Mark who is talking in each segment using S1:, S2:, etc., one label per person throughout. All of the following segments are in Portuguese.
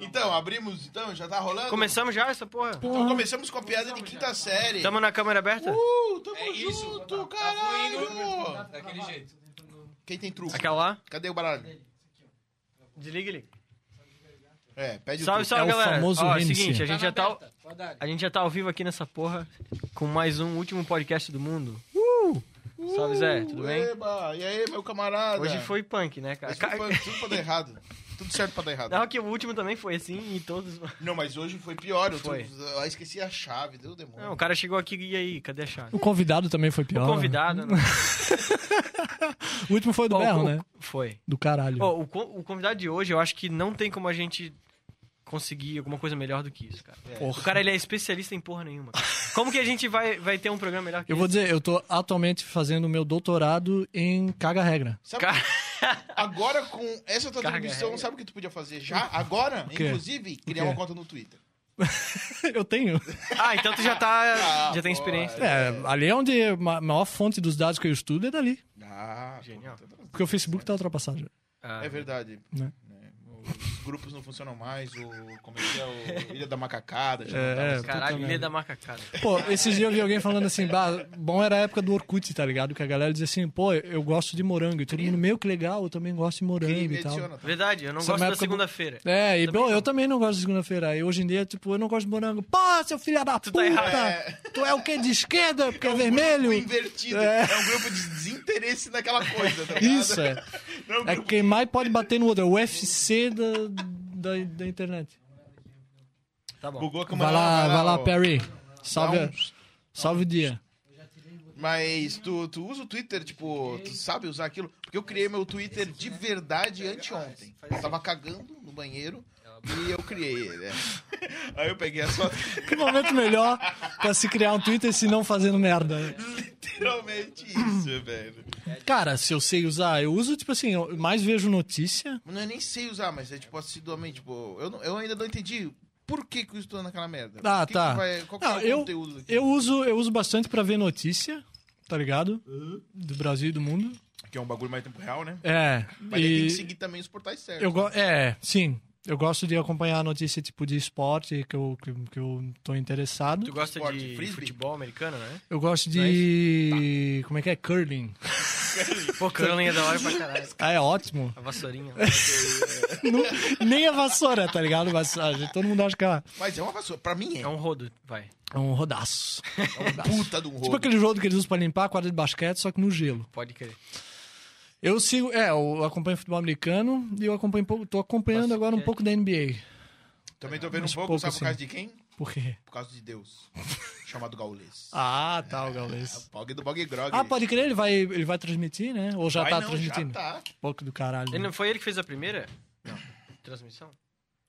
S1: Então, abrimos, então, já tá rolando?
S2: Começamos já essa porra?
S1: Então começamos com a piada de quinta série.
S2: Tamo na câmera aberta?
S1: Uh, tamo
S3: É isso,
S1: junto,
S3: tá
S1: caralho!
S3: Daquele jeito.
S1: Quem tem truque?
S2: Aquela lá?
S1: Cadê o baralho?
S2: Desliga ele.
S1: É, pede o
S2: Salve,
S1: truque.
S2: salve,
S4: É o
S2: galera.
S4: famoso
S2: Ó, é o
S4: Hennessy.
S2: seguinte, a gente já tá... ao-
S3: Pode dar.
S2: A gente já tá ao vivo aqui nessa porra com mais um último podcast do mundo. Uh! Salve Zé, tudo bem?
S1: Eba, e aí, meu camarada?
S2: Hoje foi punk, né, cara?
S1: Uh! Hoje foi punk, tudo pra dar errado. Tudo certo pra dar errado.
S2: Não, que o último também foi assim e todos.
S1: Não, mas hoje foi pior. Eu, tô-
S2: Foi.
S1: eu esqueci a chave, deu demônio.
S2: Não, o cara chegou aqui e aí, cadê a chave?
S4: O convidado também foi pior.
S2: O
S4: né?
S2: convidado, né?
S4: O último foi do Berro,
S2: o-
S4: né?
S2: Foi.
S4: Do caralho.
S2: Ó, o, con- o convidado de hoje, eu acho que não tem como a gente conseguir alguma coisa melhor do que isso, cara.
S4: Porra.
S2: O cara, ele é especialista em porra nenhuma. cara. Como que a gente vai, vai ter um programa melhor que
S4: Eu vou
S2: esse?
S4: dizer, eu tô atualmente fazendo meu doutorado em caga-regra.
S1: Sabe,
S2: Cara,
S1: agora com essa tua
S2: Carga
S1: transmissão,
S2: regra.
S1: sabe o que tu podia fazer já? Agora,
S4: quê?
S1: inclusive, criar
S4: quê?
S1: uma conta no Twitter.
S4: eu tenho.
S2: Ah, então tu já tá.
S1: Ah,
S2: já tem
S1: pô,
S2: experiência.
S4: É, ali é onde a ma- maior fonte dos dados que eu estudo é dali.
S1: Ah,
S2: Genial.
S1: pô,
S4: Porque o Facebook tá ultrapassado. já.
S2: Ah,
S1: É verdade.
S4: Né?
S1: né? Os grupos não funcionam mais, o como é que é, o Ilha da Macacada, já
S4: É,
S1: não dá mais.
S4: é.
S2: Caralho,
S4: Puta
S2: lê
S4: merda.
S2: da macacada.
S4: Pô, esses dias eu vi alguém falando assim, bah, bom era a época do Orkut, tá ligado? Que a galera dizia assim, pô, eu gosto de morango. E todo mundo, meu, que legal, eu também gosto de morango
S1: Quem me
S4: e tal.
S1: adiciona, tá?
S2: Verdade, eu não
S4: Essa
S2: gosto da
S4: época do-
S2: segunda-feira.
S4: É, e
S2: Também
S4: bom,
S2: não.
S4: eu também não gosto de segunda-feira. Aí hoje em dia, tipo, eu não gosto de morango. Pô, seu filho da puta!
S2: errado.
S1: É.
S4: Tu é o quê? De esquerda? Porque é,
S1: um
S4: vermelho?
S1: grupo invertido. É.
S4: É.
S1: um grupo de desinteresse naquela coisa, tá ligado?
S4: Isso, é.
S1: Não, um
S4: É
S1: grupo-
S4: quem mais pode bater no outro. É o UFC da, da, da internet.
S2: Tá bom.
S1: Bugou a câmera.
S4: Vai lá, vai lá,
S1: ó.
S4: Perry. Salve,
S1: é Dá um
S4: salve o dia.
S1: Mas tu, tu usa o Twitter, tipo, tu sabe usar aquilo? Porque eu criei meu Twitter de verdade anteontem. Eu tava cagando no banheiro e eu criei ele. é. Aí eu peguei as fotos.
S4: Que Um momento melhor pra se criar um Twitter se não fazendo merda. né?
S1: Literalmente isso, velho.
S4: Cara, se eu sei usar, eu uso, tipo assim, eu mais vejo notícia.
S1: Mano, eu nem sei usar, mas é tipo assiduamente, tipo, eu, não- eu ainda não entendi por que, que eu estou naquela merda.
S4: Ah,
S1: Por que
S4: tá.
S1: que vai- qual que
S4: Não,
S1: é o
S4: eu-
S1: conteúdo aqui?
S4: Eu uso, eu uso bastante pra ver notícia, tá ligado? Do Brasil e do mundo.
S1: Que é um bagulho mais tempo real, né?
S4: É.
S1: Mas
S4: e
S1: aí tem que seguir também os portais certos.
S4: eu go- é, sim. Eu gosto de acompanhar notícia tipo de esporte que eu, que, que eu tô interessado.
S2: Tu gosta
S1: Esporte,
S2: de
S1: frisbee?
S2: futebol americano, né?
S4: Eu gosto de. Como é que é? Curling.
S2: Pô, curling é da hora pra caralho.
S4: Ah, é ótimo.
S2: A vassourinha.
S4: Não- nem a vassoura, tá ligado? Mas, ah, todo mundo acha que é
S1: Mas é uma vassoura. Pra mim é.
S2: É um rodo, vai.
S4: é um rodaço.
S1: É um puta de um
S4: Tipo
S1: rolo.
S4: aquele jogo que eles usam pra limpar a quadra de basquete, só que no gelo.
S2: Pode crer.
S4: Eu sigo, é, eu acompanho futebol americano e eu acompanho, um pouco- tô acompanhando
S2: Basquete.
S4: agora um pouco da NBA.
S1: Também tô vendo um
S4: Mas
S1: pouco,
S4: pouco,
S1: sabe
S4: assim.
S1: por causa
S4: sim.
S1: de quem?
S4: Por quê?
S1: Por causa de Deus. Chamado Gaulês.
S4: Ah, tá, o Gaules.
S1: Bog do Bog Grog.
S4: Ah, pode crer, ele vai, ele vai transmitir, né? Ou já
S1: Vai
S4: tá
S1: não,
S4: transmitindo?
S1: Já tá.
S4: Pouco do caralho.
S2: Ele
S4: né?
S2: não foi ele que fez a primeira? Transmissão?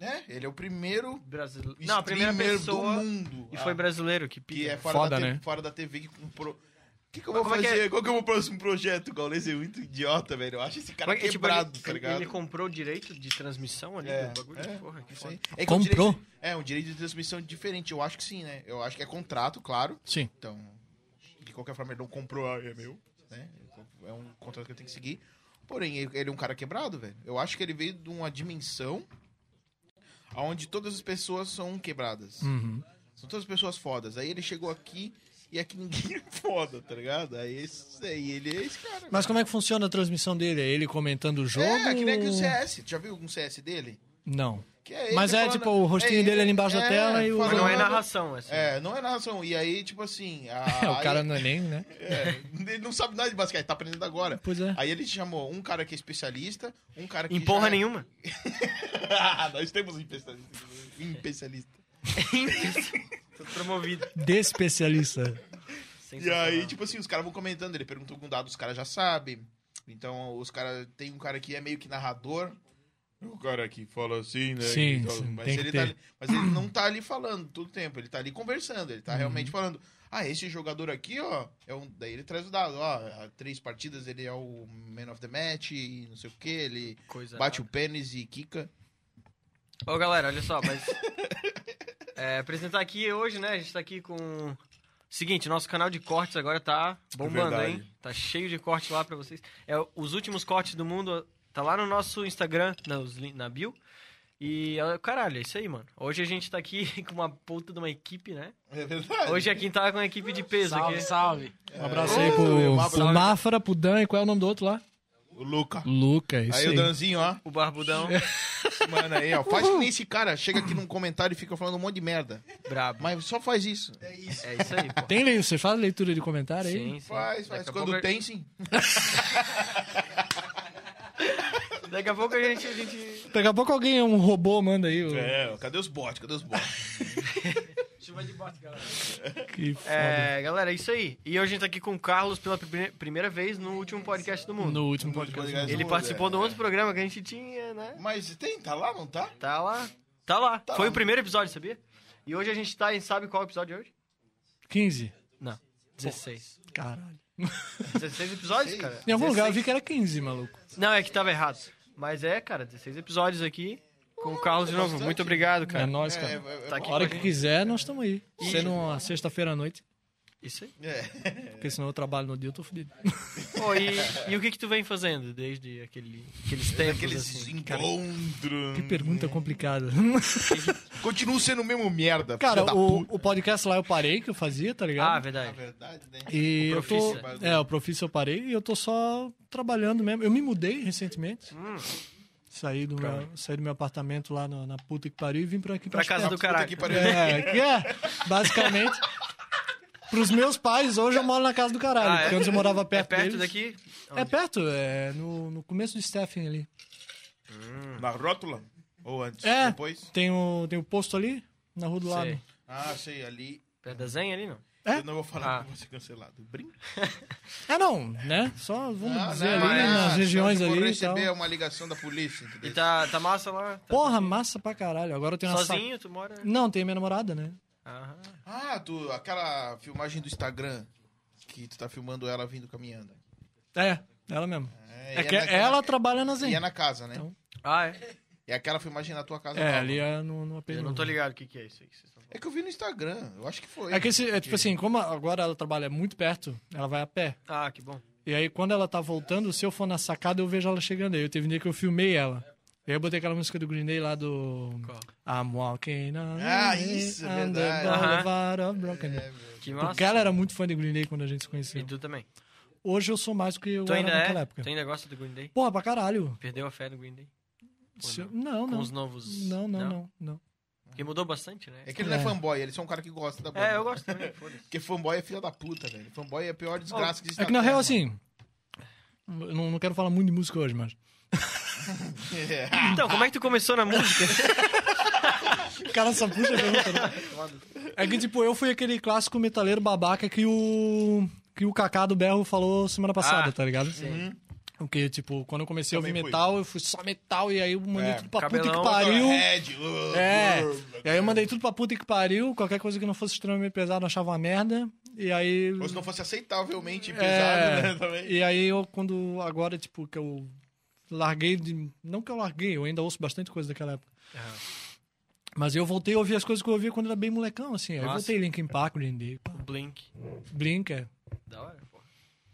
S1: É, ele é o primeiro
S2: Brasileiro.
S1: streamer
S2: Não, a primeira
S1: do
S2: pessoa.
S1: mundo.
S2: E foi
S1: ah,
S2: brasileiro que
S1: que é
S2: pia.
S1: fora,
S4: Foda,
S1: da TV,
S4: né?
S1: fora da TV que comprou. O que, que eu vou
S2: Como é que
S1: fazer?
S2: é?
S1: Qual que é o meu próximo projeto? O Gaulês é muito idiota, velho. Eu acho esse cara
S2: Como é que, tipo,
S1: quebrado,
S2: ele,
S1: tá ligado?
S2: ele comprou o direito de transmissão ali
S1: É,
S2: do bagulho?
S1: é,
S2: Porra, que
S1: isso aí.
S2: foda.
S1: É que é um
S4: Comprou?
S1: direito- é, um direito de transmissão diferente. Eu acho que sim, né? Eu acho que é contrato, claro.
S4: Sim.
S1: Então, de qualquer forma, ele não comprou, ah, é meu. Né? É um contrato que eu tenho que seguir. Porém, ele ele é um cara quebrado, velho. Eu acho que ele veio de uma dimensão onde todas as pessoas são quebradas.
S4: Uhum.
S1: São todas pessoas fodas. Aí ele chegou aqui e aqui ninguém é foda, tá ligado? Aí esse, aí ele é esse cara.
S4: Mas como é que funciona a transmissão dele? É ele comentando o jogo?
S1: É, que nem aqui o CS. Tu já viu algum CS dele?
S4: Não.
S1: Que é ele
S4: Mas é,
S1: falando-
S4: tipo, o rostinho dele ali embaixo da tela e o-
S2: Mas não é
S1: falando-
S2: narração, essa.
S1: É, não é narração. E aí, tipo assim. a-
S4: É, o cara
S1: aí-
S4: não é nem, né?
S1: é, ele não sabe nada de basquete, tá aprendendo agora.
S4: Pois é.
S1: Aí ele chamou um cara que é especialista, um cara que.
S2: Em
S1: já
S2: porra
S1: é-
S2: nenhuma.
S1: Nós temos um especialista. Um especialista.
S2: Tô promovido.
S4: De especialista.
S1: E aí,
S2: Sensacional.
S1: tipo assim, os caras vão comentando. Ele pergunta algum dado, os caras já sabem. Então, os caras. Tem um cara que é meio que narrador. O cara que fala assim, né?
S4: Sim,
S1: Então,
S4: sim,
S1: mas,
S4: tem que
S1: ele
S4: ter.
S1: tá ali- mas ele não tá ali falando todo tempo, ele tá ali conversando, ele tá
S4: Uhum.
S1: realmente falando. Ah, esse jogador aqui, ó, é um. Daí ele traz o dado, ó. há Três partidas ele é o man of the match, e não sei o que, ele
S2: Coisa
S1: bate o pênis e quica.
S2: Ô galera, olha só, mas. é, apresentar aqui hoje, né? A gente tá aqui com. Seguinte, nosso canal de cortes agora tá bombando,
S1: Verdade.
S2: hein? Tá cheio de corte lá pra vocês. É, os últimos cortes do mundo tá lá no nosso Instagram, na, na bio. E, ela- caralho, é isso aí, mano. Hoje a gente tá aqui com uma puta de uma equipe, né?
S1: É verdade.
S2: Hoje aqui tá com uma equipe de peso
S3: Salve,
S2: aqui.
S3: salve.
S4: Um abraço
S1: É,
S4: aí
S1: um
S4: pro,
S1: abraço.
S4: pro Mafra, pro Dan e qual é o nome do outro lá?
S1: O Luca.
S4: Luca, isso
S1: Aí
S4: aí.
S1: o Danzinho, ó.
S2: O Barbudão,
S1: Mano, aí, ó. Faz que nem esse cara. Chega aqui num comentário e fica falando um monte de merda.
S2: brabo.
S1: Mas só faz isso.
S2: É isso aí, pô.
S4: Tem leitura, você faz leitura de comentário aí?
S2: Sim, sim.
S1: Faz, faz.
S2: Daqui a
S1: Quando
S4: é-
S2: pouco-
S1: tem, sim.
S2: Daqui a pouco a gente. A gente...
S4: Daqui a pouco alguém, um robô, manda aí. o-
S1: É, cadê os bots? Cadê os bots?
S3: Chuva de bota, galera.
S4: Que foda.
S2: É, galera, é isso aí. E hoje a gente tá aqui com o Carlos pela prime- primeira vez no último podcast do mundo.
S4: No último podcast.
S1: podcast.
S2: Ele
S1: Mundo,
S2: participou
S1: é,
S2: do
S1: é.
S2: outro programa que a gente tinha, né?
S1: Mas tem, tá lá, não tá?
S2: Tá lá. Tá lá.
S1: Tá
S2: Foi
S1: lá.
S2: o primeiro episódio, sabia? E hoje a gente tá em. Sabe qual episódio hoje?
S4: 15?
S2: Não. 16.
S4: Caralho.
S2: 16 episódios, cara?
S4: Em algum
S2: 16.
S4: lugar eu vi que era 15, maluco.
S2: Não, é que tava errado. Mas é, cara, 16 episódios aqui com o Carlos de novo.
S1: bastante.
S2: Muito obrigado,
S4: É
S2: cara.
S4: nóis,
S1: É,
S4: cara.
S1: é,
S2: Tá
S4: A
S2: aqui com
S4: hora
S2: a
S4: que
S2: gente.
S4: quiser, nós estamos aí. Sendo uma sexta-feira à noite,
S2: Isso aí.
S1: é.
S4: porque senão eu trabalho no dia, eu tô fudido.
S2: Pô, e, e o que que tu vem fazendo desde aquele, aqueles tempos,
S1: Aqueles
S2: assim? cara?
S1: encontros.
S4: Que pergunta complicada.
S1: Continua sendo o mesmo merda. filha
S4: Cara,
S1: da
S4: o,
S1: puta.
S4: o podcast lá eu parei, que eu fazia, tá
S2: Ah,
S4: ligado?
S1: Na
S2: verdade.
S1: verdade, né?
S4: E
S2: O
S4: eu tô.
S1: Profissa.
S4: É, o Profissa eu parei e eu tô só trabalhando mesmo. Eu me mudei recentemente.
S2: Hum.
S4: Saí do, meu, saí do meu apartamento lá na, na puta que pariu e vim pra aqui
S2: Pra
S4: as
S2: casa do
S4: pernas.
S1: Puta
S2: caralho.
S1: que pariu.
S4: É, que é, basicamente. Pros meus pais, hoje eu moro na casa do caralho.
S2: Ah, é?
S4: Porque antes eu morava
S2: É
S4: perto.
S2: perto
S4: deles.
S2: daqui?
S4: É perto, é no, no começo do Stephen ali.
S1: Na rótula? Ou antes?
S4: É,
S1: Depois?
S4: tem o, tem o posto ali, na rua do lado.
S2: Sei.
S1: Ah, sei, ali.
S2: Perto da Zenha ali, não?
S4: É?
S1: Eu não vou falar
S2: Ah.
S1: que vou ser cancelado. Brinca.
S4: É não, né? Só vamos
S1: Ah,
S4: dizer
S1: não,
S4: ali
S1: é,
S4: nas
S1: ah,
S4: regiões
S1: eu vou
S4: ali e tal.
S1: receber uma ligação da polícia.
S2: E
S1: entendeu?
S2: tá, tá massa lá? Tá
S4: Porra, massa pra caralho. Agora eu tenho uma sac-
S2: Sozinho, tu mora?
S4: Não, tem minha namorada, né?
S2: Aham.
S1: Ah, tu, aquela filmagem do Instagram que tu tá filmando ela vindo caminhando.
S4: É, ela mesmo.
S1: É,
S4: É,
S1: e
S4: que
S1: na-
S4: ela trabalha na
S1: E
S4: Zen.
S1: é na casa, né?
S4: Então.
S2: Ah, é?
S1: É aquela filmagem na tua casa.
S4: É,
S1: nova.
S4: ali é no, no AP.
S2: Eu não tô ligado o que que é isso aí que vocês estão falando.
S1: É que eu vi no Instagram. Eu acho que foi.
S4: É que esse, é, tipo assim, como agora ela trabalha muito perto, ela vai a pé.
S2: Ah, que bom.
S4: E aí, quando ela tá voltando, se eu for na sacada, eu vejo ela chegando. Aí eu teve um dia que eu filmei ela. E aí eu botei aquela música do Green Day lá do.
S2: Qual?
S4: I'm walking on
S1: Ah,
S4: the
S1: isso,
S4: on the
S1: verdade.
S4: boulevard of broken.
S1: É, velho.
S2: Que massa.
S4: Porque ela era muito fã de Green Day quando a gente se
S2: E
S4: conheceu.
S2: tu também.
S4: Hoje eu sou mais do que eu
S2: Tu
S4: era
S1: né?
S2: ainda
S4: naquela
S2: é?
S4: época.
S2: Tu ainda gosta do Green Day?
S4: Porra, pra caralho.
S2: Perdeu a fé no Green Day?
S4: Se eu- Não,
S2: Com
S4: não.
S2: os novos...
S4: Não, não, não, não.
S2: Porque mudou bastante, né?
S1: É que ele não é
S4: É.
S1: fanboy, ele é só um cara que gosta da banda.
S2: É, eu gosto também, foda-se.
S1: Porque fanboy é filha da puta, velho. Fanboy é a pior desgraça que existe.
S4: É que na
S1: terra,
S4: real,
S1: mano.
S4: assim. Eu não, não quero falar muito de música hoje, mas.
S1: É.
S2: Então, como é que tu começou na música?
S4: O cara só puxa a pergunta, né? É que, tipo, eu fui aquele clássico metaleiro babaca que o. que o Kaká do Berro falou semana passada,
S2: Ah,
S4: tá ligado? Porque, tipo, quando eu comecei a
S1: Também
S4: ouvir
S1: fui.
S4: metal, eu fui só metal, e aí eu mandei
S1: É,
S4: tudo pra puta
S2: cabelão,
S4: que pariu.
S1: Red, uh,
S4: É.
S1: uh,
S4: E aí eu mandei tudo pra puta que pariu, qualquer coisa que não fosse extremamente pesado, eu achava uma merda. E aí.
S1: Ou se não fosse aceitavelmente
S4: É,
S1: pesado, né? Também.
S4: E aí eu, quando agora, tipo, que eu larguei de. Não que eu larguei, eu ainda ouço bastante coisa daquela época.
S2: Aham.
S4: Mas eu voltei a ouvir as coisas que eu ouvia quando era bem molecão, assim. Aí eu
S2: Nossa.
S4: voltei Linkin Park, Green Day, pá,
S2: Blink.
S4: Blink, é.
S2: Da hora, porra.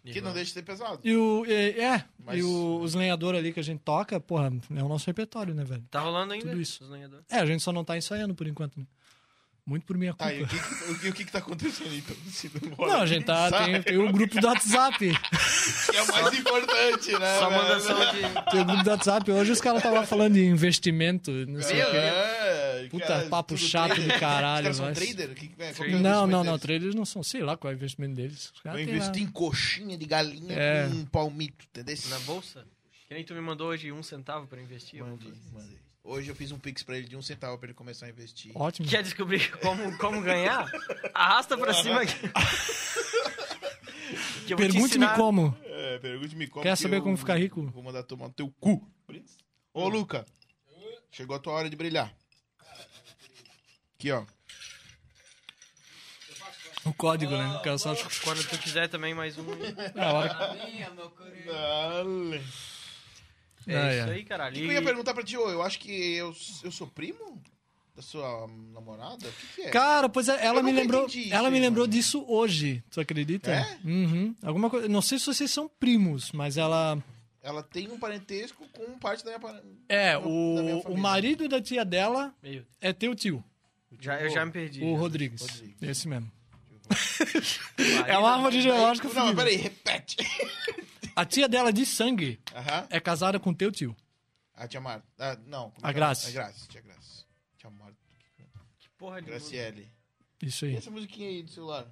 S1: Que não deixa de ser pesado.
S4: E o. É, é,
S1: Mas-
S4: e o- os lenhadores ali que a gente toca, porra, é o nosso repertório, né, velho?
S2: Tá rolando ainda?
S4: Tudo isso.
S2: Os lenhadores.
S4: É, a gente só não tá ensaiando por enquanto, né? Muito por minha culpa.
S1: Tá, e o que, o, que- o que que tá acontecendo então? Se não, rola,
S4: Não, a gente tá.
S1: sabe?
S4: Tem, tem o grupo do WhatsApp.
S1: Que é o mais importante, né?
S2: Só
S1: velho?
S2: manda só de...
S4: Tem o grupo do WhatsApp. Hoje os caras estavam falando de investimento, não sei o quê.
S1: É,
S4: Puta,
S1: cara,
S4: papo
S1: tudo
S4: chato
S1: trader.
S4: do caralho,
S1: Os caras são
S4: mas-
S1: trader? Que, que é? Qual que é o
S4: Não, não, não.
S1: investimento deles?
S4: Traders não são. Sei lá qual é o investimento deles. Os caras
S1: Eu
S4: têm lá-
S1: investi em coxinha de galinha
S4: É.
S1: com um palmito, entendeu? tipo
S2: Na bolsa? Que nem tu me mandou hoje um centavo pra investir. eu vou
S1: Mandei,
S2: fazer.
S1: mandei. Hoje eu fiz um pix pra ele de um centavo pra ele começar a investir.
S4: Ótimo.
S2: Quer descobrir como, como ganhar? Arrasta pra cima aqui. Que eu vou te
S4: Pergunte-me
S2: ensinar.
S4: como.
S1: É, pergunte-me como.
S4: Quer
S1: que
S4: saber
S1: eu
S4: como ficar rico?
S1: Vou mandar tomar no teu cu. Ô, Luca. Chegou a tua hora de brilhar. Aqui, ó.
S4: O código, né? O cara só.
S2: Quando tu quiser também mais um. É
S4: É a hora.
S1: Dale.
S4: Ah,
S2: isso
S4: é.
S2: aí, caralho.
S1: Eu ia
S2: E-
S1: perguntar pra ti, ô, eu acho que eu, eu sou primo da sua namorada? O que, que é?
S4: Cara, pois é, ela
S1: Eu
S4: me
S1: nunca
S4: lembrou,
S1: entendi isso
S4: ela me
S1: aí,
S4: lembrou
S1: mano.
S4: disso hoje. Tu acredita?
S1: É?
S4: Uhum. Alguma coisa, não sei se vocês são primos, mas ela
S1: Ela tem um parentesco com parte da minha. pa-
S4: É,
S1: da minha
S4: o, o
S1: família.
S4: marido da tia dela
S3: Meio.
S4: é teu tio,
S2: Já, eu
S1: Tipo,
S2: já me perdi.
S4: o Rodrigues.
S1: Rodrigues.
S4: Esse mesmo.
S2: Marido-
S4: É uma árvore genealógica
S1: Não, mas
S4: fodida.
S1: peraí, repete.
S4: A tia dela de sangue
S1: Aham.
S4: é casada com teu tio.
S1: A tia Marta. Ah, não. como
S4: A
S1: é que
S4: Grace.
S1: é? A Grace, tia Grace. Tia Marta.
S3: Porra de.
S1: Graciele.
S4: Isso
S1: E
S4: aí.
S1: essa musiquinha aí do celular?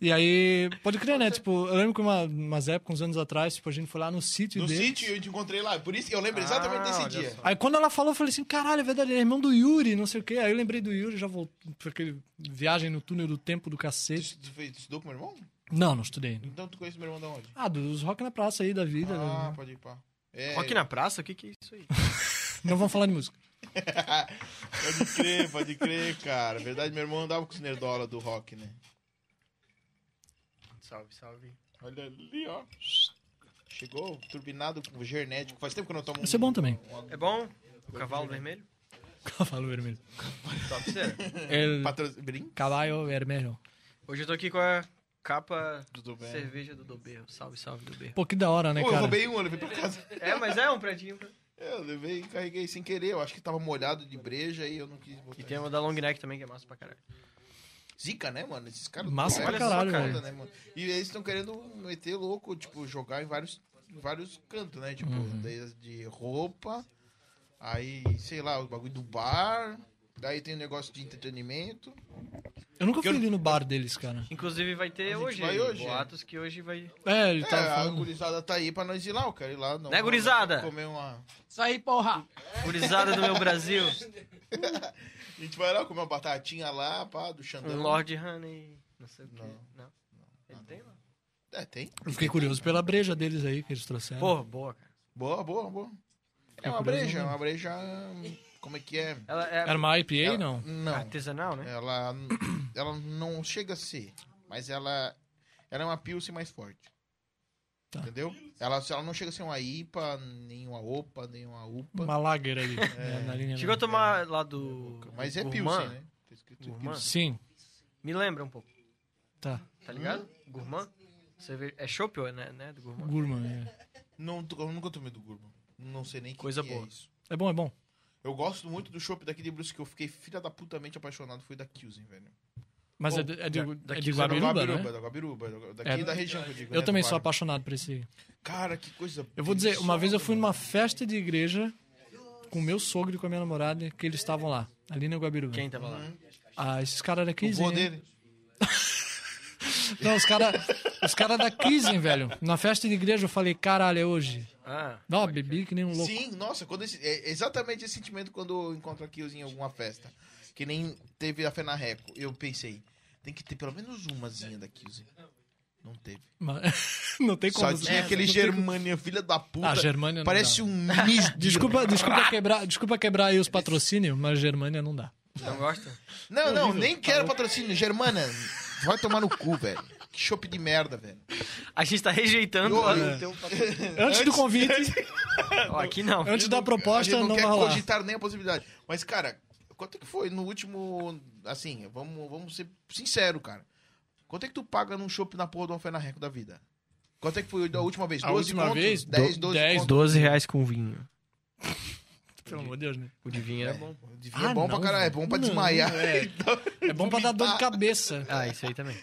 S4: E aí, pode crer, né? Tipo, eu lembro que uma, umas épocas, uns anos atrás, tipo, a gente foi lá no sítio
S1: No
S4: dele.
S1: sítio eu te encontrei lá. Por isso que eu lembro exatamente
S2: Ah,
S1: desse
S2: olha
S1: dia.
S2: só.
S4: Aí quando ela falou, eu falei assim, caralho, é verdade, ele é irmão do Yuri, não sei o quê. Aí eu lembrei do Yuri, já voltou pra aquele viagem no túnel do tempo do
S1: Tu,
S4: cacete.
S1: tu fez- tu estudou com meu irmão?
S4: Não, não estudei.
S1: Então tu conhece meu irmão da onde?
S4: Ah, dos rock na praça aí da vida.
S1: Ah,
S4: né?
S1: pode ir pá. É,
S2: Rock na praça? O que, que é isso aí?
S4: Não vamos falar de música.
S1: Pode crer, pode crer, cara. Na verdade, meu irmão andava com os nerdola do rock, né?
S2: salve, salve.
S1: Olha ali, ó. Chegou turbinado com genético. Faz tempo que eu não tomo
S4: Isso é bom também.
S2: É bom? O cavalo vermelho?
S4: Cavalo vermelho.
S2: Top zero.
S4: El
S1: um patro... brinco
S4: cavalo vermelho.
S2: Hoje eu tô aqui com a capa
S1: do Dubé.
S2: cerveja do Doberro. Salve, salve, Doberro.
S4: Pô, que da hora, né,
S1: Pô, eu
S4: cara?
S1: roubei um, eu levei pra casa.
S2: É, mas é um pretinho.
S1: né? Eu levei e carreguei sem querer. Eu acho que tava molhado de breja e eu não quis botar.
S2: E tem um- uma da long neck também, que é massa pra caralho.
S1: Zica, né, mano? Esses caras
S4: Massa
S1: Olha
S2: pra
S1: essa
S2: caralho,
S1: sacada,
S4: velho.
S1: né, mano? E eles estão querendo meter louco, tipo, jogar em vários, em vários cantos, né? Tipo, desde roupa, aí, sei lá, o bagulho do bar, daí tem o negócio de entretenimento.
S4: Eu nunca fui
S1: eu-
S4: ali no bar deles, cara.
S2: Inclusive vai ter
S1: A gente
S2: hoje,
S1: vai hoje,
S2: boatos que hoje vai...
S4: É, ele
S1: É,
S4: tava
S1: a
S4: falando.
S1: gurizada tá aí pra nós ir lá, eu quero ir lá. Não,
S2: tá Né, gurizada?
S1: Comer uma...
S3: Isso aí, porra.
S2: Gurizada do meu Brasil.
S1: A gente vai lá comer uma batatinha lá, pá, do
S2: Um
S1: Xandão.
S2: Lord Honey, não sei o quê.
S1: Não.
S2: Não. Ele tem lá.
S1: É, tem.
S4: Eu fiquei curioso pela breja deles aí que eles trouxeram.
S2: Porra, boa, cara.
S1: Boa, boa, boa. É
S4: É
S1: uma
S4: curioso,
S1: breja,
S4: né?
S1: uma breja... Como é que é?
S2: Ela é
S4: Era uma IPA,
S1: Ela-
S4: não?
S1: Não.
S2: artesanal, né?
S1: Ela, ela não chega a ser, mas ela, ela é uma Pilsen mais forte.
S4: Tá.
S1: Entendeu? Ela, ela não chega a ser uma IPA, nem uma OPA, nem uma UPA.
S4: Uma lager ali. né, na linha
S2: Chegou a
S4: né?
S2: tomar lá do...
S1: Mas é
S2: Gourmand?
S1: Pilsen, né? Tá escrito
S2: Gourmand?
S1: Pilsen.
S4: Sim,
S2: Me lembra um pouco,
S4: tá.
S2: tá ligado?
S1: Hum?
S2: Gourmand? Cerveja... É chopp, né? né? Do gourmand.
S4: Gourmand. É,
S1: Não, to- eu nunca tomei do Gourmand. Não sei nem que
S2: Coisa
S1: que
S2: boa.
S1: É isso.
S4: é bom, é bom.
S1: Eu gosto muito do chopp daqui de Brusque, que eu fiquei filha da putamente apaixonado, foi da Kilsen, velho.
S4: Mas
S1: Bom,
S4: é, de, é, de, é
S2: daqui
S4: de
S2: do Guaruba,
S4: Guabiruba, né?
S1: Guabiruba, da Guabiruba, da- daqui
S4: É.
S1: da região que eu digo.
S4: Eu
S1: né,
S4: também
S1: do
S4: sou
S1: bairro.
S4: apaixonado por esse.
S1: Cara, que coisa
S4: Eu vou dizer, uma vez eu fui
S1: deliciosa,
S4: numa festa de igreja com meu sogro e com a minha namorada, que eles estavam lá, ali na Guabiruba.
S2: Quem tava lá?
S1: Hum.
S4: Ah, esses caras da
S1: mano. O vô
S4: Kizem. né?
S1: dele.
S4: Não, os caras os cara da Kizem, velho. Na festa de igreja eu falei, caralho, é hoje.
S2: Ah,
S4: Não, eu bebi que nem um louco.
S1: Sim, nossa, quando esse- é exatamente esse sentimento quando eu encontro a Kills em alguma festa. Que nem teve a Fenarreco. Eu pensei, tem que ter pelo menos umazinha da Kills. Não teve.
S4: Mas- não tem como. né?
S1: Só tinha aquele
S4: não tem como-
S1: Germânia, filha da puta.
S4: Ah, Germânia não
S1: Parece Ah.
S4: dá.
S1: um mis de-
S4: Desculpa, desculpa, quebrar, desculpa quebrar aí os patrocínios, mas Germânia não dá.
S2: não gosta?
S1: Não, não, nem quero patrocínio. Germana, vai tomar no cu, velho. Que chope de merda, velho.
S2: A gente tá rejeitando...
S1: Eu-
S2: lá no
S1: eu-
S2: teu-
S4: Antes do convite,
S2: Ó, aqui não.
S4: antes da
S1: a gente
S4: proposta,
S1: não,
S4: não vai
S1: quer
S4: rolar.
S1: cogitar nem a possibilidade. Mas, cara, quanto é que foi no último. Assim, vamos, vamos ser sinceros, cara. Quanto é que tu paga num shopping na porra do Alfé na Reco da vida? Quanto é que foi a última vez?
S4: A
S1: 12
S4: última
S1: conto?
S4: vez?
S1: 10,
S4: Do-
S1: 12
S4: 10,
S1: conto?
S2: 12 reais com vinho.
S4: Pelo amor de Deus, né?
S2: O de vinho era bom.
S1: Devia é
S4: Ah,
S1: bom pra
S4: não,
S1: caralho, é bom pra desmaiar.
S4: É bom pra dar dor de cabeça.
S2: Ah, isso aí também.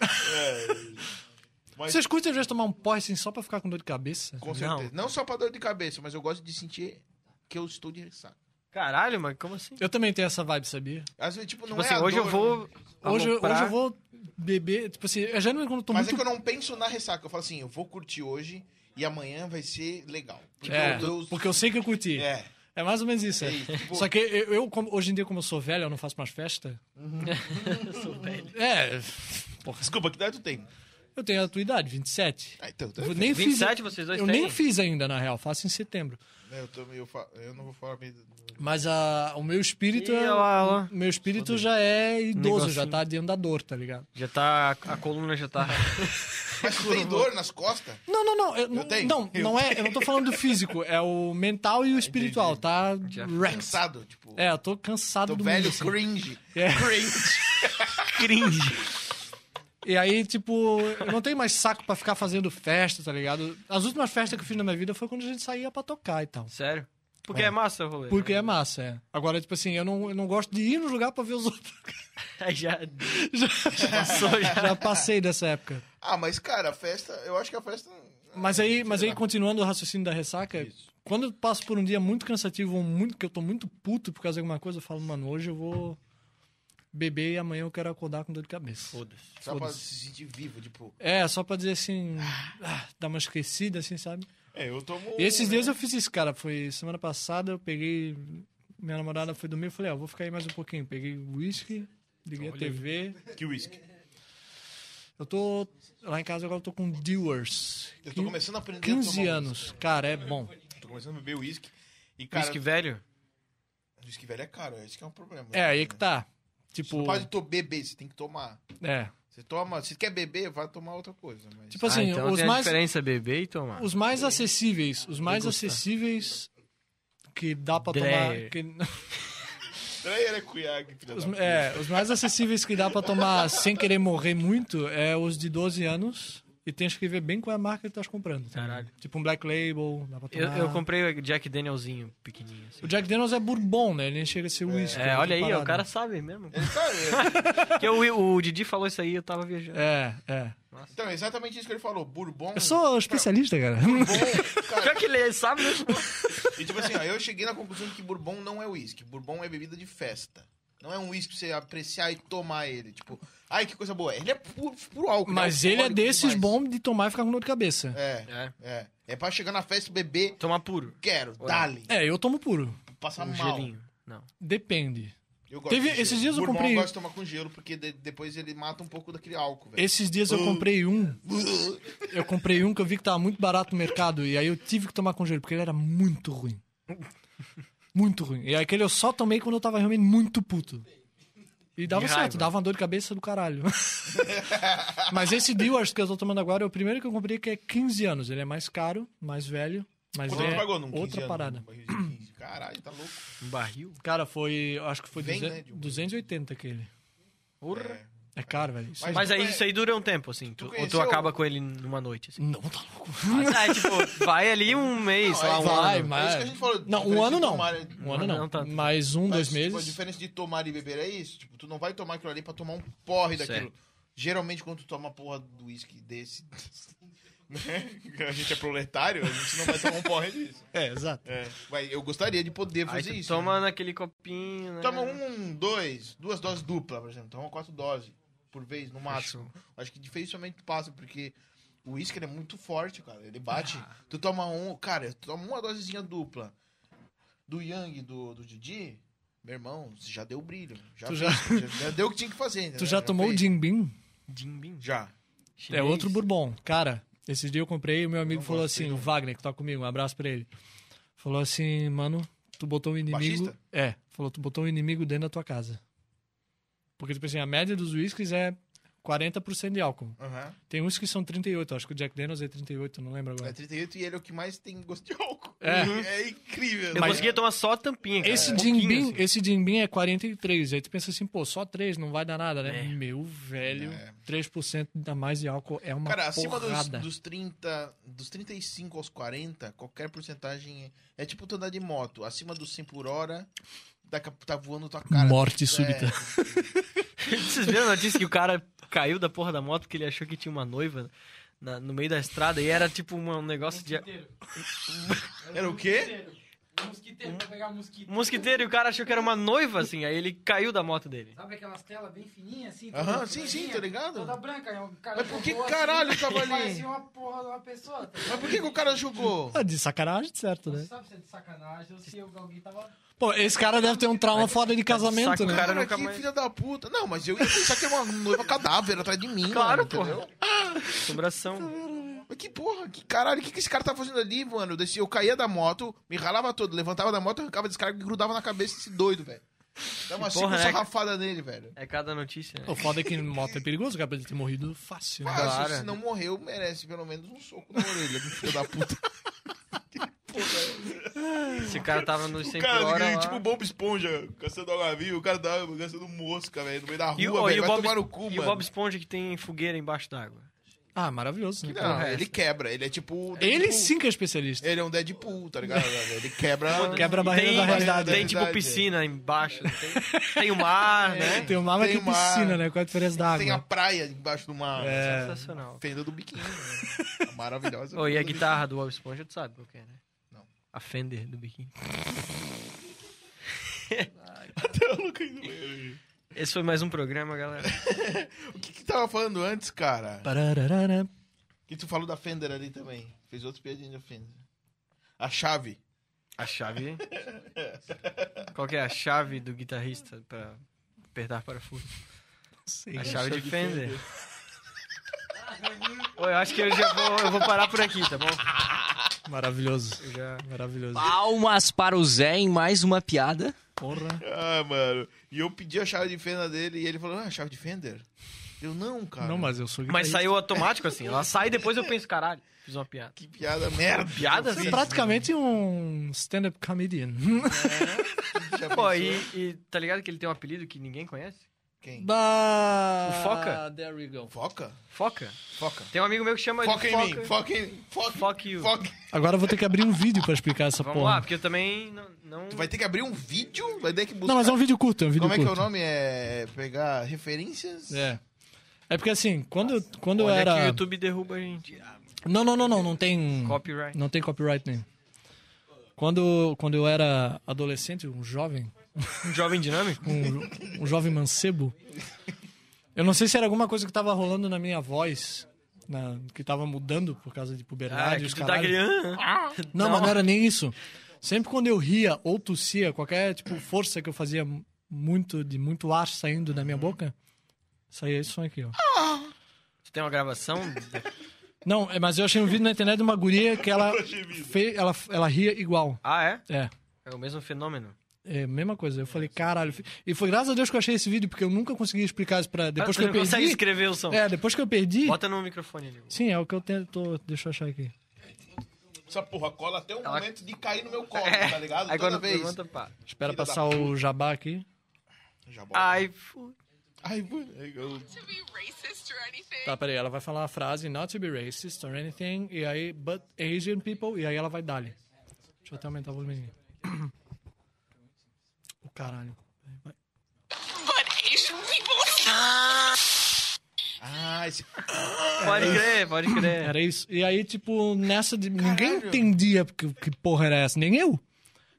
S1: Mas-
S4: Vocês curtem às vezes tomar um porre assim só pra ficar com dor de cabeça?
S1: Com certeza. Não. só pra dor de cabeça, mas eu gosto de sentir que eu estou de ressaca.
S2: Caralho, mas como assim?
S4: Eu também tenho essa vibe, sabia?
S1: Às vezes, tipo, não
S2: Tipo
S1: é
S2: assim,
S1: a
S2: hoje
S1: dor,
S2: eu vou.
S4: né? Hoje, eu-
S2: aloprar-
S4: hoje eu vou beber. Tipo assim, é geralmente quando eu tô
S1: Mas é
S4: muito.
S1: que eu não penso na ressaca. Eu falo assim, eu vou curtir hoje e amanhã vai ser legal. Porque
S4: É,
S1: eu- eu-
S4: porque eu sei que eu curti. É,
S1: É.
S4: mais ou menos isso. É.
S1: É isso, tipo-
S4: Só que eu, eu, como- hoje em dia, como eu sou velho, eu não faço mais festa.
S2: Uhum.
S4: É. Porra,
S1: Desculpa, que idade tu tem?
S4: eu tenho a tua idade, 27.
S1: Ah, então,
S4: Eu nem fiz.
S2: 27 vocês dois
S4: Eu
S2: têm?
S4: nem fiz ainda, na real, faço em setembro.
S1: Né, eu, tô meio fa- eu não vou falar bem. do-
S4: Mas a, o meu espírito.
S2: Ih,
S4: é-
S2: olha lá, olha lá.
S4: Meu espírito já é idoso, já
S2: Negocinho.
S4: tá dentro da dor, tá ligado?
S2: Já tá. A coluna já tá.
S1: Mas tu
S4: né?
S1: tem dor nas costas?
S4: Não, não, não. Eu, não-
S1: tenho.
S4: Não,
S1: Eu
S4: não é. Eu não tô falando do físico, é o mental e o espiritual, tá?
S2: Já
S4: Rex.
S1: Cansado, tipo.
S4: É, eu tô
S1: Tô
S4: cansado do assim.
S1: velho,
S4: mundo, assim.
S1: cringe.
S4: É.
S1: Cringe.
S2: Cringe.
S4: E aí, tipo, eu não tenho mais saco pra ficar fazendo festa, tá ligado? As últimas festas que eu fiz na minha vida foi quando a gente saía pra tocar e tal.
S2: Sério? Porque é, massa o rolê.
S4: Porque é massa, é. Agora, tipo assim, eu não, eu não gosto de ir no lugar pra ver os outros.
S2: Aí já, já, passou, já.
S4: Já passei dessa época.
S1: Ah, mas, cara, a festa... Eu acho que a festa...
S4: Mas aí, mas aí continuando o raciocínio da ressaca, quando eu passo por um dia muito cansativo, ou muito que eu tô muito puto por causa de alguma coisa, eu falo, mano, hoje eu vou beber e amanhã eu quero acordar com dor de cabeça.
S2: Foda-se.
S1: Só pra
S4: Foda-se.
S1: se sentir vivo, tipo...
S4: É, só pra dizer assim, ah, dar uma esquecida, assim, sabe?
S1: É, eu tomo...
S4: E esses dias eu fiz isso, cara. Foi semana passada, eu peguei. Minha namorada foi dormir, eu falei, ó, vou ficar aí mais um pouquinho. Peguei whisky, liguei a TV.
S1: Que whisky.
S4: Eu tô. Lá em casa agora eu tô com Dewars.
S1: Eu tô começando a aprender a
S4: 15
S1: tomar
S4: anos. Cara, é bom.
S1: whisky. Tô começando a beber whisky. E, cara,
S2: Whisky
S1: whisky,
S2: velho?
S4: tipo
S1: velho é caro, esse que é um problema.
S4: É, aí que tá.
S1: Você
S4: Tipo.
S1: não pode to- beber, você tem que tomar.
S4: É.
S1: Você toma... Se quer beber, vai tomar outra coisa. Mas...
S4: Tipo assim,
S2: ah, então
S4: os
S2: tem
S4: mais.
S2: a diferença beber e tomar.
S4: Os mais acessíveis. Os mais
S2: Degustar.
S4: acessíveis que dá pra tomar.
S2: Dreyer.
S4: que-
S1: Peraí, era cunhaque, é filha
S4: Os,
S1: da puta.
S4: é, os mais acessíveis que dá pra tomar sem querer morrer muito é os de 12 anos. E tens que ver bem qual é a marca que tu estás comprando. tá?
S2: Caralho.
S4: Tipo um Black Label, dá pra
S2: Eu,
S4: tomar.
S2: eu comprei o Jack Danielzinho pequenininho. assim.
S4: O Jack Daniels é bourbon, né? Ele nem chega a ser whisky.
S2: É, olha aí,
S4: outra
S2: ó, o
S4: parada.
S2: cara sabe mesmo.
S1: Ele tá- é.
S2: Porque o, o Didi falou isso aí, eu tava viajando.
S4: É, é.
S1: Então, é exatamente isso que ele falou. Bourbon...
S4: Eu sou especialista, cara.
S1: Bom, cara,
S2: Pior que ele sabe, né?
S1: E tipo assim, ó, eu cheguei na conclusão de que bourbon não é uísque. Bourbon é bebida de festa. Não é um uísque pra você apreciar e tomar ele. Tipo, ai, que coisa boa. Ele é puro, puro álcool.
S4: Mas
S1: né?
S4: ele é
S1: Alcoólico
S4: desses
S1: demais.
S4: bons de tomar e ficar com dor de cabeça.
S1: É,
S2: É,
S1: é. É pra chegar na festa e beber,
S2: tomar puro.
S1: quero,
S2: Olha.
S1: dale.
S4: É, eu tomo puro.
S1: Passar
S2: Um
S1: Tá mal.
S2: gelinho. Não.
S4: Depende.
S1: Eu gosto
S4: Teve-
S1: de gelo.
S4: esses dias eu
S1: bourbon
S4: comprei-
S1: eu gosto de tomar com gelo, porque de- depois ele mata um pouco daquele álcool, velho.
S4: Esses dias eu comprei um. Eu comprei um que eu vi que tava muito barato no mercado. E aí eu tive que tomar com gelo, porque ele era muito ruim. Muito ruim. E aquele eu só tomei quando eu tava realmente muito puto. E dava
S2: De
S4: certo,
S2: raiva.
S4: dava uma dor de cabeça do caralho. Mas esse Dewars que eu tô tomando agora é o primeiro que eu comprei que é 15 anos. Ele é mais caro, mais velho, mas
S1: Quanto
S4: é
S1: tu pagou num 15
S4: outra
S1: anos,
S4: parada.
S1: num barril de 15? Caralho, tá louco.
S2: Um barril?
S4: Cara, foi, acho que foi
S1: Vem,
S4: 200,
S1: né, de um-
S4: 280 aquele.
S2: Urra.
S1: É.
S4: É caro, velho. Isso
S1: Mas- tipo,
S4: é-
S2: Mas aí isso aí dura um tempo, assim.
S1: Tu
S2: tu- ou tu
S1: conheceu-
S2: acaba com ele numa noite, assim.
S4: Não, tá louco.
S2: Ah, é, tipo, vai ali um mês, sei lá, um
S4: vai,
S2: ano.
S1: É isso
S4: mas...
S1: que a gente falou,
S4: Não, um
S1: diferença
S4: ano
S1: de
S4: não.
S1: tomar-
S4: Um ano não.
S2: Não, tá.
S4: Mais um, dois
S1: Mas, tipo, a
S4: meses.
S1: diferença de tomar e beber é isso. Tipo, tu não vai tomar aquilo ali pra tomar um porre daquilo. Geralmente, quando tu toma porra do uísque desse. né? A gente é proletário, a gente não vai tomar um porre disso.
S4: É, exato.
S1: É. Vai, eu gostaria de poder
S2: Aí
S1: fazer
S2: tu
S1: isso. né?
S2: toma naquele copinho, né?
S1: Toma um, dois, duas doses dupla, por exemplo. Toma quatro doses por vez, no máximo. Acho que dificilmente tu passa, porque o uísque ele é muito forte, cara. Ele bate.
S4: Ah.
S1: Tu toma um. Cara, tu toma uma dosezinha dupla do Yang e do, do Didi. Meu irmão, você já deu brilho. né? Já,
S4: Tu
S1: fez, já...
S4: já-
S1: já deu o que tinha que fazer.
S4: Tu
S1: entendeu?
S4: já tomou o
S1: fez.
S4: Jim Beam?
S2: Jim Beam.
S1: Já.
S4: É
S2: Chinês.
S4: outro bourbon. Cara, esse dia eu comprei e o meu amigo
S1: não
S4: falou
S1: gosto
S4: assim, o Wagner, que tá comigo, um abraço pra ele. Falou assim, mano, tu botou um inimigo...
S1: Baixista?
S4: É, falou, tu botou um inimigo dentro da tua casa. Porque, tipo assim, a média dos whiskies é 40% de álcool.
S1: Aham.
S4: Tem uns que são 38, acho que o Jack Daniels é 38, não lembro
S1: É
S4: agora.
S1: 38 e ele é o que mais tem gosto de álcool.
S4: É.
S1: é incrível.
S2: Eu
S1: né?
S2: conseguia tomar só a tampinha,
S1: É,
S2: cara.
S4: Esse
S2: um
S4: Jim
S2: pouquinho,
S4: Beam,
S2: assim.
S4: esse Jim Beam é 43. Aí tu pensa assim, pô, só 3, não vai dar nada,
S2: É.
S4: né? Meu velho,
S1: É.
S4: 3% a mais de álcool é uma
S1: Cara, acima dos,
S4: porrada.
S1: dos 30, dos 35 aos 40, qualquer porcentagem é, é tipo tu andar de moto, acima dos 100 por hora, daqui a pouco tá voando tua cara.
S4: Morte
S1: É,
S4: súbita.
S2: assim. Vocês viram a notícia que o cara caiu da porra da moto porque ele achou que tinha uma noiva na- no meio da estrada e era tipo uma- um negócio de.
S1: Era o quê?
S3: Um Mosquiteiro, pra pegar mosquito.
S2: Um mosquiteiro e o cara achou que era uma noiva, assim, aí ele caiu da moto dele.
S3: Sabe aquelas telas bem fininhas assim?
S1: Aham,
S3: toda
S1: sim,
S3: fininha,
S1: sim, tá ligado?
S3: Toda branca, é um cara
S1: Mas por que
S3: jogou
S1: caralho tava ali?
S3: Parecia uma porra de uma pessoa. Tá?
S1: Mas por que, que o cara jogou?
S4: Ah, De sacanagem, certo,
S3: Você
S4: né?
S3: sabe se é de sacanagem ou se eu- alguém tava.
S4: Pô, esse cara deve ter um trauma
S1: tá
S4: foda de casamento,
S2: saco,
S4: né?
S2: cara. nunca
S1: que
S2: mais-
S1: filha da puta. Não, mas eu ia pensar que era uma noiva cadáver atrás de mim,
S2: Claro,
S1: mano, entendeu?
S2: porra. Assombração.
S1: Mas que porra, que caralho, o que, que esse cara tá fazendo ali, mano? Eu, descia, eu caía da moto, me ralava todo, levantava da moto, arrancava descarga e grudava na cabeça desse doido, velho. Dá uma
S2: Que porra,
S1: cinco
S2: né?
S1: sarrafada nele, velho.
S2: É cada notícia, né?
S4: O foda é que moto é perigoso, cara. pra Ele ter morrido fácil. né?
S1: Fácil,
S2: Claro.
S1: se não morreu, merece pelo menos um soco na orelha do filho da puta.
S2: Esse cara tava nos 100
S1: O
S2: por
S1: cara,
S2: hora
S1: ele,
S2: lá.
S1: tipo Bob Esponja, caçando a navio, o cara tá caçando mosca, velho, no meio da rua,
S2: E, ó, e
S1: velho,
S2: o
S1: vai
S2: Bob,
S1: tomar no cu,
S2: e o
S1: mano.
S2: Bob Esponja que tem fogueira embaixo d'água.
S4: Ah, maravilhoso, né?
S1: Não,
S2: Porra,
S1: ele
S2: essa.
S1: quebra, ele é tipo... o
S4: Ele
S1: Deadpool.
S4: sim que é especialista.
S1: Ele é um Deadpool, tá ligado? velho? Ele quebra...
S4: Quebra a barreira
S2: tem,
S4: da realidade.
S2: Tem tipo
S1: Realidade, é.
S2: piscina embaixo. Tem, tem o mar, né?
S4: Tem o mar, mas
S1: Tem
S4: tem
S1: o mar.
S4: piscina, né? Qual a diferença da
S1: Tem a
S4: água?
S1: praia embaixo do mar. assim,
S4: É.
S2: Sensacional.
S1: Fenda do biquíni. né? Maravilhosa.
S2: Oh, e a
S1: Fenda do
S2: guitarra do Bob Esponja, tu sabe qual que é, né?
S1: Não.
S2: A Fender do biquíni.
S1: biquíni. Eu nunca indo ver.
S2: Esse foi mais um programa, galera.
S1: O que que tava falando antes, cara?
S2: Tá.
S4: Parararara.
S1: Que tu falou da Fender ali também. Fez outro piadinho da Fender. A chave.
S2: A chave. Qual que é a chave do guitarrista pra apertar parafuso?
S4: Sei.
S2: A chave de Fender. Pô, eu acho que eu já vou, eu vou parar por aqui, tá bom?
S4: Maravilhoso.
S2: Eu já.
S4: Maravilhoso.
S5: Palmas para o Zé em mais uma piada.
S4: Porra.
S1: Ah, mano. E eu pedi a chave de Fender dele e ele falou, ah, chave de Fender? Eu, não, cara.
S4: Não, mas eu sou
S2: Mas
S4: guitarrista.
S2: saiu automático assim. Ela sai e depois eu penso, caralho, fiz uma piada.
S1: Que piada merda.
S2: Piada? assim?
S1: Eu fiz,
S4: Você é praticamente um stand-up comedian.
S1: mano. Já
S2: Pô,
S1: pensou?
S2: e, e tá ligado que ele tem um apelido que ninguém conhece?
S1: Quem?
S4: bah...
S2: O Foca?
S4: There we go.
S1: Foca?
S2: Foca.
S1: Foca.
S2: Tem um amigo meu que chama
S1: Foca
S2: ele
S1: em
S2: de
S1: mim. Foca em mim. Foca.
S2: Fuck you.
S1: Foca.
S4: Agora eu vou ter que abrir um vídeo pra explicar essa
S2: Vamos lá,
S4: porra.
S2: porque eu também não. não-
S1: Tu vai ter que abrir um vídeo? Vai ter que buscar.
S4: Não, mas é um vídeo curto, é um vídeo
S1: Como é que é o
S4: curto.
S1: nome? É pegar referências?
S4: É. É porque assim, quando, quando eu
S2: Olha
S4: era...
S2: é que o YouTube derruba a gente.
S1: Ah.
S4: Não, não, não, não, não tem...
S2: Copyright.
S4: Não tem copyright nenhum. Quando, quando eu era adolescente, um jovem,
S2: Um jovem dinâmico?
S4: um, um jovem mancebo, eu não sei se era alguma coisa que tava rolando na minha voz, na- que tava mudando por causa de
S2: Ah,
S4: puberdade e
S2: que
S4: os
S2: tu tá
S4: caralho.
S2: aquele... Ah, ah.
S4: Não, mas não era nem isso. Sempre quando eu ria ou tossia, qualquer tipo força que eu fazia muito de muito ar saindo da
S2: Uhum.
S4: minha boca, saía esse som aqui, ó.
S2: Tu tem uma gravação?
S4: Não, é, mas eu achei um vídeo na internet de uma guria que ela fez, ela ela ria igual.
S2: Ah, é?
S4: É.
S2: É o mesmo fenômeno.
S4: É, mesma coisa. Eu falei, caralho. fi- E foi graças a Deus que eu achei esse vídeo, porque eu nunca consegui explicar isso pra. Depois
S2: Ah,
S4: que
S2: tu
S4: eu
S2: não consegue
S4: perdi.
S2: escrever o som.
S4: É, depois que eu perdi.
S2: Bota no microfone ali.
S4: Sim, é o que eu tento. tô- Deixa eu achar aqui.
S1: Essa porra cola até o
S2: Ela-
S1: momento de cair no meu colo,
S2: É.
S1: tá ligado?
S2: Aí
S1: Toda
S2: quando
S1: vez.
S2: pergunta, pá.
S4: Espera
S1: Filha
S4: passar
S1: da
S4: o jabá aqui.
S1: Já bota.
S2: Ai, fu-
S1: Ai, eu...
S6: to be racist or anything.
S4: Tá, peraí. Ela vai falar a frase not to be racist or anything. E aí, but Asian people. E aí ela vai dar-lhe. Deixa eu até aumentar o volume. aqui. O caralho. Vai.
S6: But Asian people.
S1: Ah, esse...
S2: pode
S4: É.
S2: crer, pode crer.
S4: Era isso. E aí, tipo, nessa de. Ninguém
S1: Caralho.
S4: entendia que, que porra era essa. Nem eu.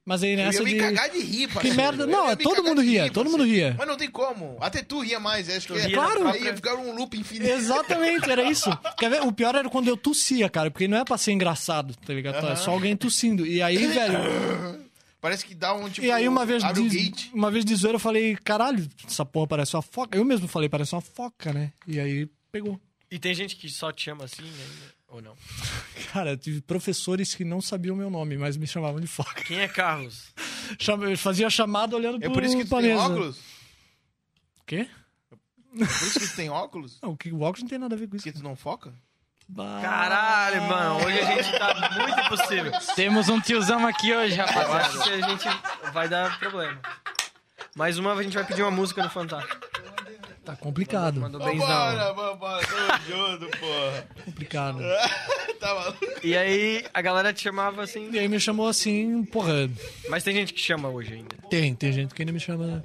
S4: Mas aí
S1: eu
S4: nessa
S1: ia me
S4: de.
S1: cagar de rir, parceiro.
S4: merda-
S1: Eu
S4: não, é
S1: ia me
S4: todo
S1: cagar
S4: mundo
S1: de
S4: ria,
S1: rir,
S4: todo
S1: parceiro.
S4: mundo ria.
S1: Mas não tem como. Até tu ria mais, acho que é.
S2: ria na
S1: Aí
S2: própria-
S1: ia ficar um loop infinito.
S4: Exatamente, era isso. Quer ver? O pior era quando eu tossia, cara, porque não é pra ser engraçado, tá ligado? É só alguém tossindo. E aí, velho,
S1: Parece que dá um tipo.
S4: e aí uma vez,
S1: abre o
S4: de,
S1: gate.
S4: uma vez de zoeira eu falei, caralho, essa porra parece uma foca. Eu mesmo falei, parece uma foca, né? E aí pegou.
S2: E tem gente que só te chama assim, né? Ou não?
S4: Cara, eu tive professores que não sabiam o meu nome, mas me chamavam de foca.
S2: Quem é Carlos?
S4: Chama- Eu fazia chamada olhando
S1: É
S4: pro né?
S1: por isso que tu
S4: pra
S1: tem
S4: mesa.
S1: óculos?
S4: Quê?
S1: É por isso que tu tem óculos?
S4: Não, o que- o óculos não tem nada a ver com isso.
S1: Porque tu não foca?
S4: Bah.
S2: Caralho, mano. Hoje a gente tá muito impossível.
S5: Temos um tiozão aqui hoje,
S2: Eu acho
S5: rapaziada.
S2: que a gente vai dar problema. Mais uma, a gente vai pedir uma música no Fantástico.
S4: Tá complicado.
S2: Mandou benzão.
S1: Vambora, vambora, tamo junto, porra.
S4: Complicado.
S1: Tá maluco?
S2: E aí, a galera te chamava assim.
S4: E aí me chamou assim, porra,
S2: Mas tem gente que chama hoje ainda.
S4: Tem, tem gente que ainda me chama.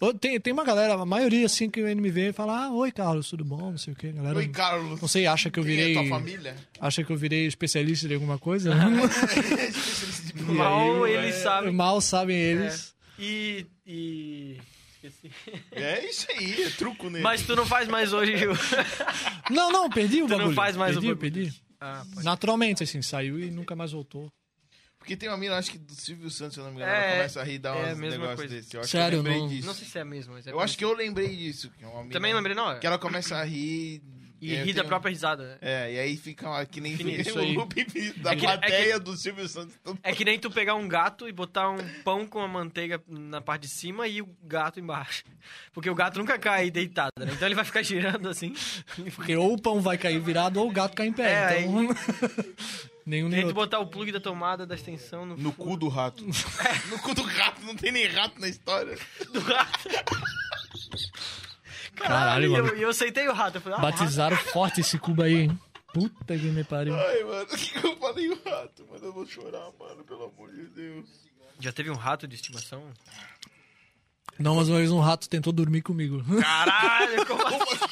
S4: Ô, Tem, tem uma galera, a maioria assim que ainda me vê e fala: ah, Oi, Carlos, tudo bom? Não sei o que. Galera,
S2: um-
S1: Oi, Carlos.
S4: não sei, acha que eu
S1: Quem é
S4: virei.
S1: tua família?
S4: Acha que eu virei especialista de alguma coisa?
S1: Especialista de
S4: E
S2: Mal
S4: aí,
S2: eles sabem.
S4: Mal sabem eles.
S2: E. e... Esqueci.
S1: É isso aí, é truco nele.
S2: Mas tu não faz mais hoje, Gil.
S4: Não, não, perdi o
S2: É. não
S4: bagulho.
S2: faz mais o
S4: perdi,
S2: bagulho.
S4: perdi.
S2: Ah, pode.
S4: Naturalmente, assim, saiu e nunca mais voltou.
S1: Porque tem uma mina, acho que do Silvio Santos, se eu não me engano,
S2: É,
S1: ela começa a rir e dá
S2: é a
S1: uns
S2: mesma
S1: negócios
S2: coisa.
S1: desse. Eu acho
S4: Sério,
S1: que eu lembrei
S4: não-
S1: disso.
S2: Não sei se é mesmo, mas é
S1: Eu acho que eu lembrei disso. que é uma mina
S2: Também lembrei, não?
S1: Que ela começa a rir.
S2: E
S1: é,
S2: ri
S1: tem
S2: da
S1: um-
S2: própria risada. né?
S1: É, e aí fica lá, que nem
S2: Infinito,
S1: fica
S4: isso
S1: o
S4: aí.
S1: loop infinito da
S2: É que- é que-
S1: plateia do Silvio Santos.
S2: É que nem tu pegar um gato e botar um pão com a manteiga na parte de cima e o gato embaixo. Porque o gato nunca cai deitado, né? Então ele vai ficar girando assim.
S4: Porque ou o pão vai cair virado ou o gato cai em pé.
S2: É,
S4: então. Nenhum
S2: Tem
S4: nem
S2: que
S4: outro.
S2: botar o plug da tomada da extensão no,
S1: No cu do rato. no cu do rato, não tem nem rato na história.
S2: do rato.
S4: Caralho,
S2: e eu,
S4: mano.
S2: e eu aceitei o rato. Eu falei, ah,
S4: Batizaram forte esse cubo aí, hein? Puta que me pariu.
S1: Ai, mano, o que, que eu falei o rato? Mano, eu vou chorar, mano, pelo amor de Deus.
S2: rato. Já teve um rato de estimação?
S4: Não, mas uma vez um rato tentou dormir comigo.
S2: Caralho, como assim?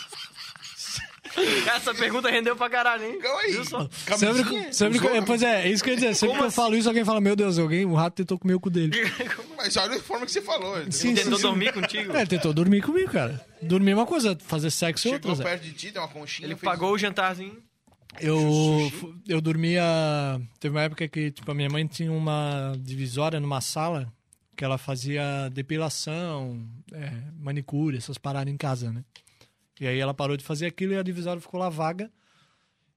S2: Essa pergunta rendeu pra caralho, hein?
S1: Calma aí.
S2: Viu só?
S4: Sempre,
S1: Camisinha?
S4: sempre que,
S1: Usou assim?
S4: é, pois é, é isso que eu ia dizer. Sempre que eu falo isso, alguém fala, meu Deus, alguém, o rato tentou comer o cu dele.
S1: camisinha? Mas olha a forma que você falou. ele
S4: Sim,
S2: Tentou dormir contigo?
S4: É, ele tentou dormir comigo, cara. Dormir é uma coisa, fazer sexo é outra.
S1: Chegou
S4: Zé.
S1: perto de ti, tem uma conchinha.
S2: Ele
S1: fez-
S2: pagou o jantarzinho.
S4: Eu, eu dormia. Teve uma época que, tipo, a minha mãe tinha uma divisória numa sala que ela fazia depilação, é, manicure, essas paradas em casa, né? E aí ela parou de fazer aquilo e a divisória ficou lá vaga.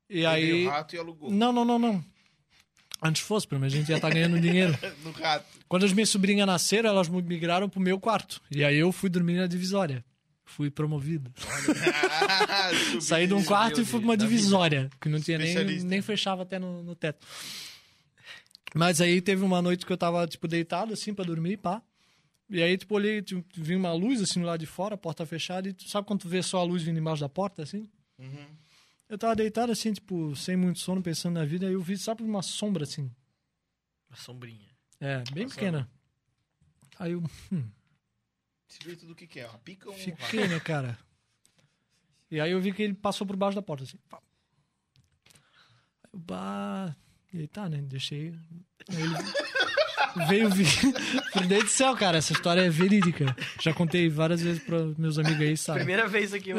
S4: E
S1: Ele
S4: aí. Hum.
S1: veio o um rato e alugou.
S4: Não, não, não, não. Antes fosse, pelo menos a gente ia estar ganhando dinheiro.
S1: No rato.
S4: Quando as minhas sobrinhas nasceram, elas migraram pro meu quarto. E aí eu fui dormir na divisória. Fui promovido.
S1: Ah, subiu.
S4: Saí de um quarto e fui pra uma
S2: da vida.
S4: divisória, que não tinha nem,
S1: Especialista.
S4: nem fechava até no, no teto. Mas aí teve uma noite que eu tava, tipo, deitado, assim, pra dormir, pá. E aí, tipo, olhei, tipo, vi uma luz, assim, lá de fora, porta fechada, e tu sabe quando tu vê só a luz vindo embaixo da porta, assim?
S2: Uhum.
S4: Eu tava deitado, assim, tipo, sem muito sono, pensando na vida, aí eu vi, sabe, uma sombra, assim,
S2: Uma sombrinha.
S4: é, bem pequena. Aí eu
S1: Silhueta do que que é? Uma pica ou um rato?
S4: fiquei, né, cara? E aí eu vi que ele passou por baixo da porta, assim. pá. Aí eu, bah... E aí tá, né? Deixei. Aí ele veio vir. Por Deus do céu, cara, essa história é verídica. Já contei várias vezes para meus amigos aí, sabe?
S2: Primeira vez aqui. Eu...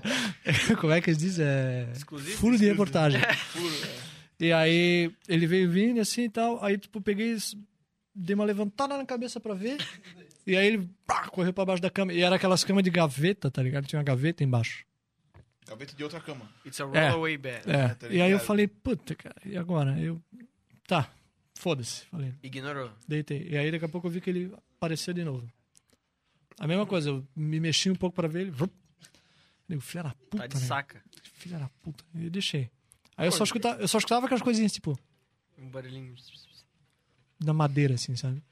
S4: Como é que eles dizem? É...
S2: Exclusivo?
S4: Furo de reportagem.
S1: Puro, é.
S4: E aí ele veio vindo assim e tal. Aí, tipo, peguei, s- dei uma levantada na cabeça pra ver. E aí ele pá, correu pra baixo da cama. E era aquelas camas de gaveta, tá ligado? Tinha uma gaveta embaixo.
S1: Gaveta de outra cama.
S2: It's a rollaway bed.
S4: É.
S1: tá
S4: e aí eu
S1: ligado.
S4: falei, puta, cara, e agora? Eu. Tá, foda-se. Falei,
S2: Ignorou. Tá
S4: deitei. E aí daqui a pouco eu vi que ele apareceu de novo. A mesma coisa, eu me mexi um pouco pra ver ele. Vrup. Digo, filha da puta,
S2: Tá de
S4: né?
S2: saca.
S4: Filha da puta. E eu deixei. Aí eu só, escutava, eu só escutava aquelas coisinhas, tipo,
S2: Um barulhinho.
S4: da madeira, assim, sabe?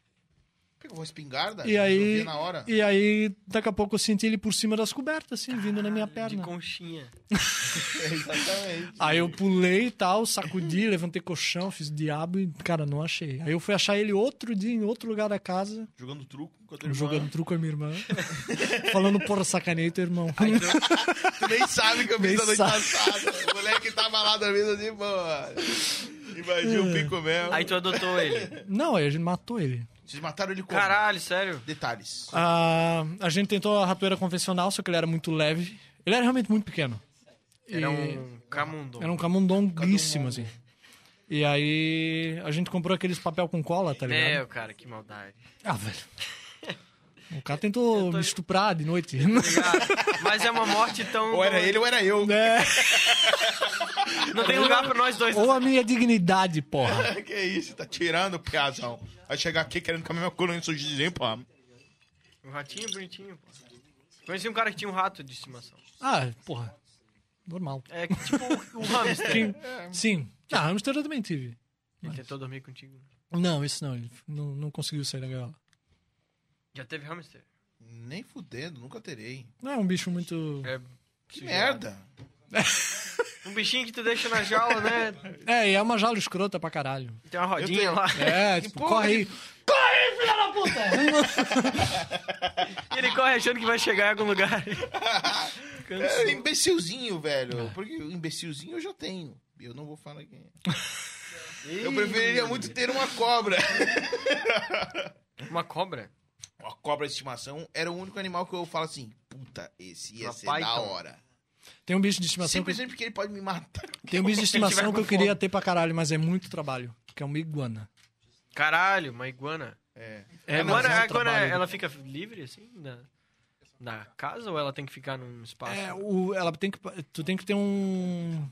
S1: Pegou uma espingarda?
S4: E aí,
S1: resolvia na
S2: É.
S1: hora.
S4: e aí, daqui a pouco eu senti ele por cima das cobertas, assim, vindo na minha
S2: De
S4: perna.
S2: conchinha.
S1: É, exatamente.
S4: Aí eu pulei e tal, sacudi, levantei colchão, fiz diabo e, cara, não achei. Aí eu fui achar ele outro dia em outro lugar da casa,
S1: Jogando truco com a tua irmã.
S4: jogando truco com a minha irmã, falando, porra, sacanei teu irmão.
S1: Tu nem sabe que eu
S4: Nem
S1: fiz na noite
S4: sabe.
S1: passada. O moleque tava lá dormindo assim, pô, mano. Invadiu
S4: É.
S1: o pico mesmo.
S2: Aí tu adotou ele.
S4: não, aí a gente matou ele.
S1: Vocês mataram ele como?
S2: Caralho, sério.
S1: Detalhes.
S4: Ah, a gente tentou a ratoeira convencional, só que ele era muito leve. Ele era realmente muito pequeno.
S2: Era
S4: E-
S2: um camundongo.
S4: Era um camundonguíssimo, assim. E aí, a gente comprou aqueles papel com cola, tá ligado?
S2: Meu, cara, que maldade.
S4: Ah, velho. O cara tentou me estuprar de noite.
S2: Cara, Tá Mas é uma morte tão.
S1: Ou era ele ou era eu.
S4: É.
S2: Não tem lugar pra nós dois.
S4: Ou a minha dignidade, porra.
S1: que isso, tá tirando, piazão. Vai chegar aqui querendo comer meu coluna de sujizinho, pô.
S2: Um ratinho bonitinho, pô. Conheci um cara que tinha um rato de estimação.
S4: Ah, porra. Normal.
S2: É que tipo o hamster.
S4: Sim. Sim. Ah, hamster eu também tive.
S2: Ele tentou dormir contigo.
S4: Não, esse não. Ele não, não conseguiu sair da gaiola.
S2: Já teve hamster?
S1: Nem fudendo, nunca terei.
S4: Não é um bicho muito...
S2: É.
S1: Que merda.
S2: Um bichinho que tu deixa na jaula, né?
S4: É, e é uma jaula escrota pra caralho.
S2: Tem uma rodinha
S1: Eu tenho-
S2: lá.
S4: É, tipo, corre aí.
S2: E ele corre achando que vai chegar em algum lugar. Cansou.
S1: É imbecilzinho, velho. Porque o imbecilzinho eu já tenho. E Eu não vou falar quem é. Eu preferiria muito ter uma cobra.
S2: Uma cobra?
S1: Uma cobra de estimação era o único animal que eu falo assim, puta, esse ia
S2: Uma
S1: ser da
S2: python.
S1: hora.
S4: Tem um bicho de estimação... Que...
S1: Simplesmente porque ele pode me matar.
S4: Tem um bicho de estimação que eu
S2: com
S4: queria ter pra caralho, mas é muito trabalho. Que é uma iguana.
S2: Caralho, uma iguana.
S1: É.
S2: É,
S4: É,
S2: iguana,
S4: mas é um
S2: a iguana
S4: trabalho.
S2: ela fica livre, assim, na, na casa ou ela tem que ficar num espaço?
S4: É, o, ela tem que... Tu tem que ter um...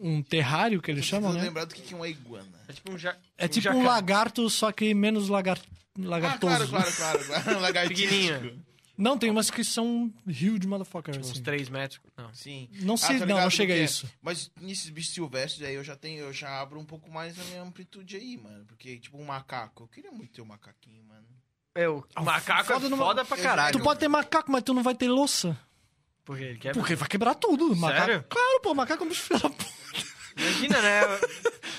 S4: Um terrário, que eles chamam, né?
S1: lembrar do que que é uma iguana.
S2: É tipo um, ja
S4: É tipo um
S2: jacaré.
S4: lagarto, só que menos lagar...
S1: Ah,
S4: lagartoso. né?
S1: claro, claro, claro. claro. Lagartístico.
S2: Pequenininha.
S4: Não, tem umas que são huge motherfucker,
S2: Tipo, uns
S4: assim.
S2: 3 metros. Não.
S1: Sim.
S4: Não sei,
S1: tô
S4: não,
S1: ligado
S4: não
S1: do
S4: chega a
S1: que é.
S4: isso.
S1: Mas nesses bichos silvestres aí eu já tenho, eu já abro um pouco mais a minha amplitude aí, mano. Porque, tipo, um macaco. Eu queria muito ter um macaquinho, mano.
S2: Eu,
S4: Ah,
S2: macaco
S4: foda
S2: é
S4: numa-
S2: foda pra
S1: Eu-
S2: caralho.
S4: Tu pode ter macaco, mas tu não vai ter louça.
S2: Porque ele quer.
S4: Porque vai quebrar tudo. Macaco.
S2: Sério?
S4: Claro, pô, macaco é um bicho filho da puta.
S2: Imagina, né?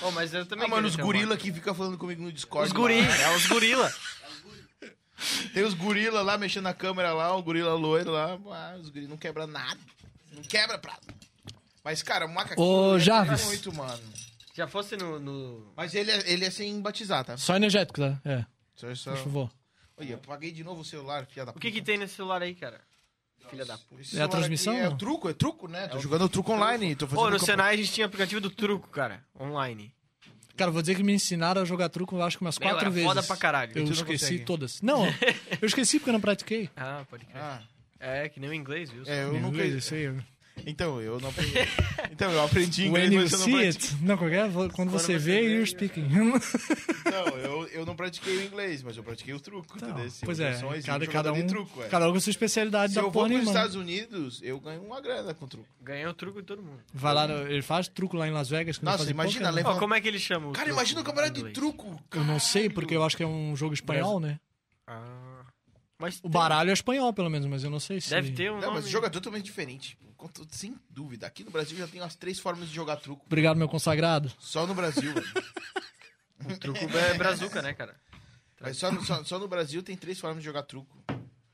S2: Ô, mas eu também.
S1: Ah, mano,
S2: queria
S1: os
S2: ter um
S1: gorila que fica falando comigo no
S2: macaco.
S1: Discord.
S2: Os
S1: lá.
S2: gorila, é os gorila.
S1: Tem os gorila lá mexendo na câmera lá, o gorila loiro lá. Ah, os gorila não quebra nada. Não quebra prato. Mas, cara, o macaquinho.
S4: Ô,
S1: eu ia
S4: Jarvis.
S1: querer Muito, mano.
S2: Já fosse no. no-
S1: Mas ele é, ele é sem batizar, tá?
S4: Só energético, tá? É,
S1: Só, só...
S4: por favor.
S1: Olha, eu apaguei de novo o celular, filha da
S2: O que que
S1: puta.
S2: tem nesse celular aí, cara? Filha da
S1: Esse
S2: puta.
S4: É a
S1: celular aqui
S4: transmissão,
S1: É
S4: não?
S1: o truco, é truco, né? Tô jogando truco online. Tô fazendo
S2: Ô, no
S1: campe-
S2: Senai a gente tinha aplicativo do truco, cara. Online.
S4: Cara, vou dizer que me ensinaram a jogar truco, eu acho que umas
S2: Meu,
S4: quatro
S2: era
S4: vezes.
S2: foda pra caralho.
S1: tu
S4: Eu
S1: não
S4: esqueci
S1: consegue.
S4: todas. Não, eu esqueci porque eu não pratiquei.
S2: Ah, pode crer.
S1: Ah,
S2: É, que nem o inglês, viu?
S1: é, eu
S4: Meu
S1: nunca.
S4: Deus, isso aí.
S1: Então, eu não aprendi. então, eu aprendi inglês,
S4: When you
S1: mas eu não
S4: see
S1: pratiquei.
S4: it. Não, qualquer. Quando, quando você vê,
S1: né?
S4: you're speaking.
S1: Não, eu, eu não pratiquei o inglês, mas eu pratiquei o truco.
S4: tipo- Então,
S1: entendeu? Esse-
S4: pois
S1: eu
S4: é,
S1: sou esse
S4: cada,
S1: né? jogador
S4: cada,
S1: de
S4: um,
S1: truco, é.
S4: cada um com sua especialidade
S1: Se
S4: da
S1: eu vou
S4: porra
S1: para os
S4: nenhuma.
S1: Estados Unidos, eu ganho uma grana com truco.
S2: Ganhou o truco de todo mundo.
S4: Vai lá, no- ele faz truco lá em Las Vegas. que não
S1: Nossa,
S4: fazem
S1: imagina,
S4: porca, né?
S1: leva-
S2: Ó, como é que ele chama o
S1: Cara,
S2: truco
S1: imagina o campeonato
S2: em
S1: de
S2: inglês?
S1: truco.
S4: Eu não sei, porque eu acho que é um jogo espanhol, né?
S2: Ah. Mas
S4: O
S2: tem-
S4: baralho é espanhol, pelo menos, mas eu não sei se...
S2: Deve ter um
S1: Não, mas
S2: nome.
S1: o jogo é totalmente diferente. Conto- Sem dúvida. Aqui no Brasil já tem umas três formas de jogar truco.
S4: Obrigado, meu consagrado.
S1: Só no Brasil, velho.
S2: O truco é brazuca, né, cara?
S1: Mas só, no- só- só no Brasil tem três formas de jogar truco.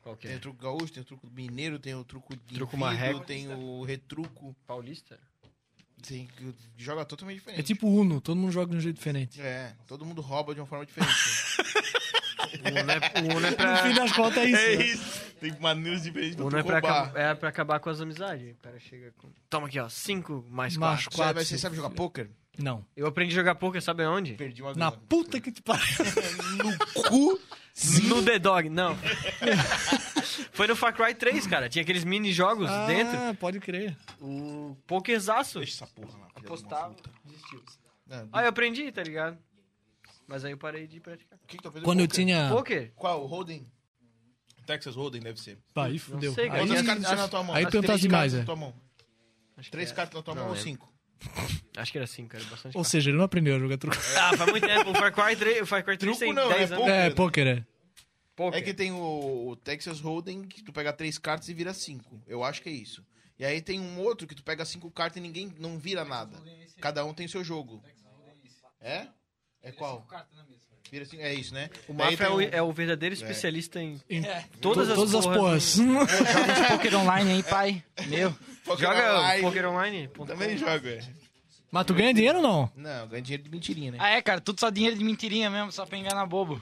S2: Qual que
S1: Tem
S2: é?
S1: o truco gaúcho, tem o truco mineiro, tem o truco de
S2: Truco
S1: vidro,
S2: marreco.
S1: tem o retruco.
S2: Paulista?
S1: Tem que joga totalmente diferente.
S4: É tipo Uno, todo mundo joga de um jeito diferente.
S1: É, todo mundo rouba de uma forma diferente.
S2: O Uno é, o Uno é
S4: No
S2: pra...
S4: fim das contas é isso. né?
S1: isso. Tem maneiras diferentes
S2: O Uno é pra, acabar, é pra acabar com as amizades. O cara chega com... Toma aqui, ó. Cinco mais quatro.
S4: Macho.
S1: Você,
S4: Quatro,
S1: mas você
S4: cinco.
S1: sabe jogar pôquer?
S4: Não.
S2: Eu aprendi a jogar poker, sabe onde?
S1: Perdi uma
S4: Na
S1: grana.
S4: puta que te pariu.
S1: No cu.
S2: No The Dog, não. Foi no Far Cry 3, cara. Tinha aqueles mini-jogos dentro.
S4: Ah, pode crer.
S2: O pokerzaço.
S1: Deixa essa porra lá. filha de uma
S2: Apostava,
S1: puta.
S2: desistiu.
S1: Não,
S2: Aí eu aprendi, tá ligado? Mas aí eu parei de praticar.
S1: o que que tu fez?
S4: Quando eu
S1: Poker?
S4: tinha...
S2: Poker?
S1: Qual? O Holding? Texas Holding deve ser.
S4: Pá, aí fudeu.
S2: sei, cara.
S4: Aí- é
S1: Quantas
S2: as-
S1: cartas tinha na
S2: as-
S1: tua mão? É.
S4: aí
S1: As
S4: tu
S1: três
S4: tá demais,
S1: cartas
S4: é.
S1: na tua mão.
S2: Acho
S1: Três
S2: que era-
S1: cartas na tua
S2: Não
S1: mão ou
S2: lembro.
S1: cinco?
S2: Acho que era assim, cara. Bastante
S4: Ou seja, ele não aprendeu a jogar truco.
S2: carta. Ah, faz muito tempo. O Far Cry 3, o Far Cry 3
S1: Truco
S2: tem
S1: não,
S2: 10
S1: é
S2: anos.
S1: poker,
S4: É,
S1: né?
S4: poker, é.
S2: Poker.
S1: É que tem o, o Texas Hold'em, que tu pega três cartas e vira cinco. Eu acho que é isso. E aí tem um outro que tu pega cinco cartas e ninguém não vira nada. Cada um tem seu jogo. É? É qual? Vira cinco, é isso, né?
S2: O
S1: Daí tem
S2: Mafra é o,
S1: um-
S2: é o verdadeiro especialista em
S4: Em
S1: É.
S2: todas,
S4: to- todas as porras.
S5: Joga uns poker online aí, pai. Meu.
S1: Poker
S2: Joga
S1: Online.
S2: Poker Online.
S1: Também joga, é.
S4: Mas tu ganha dinheiro ou não?
S1: Não, ganha dinheiro de mentirinha, né?
S5: Ah, é, cara, tudo só dinheiro de mentirinha mesmo, só pra enganar bobo.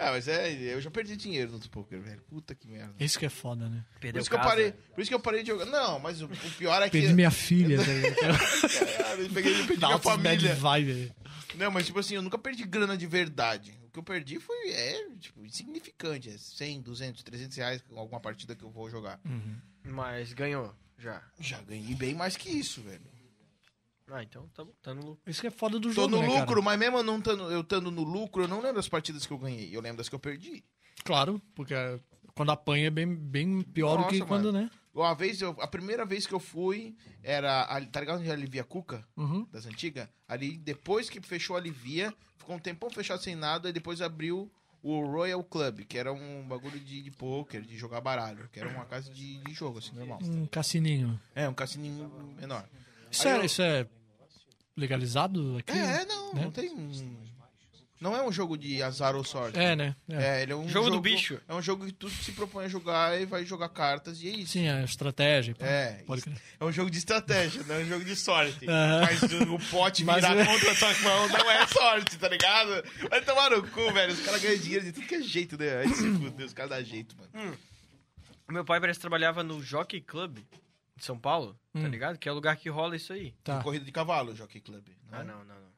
S1: Ah, mas é, eu já perdi dinheiro no poker, velho. Puta que merda.
S4: Isso que é foda, né?
S1: Por
S2: Perdeu
S1: isso, que eu
S2: casa.
S1: parei, por isso que eu parei de jogar. Não, mas o, o pior é que.
S4: Perdi minha filha, tá ligado?
S1: Caralho, eu peguei, eu perdi minha
S4: Altos bad
S1: família.
S4: vibe.
S1: Não, mas tipo assim, eu nunca perdi grana de verdade. O que eu perdi foi, é, tipo, insignificante. É 100, 200, 300 reais com alguma partida que eu vou jogar.
S2: Mas ganhou, já.
S1: Já ganhei bem mais que isso, velho.
S2: Ah, então tá, bom, tá no lucro.
S4: Isso que é foda do
S1: Tô
S4: jogo,
S1: no
S4: né, cara?
S1: lucro, mas mesmo eu não tando, eu estando no lucro, eu não lembro das partidas que eu ganhei. Eu lembro das que eu perdi.
S4: Claro, porque é, quando apanha é bem, bem pior do que
S1: Nossa,
S4: quando, né?
S1: Uma vez, eu- a primeira vez que eu fui, era. ali- Tá ligado onde é a Alivia Cuca?
S4: Uhum.
S1: Das antigas? Ali, depois que fechou a Alivia, ficou um tempão fechado sem nada, e depois abriu o Royal Club, que era um bagulho de, de pôquer, de jogar baralho, que era uma casa de, de jogo, assim, normal.
S4: Um cassininho.
S1: É, um cassininho menor.
S4: Isso,
S1: Aí
S4: é,
S1: eu-
S4: isso né? é legalizado aqui?
S1: É, é, não, não tem. um- Não é um jogo de azar ou sorte.
S4: É, né? É.
S1: É, ele é um
S2: Jogo do bicho.
S1: É um jogo que tu se propõe a jogar e vai jogar cartas e é isso.
S4: Sim, é estratégia. pá.
S1: É,
S4: Pode
S1: isso-
S4: crer.
S1: é um jogo de estratégia, não é um jogo de sorte.
S4: Aham.
S1: Mas o o pote
S4: Mas
S1: virar
S4: o-
S1: contra a tua mão não é sorte, tá ligado? Vai tomar no cu, velho. Os caras ganham dinheiro de tudo que é jeito, né? Aí se fudeu, os caras dão jeito, mano.
S2: Meu pai parece que trabalhava no Jockey Club de São Paulo, tá
S4: Hum.
S2: ligado? Que é o lugar que rola isso aí.
S4: Tá.
S1: Corrida de cavalo, Jockey Club. Não
S2: Ah,
S1: é?
S2: não, não, não.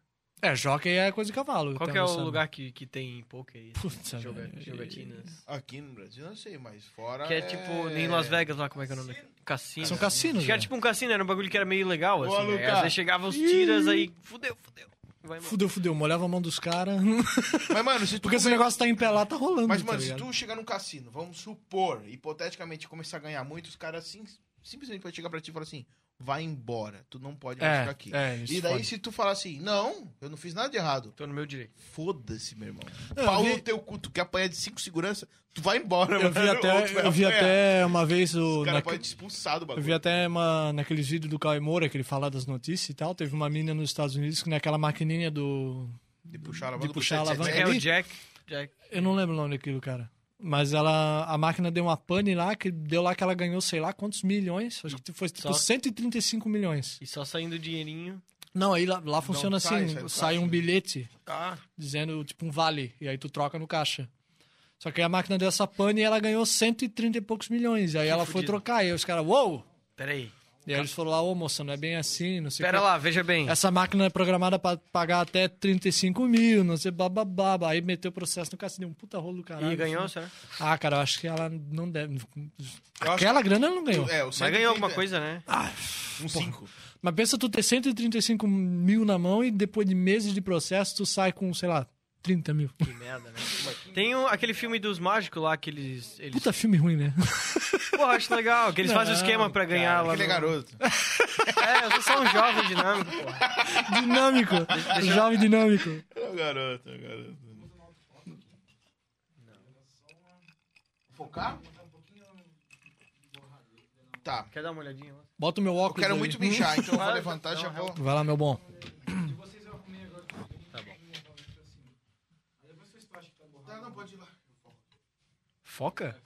S4: É, jockey é coisa de cavalo.
S2: Qual
S4: tá
S2: que é o
S4: mostrando.
S2: lugar que, que tem poker aí?
S4: Putz,
S2: Joga-
S4: velho.
S2: jogatinas.
S1: Aqui no Brasil, não sei, mas fora.
S2: Que é tipo, nem em Las Vegas lá, como é que é o nome? Cassino.
S4: São cassinos,
S2: Acho que era
S4: né?
S2: tipo um cassino, era um bagulho que era meio legal,
S1: Ô,
S2: assim. né?
S1: Lucas.
S2: Às vezes chegava os tiras aí, fudeu, fudeu. vai embora.
S4: Fudeu, fudeu. Molhava a mão dos caras.
S1: Mas, mano, se tu.
S4: Porque esse
S1: comer-
S4: negócio tá em pé lá, tá rolando.
S1: Mas,
S4: tá
S1: mano, se
S4: ligado?
S1: tu chegar num cassino, vamos supor, hipoteticamente, começar a ganhar muito, os caras sim- simplesmente vão chegar pra ti e falar assim: vai embora, tu não pode mais
S4: É,
S1: ficar aqui.
S4: é, isso
S1: e daí,
S4: fode.
S1: se tu falar assim: não, eu não fiz nada de errado,
S2: Tô no meu direito.
S1: foda-se, meu irmão.
S4: Eu
S1: Pau
S4: vi-
S1: no teu cu, tu quer apanhar de cinco segurança, tu vai embora,
S4: Eu
S1: mano.
S4: vi
S1: ou tu vai
S4: até, eu vi
S1: apanhar.
S4: até uma vez o.
S1: O cara
S4: naque-
S1: pode te expulsar do
S4: Eu
S1: bagulho.
S4: vi até uma, naqueles vídeos do Cauê Moura, que ele fala das notícias e tal. Teve uma menina nos Estados Unidos que naquela maquininha do.
S1: De puxar a
S4: de
S1: alavanca. do né?
S4: puxar a
S1: 777.
S4: alavanca.
S2: É o
S4: Ali?
S2: Jack. Jack.
S4: Eu não lembro o nome daquilo, cara. Mas ela. A máquina deu uma pane lá, que deu lá que ela ganhou sei lá quantos milhões. Acho que foi tipo
S2: Só-
S4: 135 milhões.
S2: E só saindo o dinheirinho.
S4: Não, aí lá, lá funciona
S1: sai,
S4: assim:
S1: sai do
S4: sai,
S1: caixa,
S4: um
S1: né?
S4: bilhete
S2: Ah,
S4: dizendo, tipo, um vale. E aí tu troca no caixa. Só que aí a máquina deu essa pane e ela ganhou 130 e poucos milhões. E aí ela foi
S2: fudido.
S4: trocar. E aí os caras, uou!
S2: peraí.
S4: E aí eles falaram lá, ô moça, não é bem assim, não sei o
S2: Pera
S4: quê.
S2: lá, veja bem.
S4: Essa máquina é programada pra pagar até 35 mil, não sei, bababá. Aí meteu o processo no cassino, um puta rolo do caralho.
S2: E ganhou, será?
S4: Ah, cara, eu acho que ela não deve.
S1: Eu acho
S4: Aquela grana ela não Ah. ganhou.
S1: É, o
S2: Mas
S1: 130,
S2: ganhou alguma coisa, né?
S1: Um 5.
S4: Mas pensa tu ter 135 mil na mão e depois de meses de processo tu sai com, sei lá, 30 mil. Um
S2: Que merda, né? Tem um- aquele filme dos mágicos lá que eles. eles...
S4: Puta filme ruim, né?
S2: Pô, acho legal. Que eles fazem o
S4: Não,
S2: esquema pra ganhar lá.
S1: Aquele é
S2: no-
S1: garoto.
S2: É, eu sou só um jovem dinâmico, pô.
S4: dinâmico. Jovem dinâmico.
S1: É o garoto, é o garoto. Focar? Tá.
S2: Quer dar uma olhadinha lá?
S4: Bota o meu
S1: Eu
S4: óculos.
S1: quero
S4: aí.
S1: muito mijar, então eu vou
S2: Vai, é um-
S1: levantar e já vou.
S4: Vai lá, meu bom.
S2: Foca?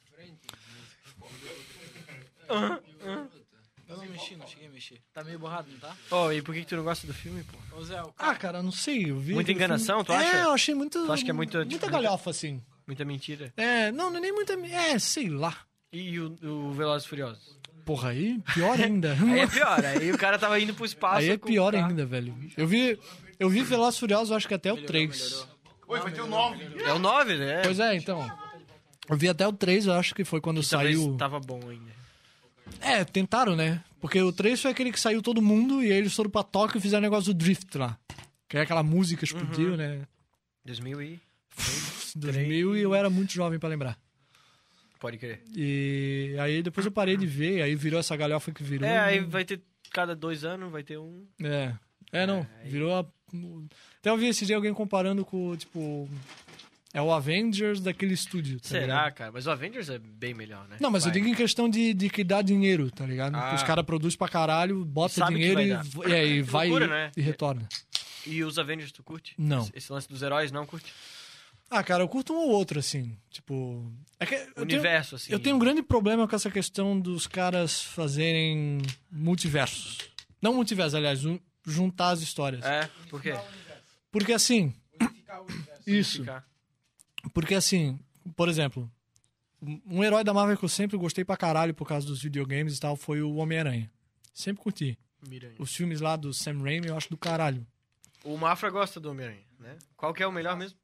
S5: Eu não mexi, não cheguei a mexer. Tá meio borrado, não tá?
S2: Ô, e por que, que tu não gosta do filme, pô?
S5: Ô Zé, o
S4: Ah, cara, não sei. Eu vi
S2: Muita
S4: aquele
S2: enganação,
S4: filme.
S2: tu acha?
S4: É, eu achei muito.
S2: Tu acha que é muito,
S4: Muita
S2: tipo,
S4: galhofa, assim.
S2: Muita mentira.
S4: É, não, não é nem muita. É, sei lá.
S2: E o, o Velozes e Furiosos?
S4: Porra, aí pior ainda.
S2: Aí é pior, aí o cara tava indo pro espaço.
S4: Aí é
S2: com-
S4: pior
S2: tá.
S4: ainda, velho. Eu vi, eu vi Velozes e Furiosos, acho que até o 3.
S1: Oi, vai ter o 9.
S2: É o 9, né?
S4: Pois é, então. Eu vi até o 3, eu acho que foi quando
S2: Talvez
S4: saiu.
S2: tava bom ainda.
S4: É, tentaram, né? Porque o 3 foi aquele que saiu todo mundo e aí eles foram pra Tóquio e fizeram o negócio do Drift lá. Que é aquela música explodiu,
S2: Uhum.
S4: né?
S2: 2000 e...
S4: 2000 e eu era muito jovem pra lembrar.
S2: Pode crer.
S4: E aí depois eu parei de ver, aí virou essa galhofa que virou.
S2: É, aí vai ter... Cada dois anos vai ter um...
S4: É. É, não. Virou a. Até eu vi esse dia alguém comparando com, tipo. É o Avengers daquele estúdio. tá
S2: Será,
S4: ligado?
S2: cara? Mas o Avengers é bem melhor, né?
S4: Não, mas eu
S2: Vai.
S4: digo em questão de, de que dá dinheiro, tá ligado?
S2: Ah.
S4: Os caras produzem pra caralho,
S2: E
S4: bota
S2: sabe que
S4: dinheiro
S2: vai
S4: e,
S2: dar.
S4: v- é, e vai
S2: Loucura,
S4: e,
S2: né?
S4: e retorna.
S2: E os Avengers tu curte?
S4: Não.
S2: Esse- Esse lance dos heróis não curte?
S4: Ah, cara, eu curto um ou outro, assim. Tipo. É que eu tenho-
S2: Universo, assim.
S4: Eu tenho um grande problema com essa questão dos caras fazerem multiversos. Não multiverso, aliás, um- juntar as histórias.
S2: É, por quê?
S4: Porque assim. Isso.
S2: Ficar.
S4: Porque assim, por exemplo, um- um herói da Marvel que eu sempre gostei pra caralho por causa dos videogames e tal foi o Homem-Aranha. Sempre curti.
S2: Miranha.
S4: Os filmes lá do Sam Raimi eu acho do caralho.
S2: O Mafra gosta do Homem-Aranha, né? Qual que é o melhor mesmo?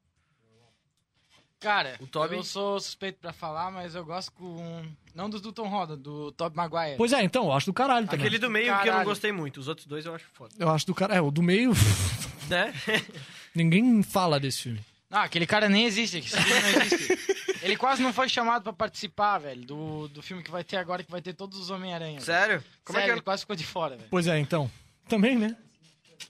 S5: Cara,
S2: O Tobey?
S5: eu sou suspeito pra falar, mas eu gosto com. Não dos do Tom Roda, do Tobey Maguire.
S4: Pois é, então, eu acho do caralho também.
S2: Aquele do meio que eu não
S5: Caralho.
S2: gostei muito. Os outros dois eu acho foda.
S4: Eu acho do caralho. É, o do meio,
S2: Né?
S4: ninguém fala desse filme.
S5: Não, aquele cara nem existe, esse filme não existe. Ele quase não foi chamado pra participar, velho, do, do filme que vai ter agora, que vai ter todos os Homem-Aranha. velho.
S2: Sério? Como
S5: Sério,
S2: é
S5: ele
S2: que
S5: quase ficou de fora, velho.
S4: Pois é, então. Também, né?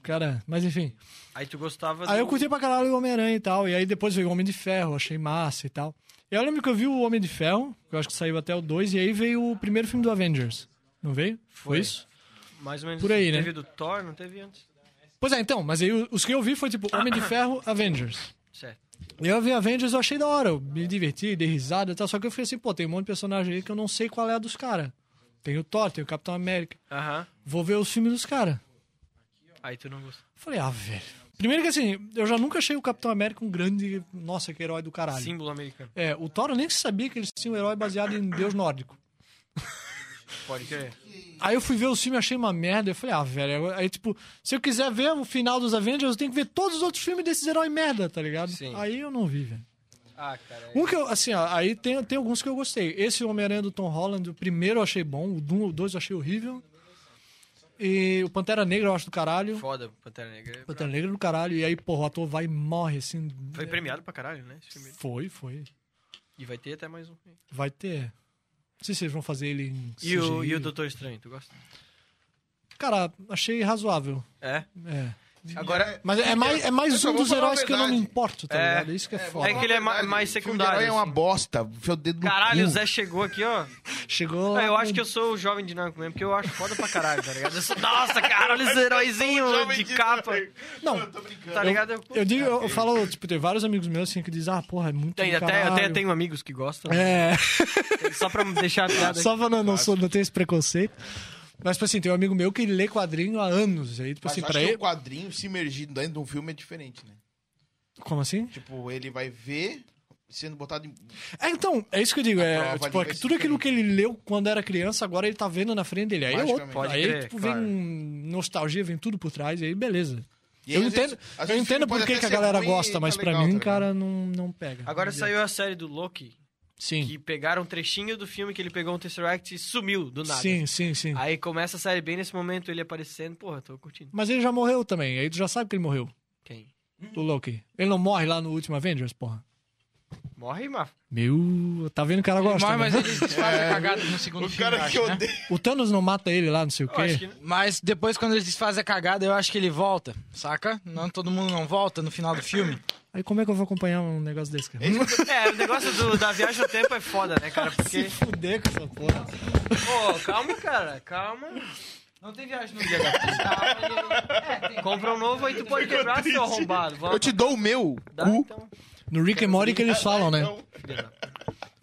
S4: Cara, mas enfim.
S2: é? Aí tu gostava
S4: Aí
S2: do...
S4: eu curti pra caralho o Homem-Aranha e tal. E aí depois veio o Homem de Ferro, achei massa e tal. E eu lembro que eu vi o Homem de Ferro, que eu acho que saiu até o 2, e aí veio o primeiro filme do Avengers. Não veio?
S2: Foi.
S4: Foi isso?
S2: Mais ou menos.
S4: Por aí, né?
S2: Teve do Thor, não teve antes.
S4: Pois é, então, mas aí o- os que eu vi foi tipo Homem de Ferro, Avengers.
S2: Certo.
S4: E eu vi Avengers, eu achei da hora, eu me diverti, dei risada e tal, só que eu fiquei assim, pô, tem um monte de personagem aí que eu não sei qual é a dos caras. Tem o Thor, tem o Capitão América.
S2: Aham.
S4: Vou ver os filmes dos caras.
S2: Aí tu não gostou.
S4: Falei, ah, velho. Primeiro que assim, eu já nunca achei o Capitão América um grande, nossa, que herói do caralho.
S2: Símbolo americano.
S4: É, o Thor eu nem sabia que eles tinham um herói baseado em deus nórdico.
S2: Pode crer.
S4: Aí eu fui ver o filme, achei uma merda. Eu falei, ah, velho. agora- Aí, tipo, se eu quiser ver o final dos Avengers, eu tenho que ver todos os outros filmes desses heróis merda, tá ligado?
S2: Sim.
S4: Aí eu não vi, velho.
S2: Ah, cara.
S4: Um que eu, assim, ó, aí tem, tem alguns que eu um, gostei. Esse Homem-Aranha do Tom Holland, o primeiro eu achei bom, o do- o dois eu achei horrível. E o Pantera Negra eu acho do caralho.
S2: Foda, Pantera Negra.
S4: Um Pantera Negra é do caralho. E aí, porra, o ator vai e morre, assim.
S2: Foi premiado pra caralho, né? esse filme.
S4: Foi, foi.
S2: E vai ter até mais um.
S4: Vai ter. Não sei se eles vão fazer ele em
S2: E o,
S4: CGI.
S2: e o Doutor Estranho, tu gosta?
S4: Cara, achei razoável.
S2: É.
S4: É.
S2: Agora,
S4: Mas é mais, é mais
S1: Eu só
S4: um
S1: vou
S4: dos
S1: falar a
S4: heróis que eu não me
S1: verdade.
S4: importo, tá
S2: É.
S4: ligado? É isso que é,
S1: É,
S4: foda.
S2: é que ele é ma-
S1: Verdade,
S2: mais
S1: filme de
S2: secundário.
S1: herói é uma
S2: assim.
S1: bosta. Enfia o dedo no
S2: Caralho,
S1: cu.
S4: Um.
S2: o Zé chegou aqui, ó.
S4: Chegou. um-
S2: Ah, eu acho que eu sou o jovem dinâmico mesmo, porque eu acho foda pra caralho, tá ligado? Eu sou, nossa, cara, olha os heróizinhos de capa.
S4: Não,
S2: Tá ligado? Eu,
S4: eu digo, eu, eu falo, tipo, tem vários amigos meus assim que dizem, ah, porra, é muito.
S2: Tem,
S4: do
S2: até,
S4: caralho.
S2: até tenho amigos que gostam.
S4: É.
S2: Só pra deixar a piada.
S4: Só falando, não, sou, não tenho esse preconceito. Mas, tipo assim, tem um amigo meu que lê quadrinho há anos. E aí, tipo
S1: Mas
S4: assim,
S1: acho
S4: pra
S1: que
S4: ele.
S1: o quadrinho se imergir dentro de um filme é diferente, né?
S4: Como assim?
S1: Tipo, ele vai ver sendo botado em...
S4: É, então, é isso que eu digo. É,
S1: prova ali
S4: tipo, é que
S1: vai ser
S4: tudo aquilo que ele leu quando era criança, agora ele tá vendo na frente dele. Aí, é outro,
S1: Logicamente.
S2: Pode
S4: aí
S2: crer,
S4: tipo,
S2: claro.
S4: vem nostalgia, vem tudo por trás, e aí beleza.
S1: E
S4: eu
S1: aí, às
S4: entendo,
S1: vezes- às
S4: eu
S1: vezes o
S4: entendo
S1: filme pode
S4: por que
S1: até
S4: que a
S1: ser
S4: galera
S1: ruim e
S4: gosta,
S1: tá
S4: mas pra
S1: legal,
S4: mim,
S1: tá ligado?
S4: cara, não, não pega.
S2: Agora
S4: Não
S2: saiu a série do Loki,
S4: Sim.
S2: que pegaram um trechinho do filme que ele pegou um Tesseract e sumiu do nada. Ah.
S4: Sim, sim, sim.
S2: Aí começa a série bem nesse momento, ele aparecendo. Porra, tô curtindo.
S4: Mas ele já morreu também, aí tu já sabe que ele morreu,
S2: Quem?
S4: o Loki. Ele não morre lá no último Avengers, porra.
S2: Morre, mas...
S4: Meu, tá vendo que o cara gosta.
S5: Mas,
S4: né?
S5: mas eles desfazem a cagada no segundo
S1: O
S5: filme. eu
S1: cara que
S5: acho, né?
S1: odeia...
S4: O Thanos não mata ele lá, não sei o
S2: Eu acho que...
S4: quê.
S2: não.
S5: Mas depois, quando eles desfazem a cagada, eu acho que ele volta, saca? Não, todo mundo não volta no final do filme.
S4: Aí como é que eu vou acompanhar um negócio desse, cara?
S2: É, o negócio do- da viagem ao tempo é foda, né, cara? Porque...
S4: Se fuder com essa porra.
S2: Pô, calma, cara, calma.
S3: Não tem viagem no dia da pista.
S2: Compra um novo aí, tu pode quebrar, seu arrombado. Vamos
S1: Eu te dou o meu
S2: dar,
S1: cu.
S2: então.
S4: No Rick and Morty que
S1: É,
S4: eles falam, né?
S1: Não.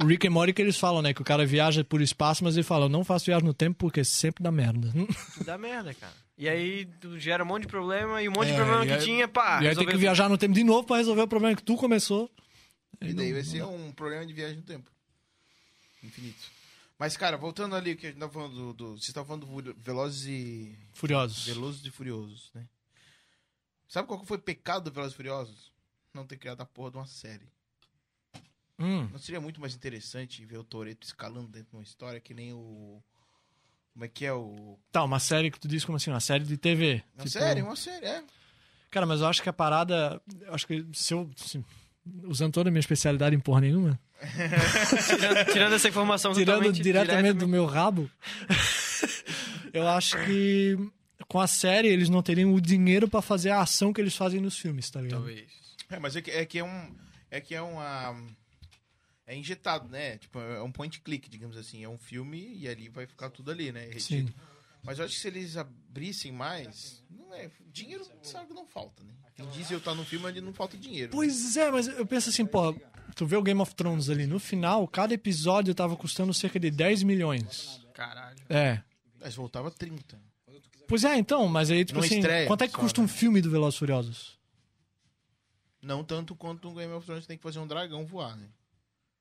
S4: O Rick and Morty que eles falam, né? Que o cara viaja por espaço, mas ele fala, eu não faço viagem no tempo porque sempre dá merda.
S2: Dá merda, cara. E aí tu gera um monte de problema e um monte
S4: É,
S2: de problema
S4: e
S2: que
S4: aí-
S2: tinha, pá.
S4: e aí
S2: Ah,
S4: tem que
S2: resolveu-
S4: viajar no tempo de novo pra resolver o problema que tu começou.
S1: E daí vai ser um problema de viagem no tempo. Infinito. Mas, cara, voltando ali, que a gente tava falando do... do vocês estavam falando do Vul- Velozes e...
S4: Furiosos.
S1: Velozes e Furiosos, né? Sabe qual que foi o pecado do Velozes e Furiosos? Não ter criado a porra de uma série.
S4: Hum.
S1: Não seria muito mais interessante ver o Toreto escalando dentro de uma história que nem o... Como é que é o...
S4: Tá, uma série que tu diz como assim, uma série de TV.
S1: Uma
S4: Tipo,
S1: série, uma série, é.
S4: Cara, mas eu acho que a parada. eu Acho que se eu. se- usando toda a minha especialidade em porra nenhuma.
S2: Tirando, tirando essa informação
S4: Tirando
S2: totalmente,
S4: diretamente, do meu rabo. eu acho que com a série eles não teriam o dinheiro pra fazer a ação que eles fazem nos filmes, tá ligado?
S2: Talvez.
S1: É, mas é que é, que é um. É que é uma. É injetado, né? Tipo, é um point click, digamos assim. É um filme e ali vai ficar tudo ali, né?
S4: Sim.
S1: Retido. Mas eu acho que se eles abrissem mais. Não é. Dinheiro sabe que não falta, né? Quem diz eu tá no filme onde não falta dinheiro.
S4: Pois é, mas eu penso assim, pô, tu vê o Game of Thrones ali, no final, cada episódio tava custando cerca de 10 milhões.
S2: Caralho.
S4: É.
S1: Mas voltava 30.
S4: Pois é, então, mas aí, tipo
S1: Não
S4: assim,
S1: estreia,
S4: quanto é que
S1: só,
S4: custa
S1: né?
S4: um filme do Velozes e Furiosos?
S1: Não tanto quanto um Game of Thrones tem que fazer um dragão voar, né?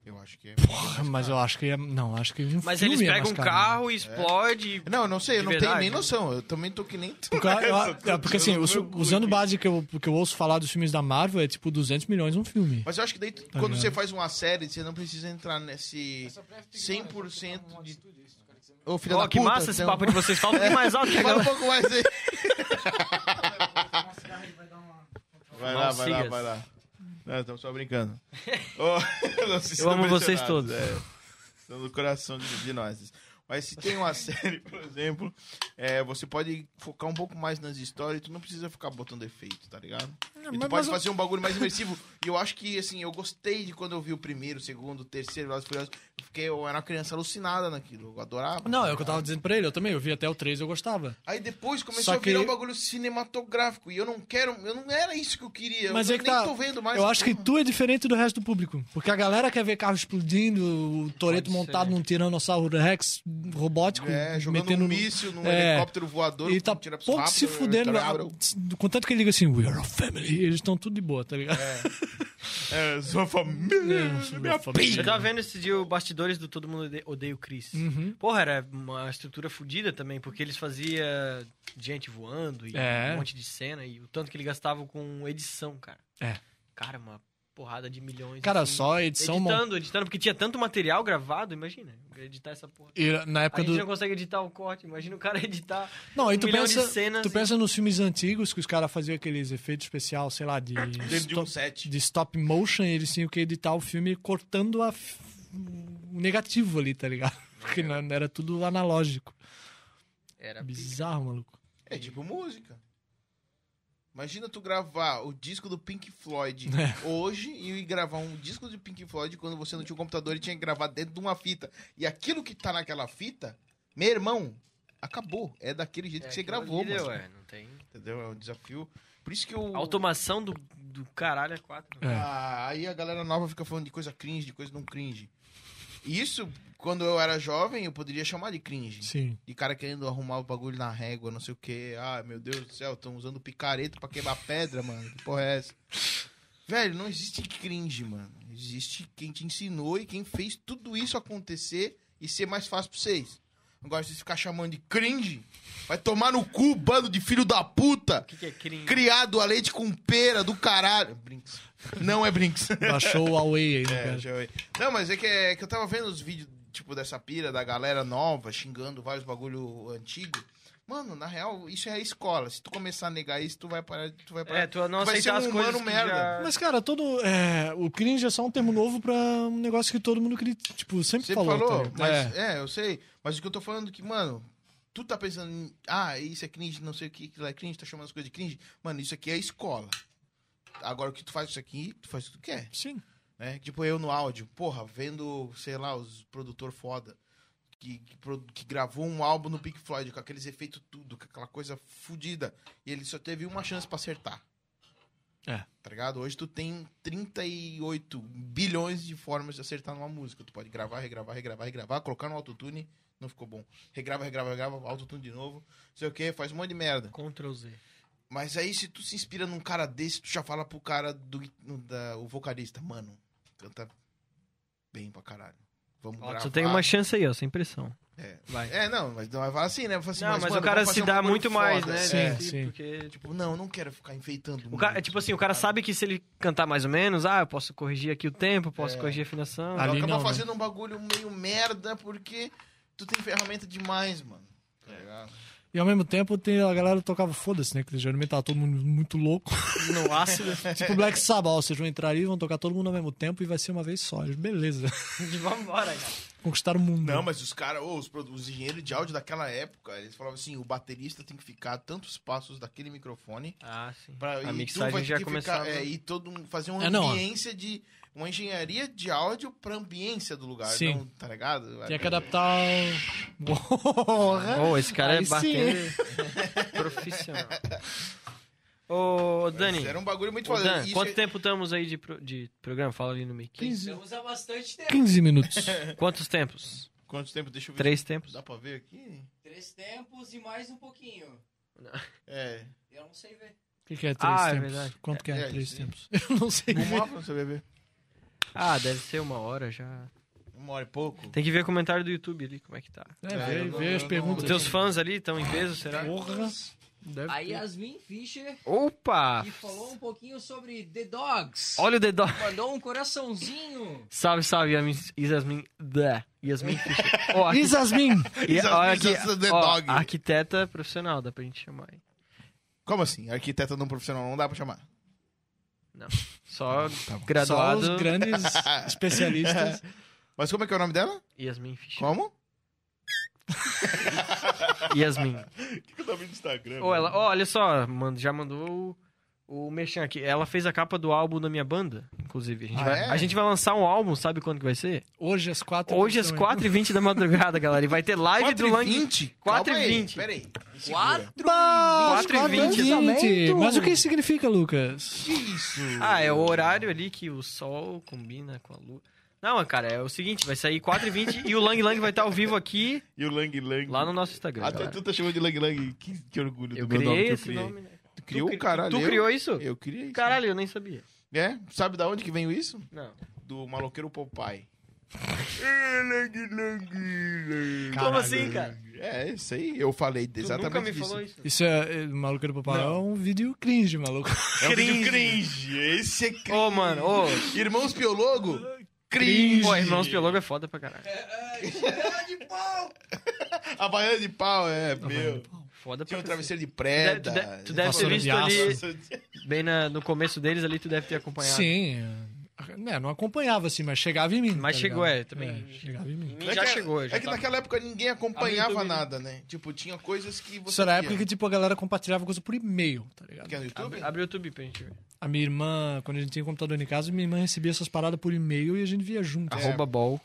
S1: Eu acho que é.
S4: Porra, mas eu acho que é... Não, acho que um
S2: Mas
S4: filme
S2: eles
S4: é
S2: pegam
S4: mais
S2: um
S4: caro, né?
S2: carro e explode.
S1: Não, eu não sei, eu
S2: De
S1: não tenho
S2: verdade.
S1: nem noção. Eu também tô que nem. tu.
S4: Porque, eu-
S1: Essa, tô
S4: é, porque assim,
S1: tirando
S4: eu sou-
S1: meu cu
S4: usando
S1: aqui.
S4: base que eu, que eu ouço falar dos filmes da Marvel, é tipo 200 milhões um filme.
S1: Mas eu acho que daí,
S2: Tá
S1: quando
S4: ligado?
S1: você faz uma série, você não precisa entrar nesse 100% de... Ô, filho
S2: Ó,
S1: da
S2: que
S1: puta,
S2: massa esse
S4: então.
S1: tem um-
S2: papo de vocês. Fala um
S4: É.
S2: pouquinho mais alto que a
S1: Fala um
S2: galera.
S1: pouco mais aí. Vai lá,
S2: Não
S1: vai lá,
S2: sigas.
S1: vai lá. Não, estamos só brincando. Ô, não se
S2: Eu amo
S1: impressionados,
S2: vocês todos.
S1: É, estão no coração de, de nós. Mas se tem uma série, por exemplo, é, você pode focar um pouco mais nas histórias, tu não precisa ficar botando efeito, tá ligado? E tu
S4: mas- mas
S1: pode
S4: eu-
S1: fazer um bagulho mais imersivo. e eu acho que, assim, eu gostei de quando eu vi o primeiro, o segundo, o terceiro, Velozes e Furiosos. Eu Fiquei, eu era uma criança alucinada naquilo, eu adorava.
S4: Não, é o que eu tava dizendo pra ele, eu também, eu vi até o 3 eu gostava.
S1: Aí depois começou
S4: Só
S1: a virar
S4: que-
S1: um bagulho cinematográfico. E eu não quero. Eu não era isso que eu queria.
S4: Mas
S1: eu
S4: é que
S1: nem
S4: tá.
S1: tô vendo mais. tipo,
S4: eu acho que tu é diferente do resto do público. Porque a galera quer ver carro explodindo, o
S2: Pode
S4: Toreto
S2: ser.
S4: montado num tiranossauro Rex robótico,
S1: É, jogando
S4: tipo, metendo
S1: um míssil num
S4: é.
S1: helicóptero voador.
S4: E tá
S1: tira pros
S4: pouco se
S1: rápidos,
S4: fudendo.
S1: tararau.
S4: Contanto que ele diga assim, we are a family, eles estão tudo de boa, tá ligado?
S1: É, sua família.
S4: É,
S1: minha
S4: família.
S2: Eu tava vendo esse dia o bastidores do Todo Mundo Ode- Odeia o Chris.
S4: Hum. Uhum.
S2: Porra, era uma estrutura fodida também, porque eles faziam gente voando e
S4: É.
S2: um monte de cena e o tanto que ele gastava com edição, cara.
S4: É.
S2: Cara, uma porrada de milhões.
S4: Cara,
S2: assim,
S4: só a edição. mon-
S2: Editando, editando, porque tinha tanto material gravado, imagina. Editar essa porra.
S4: E na
S2: A
S4: época
S2: gente
S4: do.
S2: não consegue editar o corte, imagina o cara editar.
S4: Não, aí
S2: um
S4: tu
S2: milhão
S4: pensa,
S2: de cenas
S4: tu
S2: e-
S4: pensa nos filmes antigos que os caras faziam aqueles efeitos especial, sei lá, de
S1: Dentro de um
S4: stop,
S1: set.
S4: de stop motion, eles tinham que editar o filme cortando a f- o negativo ali, tá ligado? Porque não
S1: É.
S4: não era tudo analógico.
S2: Era
S4: Bizarro, maluco.
S1: É tipo música. Imagina tu gravar o disco do Pink Floyd
S4: É.
S1: hoje e gravar um disco do Pink Floyd quando você não tinha um computador e tinha que gravar dentro de uma fita. E aquilo que tá naquela fita, meu irmão, acabou. É daquele jeito que você gravou,
S2: mano.
S1: mano.
S2: não tem...
S1: Entendeu? É um desafio. Por isso que eu.
S2: Automação do, do caralho é 4.
S4: É.
S1: Ah, aí a galera nova fica falando de coisa cringe, de coisa não cringe. E Isso, quando eu era jovem, eu poderia chamar de cringe.
S4: Sim.
S1: De cara querendo arrumar o bagulho na régua, não sei o que. Ah, meu Deus do céu, estão usando picareta pra quebrar pedra, mano. Que porra é essa? Velho, não existe cringe, mano. Existe quem te ensinou e quem fez tudo isso acontecer e ser mais fácil pra vocês. Agora, vocês ficar chamando de cringe, vai tomar no cu, bando de filho da puta!
S2: O que, que é cringe?
S1: Criado a leite com pera do caralho. Brinks. Não é Brinks.
S4: Baixou o Away aí, né,
S1: É,
S4: cara?
S1: já vi. Não, mas é que, é que eu tava vendo os vídeos, tipo, dessa pira da galera nova, xingando vários bagulho antigo. Mano, na real, isso é a escola. Se tu começar a negar isso, tu vai parar. Tu vai parar.
S2: É, tu não
S1: Vai ser
S2: aceitar
S1: um
S2: as coisas
S1: humano
S2: que
S1: merda.
S2: já-
S4: Mas, cara, todo. é, o cringe é só um termo novo pra um negócio que todo mundo cri- tipo, sempre,
S1: Você
S4: falou.
S1: falou,
S4: tá ligado?
S1: mas
S4: É.
S1: é. eu sei. Mas o que eu tô falando é que, mano, tu tá pensando em. Ah, isso é cringe, não sei o que, aquilo é cringe, tá chamando as coisas de cringe. Mano, isso aqui é a escola. Agora o que tu faz isso aqui, tu faz o que tu quer.
S4: Sim.
S1: né? Tipo eu no áudio, porra, vendo, sei lá, os produtor foda que, que, produ- que gravou um álbum no Pink Floyd com aqueles efeitos tudo, com aquela coisa fodida, e ele só teve uma chance pra acertar.
S4: É.
S1: Tá ligado? Hoje tu tem 38 bilhões de formas de acertar numa música. Tu pode gravar, regravar, regravar, regravar, colocar no autotune, não ficou bom. Regrava, regrava, regrava, autotune de novo, sei o que, faz um monte de merda.
S2: Ctrl Z.
S1: Mas aí, se tu se inspira num cara desse, tu já fala pro cara do no- da, o vocalista, mano, canta bem pra caralho. Vamos
S2: Ó,
S1: gravar.
S2: só tem uma chance aí, ó, sem pressão.
S1: É.
S2: Vai.
S1: É, não, mas não vai falar assim, né? Fala assim,
S2: não, mas,
S1: mano,
S2: o cara
S1: vamos
S2: se
S1: fazer um
S2: dá
S1: bagulho
S2: muito mais,
S1: foda.
S2: né?
S1: É.
S4: Sim, sim.
S2: Porque, tipo,
S1: Tipo, não, não quero ficar enfeitando.
S2: o cara,
S1: muito,
S2: tipo assim, o cara sabe que se ele cantar mais ou menos, ah, eu posso corrigir aqui o tempo, posso corrigir a afinação.
S4: Ali
S1: Tu acaba
S4: não, né?
S1: fazendo um bagulho meio merda porque tu tem ferramenta demais, mano. Tá
S2: É.
S1: ligado?
S4: E ao mesmo tempo tem, a galera tocava foda-se, né? Que geralmente tava todo mundo muito louco.
S2: No ácido.
S4: tipo Black Sabbath, ó, vocês vão entrar ali, vão tocar todo mundo ao mesmo tempo e vai ser uma vez só. Beleza.
S2: Vambora, cara.
S4: Conquistaram o mundo.
S1: Não, mas os caras, ô, os, produ- os engenheiros de áudio daquela época, eles falavam assim: o baterista tem que ficar tantos passos daquele microfone
S2: Ah, sim.
S1: Pra, e
S2: a
S1: tu
S2: mixagem
S1: vai
S2: já
S1: ter que ficar-
S2: começava.
S1: é, e todo um- fazer uma
S4: É, não, ó.
S1: ambiência de. Uma engenharia de áudio pra ambiência do lugar.
S4: Sim.
S1: Não, tá ligado?
S4: Tinha que adaptar. o- Porra!
S2: Oh, esse cara
S4: Aí
S2: é
S4: sim.
S2: batendo profissional. Ô, Dani,
S1: Era um bagulho muito
S2: ô,
S1: foda.
S2: Dan,
S1: Isso
S2: quanto
S1: é-
S2: tempo estamos aí de, pro- de programa? Fala ali no mic.
S4: 15,
S3: Estamos há bastante tempo.
S4: 15 minutos.
S2: Quantos tempos?
S1: Quanto tempo? Deixa eu ver.
S2: Três tempos?
S1: Dá pra ver aqui?
S3: Três tempos e mais um pouquinho.
S1: É.
S3: Eu não sei ver.
S4: O que, que é três
S2: Ah, é
S4: tempos?
S2: verdade.
S4: Quanto que é,
S1: É,
S4: três
S1: sim.
S4: tempos? Eu não sei.
S1: Uma hora pra você ver.
S2: Ah, deve ser uma hora já.
S1: Uma hora e pouco.
S2: Tem que ver o comentário do YouTube ali, como é que tá.
S4: É,
S1: É,
S4: vê,
S1: eu não-
S4: vê as
S1: eu não-
S4: perguntas.
S2: Os teus fãs ali estão em peso, será?
S4: Porra! Deve
S3: A
S4: ter. Ah.
S3: Yasmin Fischer,
S2: Opa!
S3: que falou um pouquinho sobre The Dogs.
S2: Olha o The Dog.
S3: Mandou um coraçãozinho.
S2: Salve, salve, Yasmin. Yasmin. Da. Yasmin Fischer. Ó, arqui-
S4: Yasmin!
S2: e- ó,
S1: Yasmin
S2: aqui-
S1: Fischer, The
S2: ó,
S1: Dog.
S2: Arquiteta profissional, dá pra gente chamar aí.
S1: Como assim? Arquiteto não profissional não dá pra chamar. Tá
S2: Só
S1: bom.
S4: Só
S2: graduado.
S4: os grandes especialistas.
S1: Mas como é que é o nome dela?
S2: Yasmin Fischer.
S1: Como?
S2: Yasmin.
S1: O nome do Instagram.
S2: Ô, ela, ó, olha só, mano, já mandou o, o Merchan aqui. Ela fez a capa do álbum da minha banda, inclusive. A gente,
S1: Ah,
S2: vai,
S1: é?
S2: a gente vai lançar um álbum, sabe quando que vai ser?
S4: Hoje às quatro.
S2: Hoje às é 4h20 da madrugada, galera. E vai ter live do Lang.
S1: 4h20?
S2: 4h20.
S1: Pera aí. Me segura.
S3: Quatro.
S4: Bah, às
S2: 4h20.
S4: 4h20. Mas o que isso significa, Lucas?
S1: Que isso?
S2: Ah, é o horário ali que o sol combina com a lua. Não, cara, é o seguinte, vai sair 4h20 e o Lang Lang vai estar ao vivo aqui
S1: E o Lang Lang.
S2: lá no nosso Instagram.
S1: Até
S2: galera.
S1: tu tá chamando de Lang Lang. Que, que orgulho
S2: Eu
S1: do meu nome
S2: criei
S1: que eu
S2: esse
S1: criei.
S2: nome, né?
S1: Tu criou
S2: Tu cri-
S1: o caralho.
S2: Tu
S1: eu-
S2: criou isso?
S1: Eu criei. isso.
S2: Caralho, eu nem sabia.
S1: É? Sabe da onde que veio isso?
S2: Não.
S1: Do maloqueiro Popeye.
S2: Como assim, cara?
S1: É, isso aí. Eu falei
S2: Tu
S1: exatamente
S2: nunca me
S1: disso.
S2: falou isso.
S4: Isso é. é, Maluco do Papai é um vídeo cringe, maluco.
S1: É um vídeo cringe. Esse é cringe.
S2: Ô, mano, ô.
S1: Irmãos Piologo?
S2: Cringe. Pô, Irmãos Piologo é foda pra caralho.
S1: A baiana de pau, é, meu.
S2: Foda pra
S1: Tinha um
S2: caralho.
S1: travesseiro de
S2: Tu deve-
S1: preda.
S2: tu deve- Tu deve ter
S4: Vassoura de
S2: visto ali, bem na- no começo deles ali, tu deve ter acompanhado.
S4: Sim. é, Né, não acompanhava assim, mas chegava em mim.
S2: Mas
S4: tá
S2: chegou,
S4: ligado?
S2: é, também.
S4: chegava em mim.
S2: Mim já
S1: que-
S2: chegou, já tá.
S1: É que
S2: tava-
S1: naquela época ninguém acompanhava
S2: YouTube, né?
S1: nada, né? Tipo, tinha coisas que você.
S4: Isso era a
S1: via. é-
S4: época que, tipo, a galera compartilhava coisa por e-mail, tá ligado?
S1: Tinha no YouTube?
S2: Abre, abre o YouTube pra gente ver.
S1: É.
S4: A minha irmã, quando a gente tinha um computador em casa, minha irmã recebia essas paradas por e-mail e a gente via junto.
S2: Arroba ball.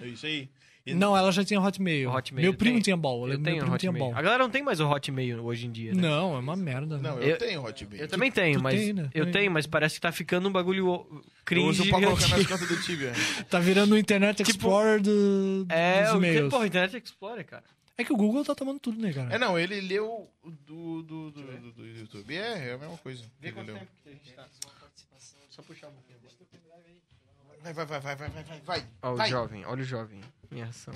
S1: É isso aí. E-
S4: Não, ela já tinha Hotmail.
S2: Hotmail,
S4: Meu
S2: eu
S4: primo
S2: tenho.
S4: tinha ball.
S2: Eu
S4: Eu lembro que
S2: tenho
S4: meu primo tinha
S2: Hotmail.
S4: ball.
S2: A galera não tem mais o Hotmail hoje em dia, né?
S4: Não, é uma merda. né?
S1: Não, eu,
S2: Eu-
S1: tenho Hotmail.
S2: Eu também tenho,
S4: tu
S2: mas
S4: tem, né?
S2: eu
S4: Tem.
S2: tenho, mas parece que tá ficando um bagulho
S1: Eu uso
S2: cringe.
S1: pra colocar
S2: de-
S1: nas contas do Tibia.
S4: Tá virando o Internet
S2: Tipo,
S4: Explorer do,
S2: É,
S4: dos
S2: o que,
S4: e-mails.
S2: porra, Internet Explorer, cara.
S4: É que o Google tá tomando tudo, né, cara?
S1: É, não, ele leu o do, do, do, do, do YouTube. É, é a mesma coisa. Ele leu.
S2: que a gente tá. Só puxar um pouquinho agora.
S1: Vai, vai, vai, vai, vai, vai, vai, vai.
S2: Ó, o
S1: Vai.
S2: jovem, olha o jovem. Minha ação.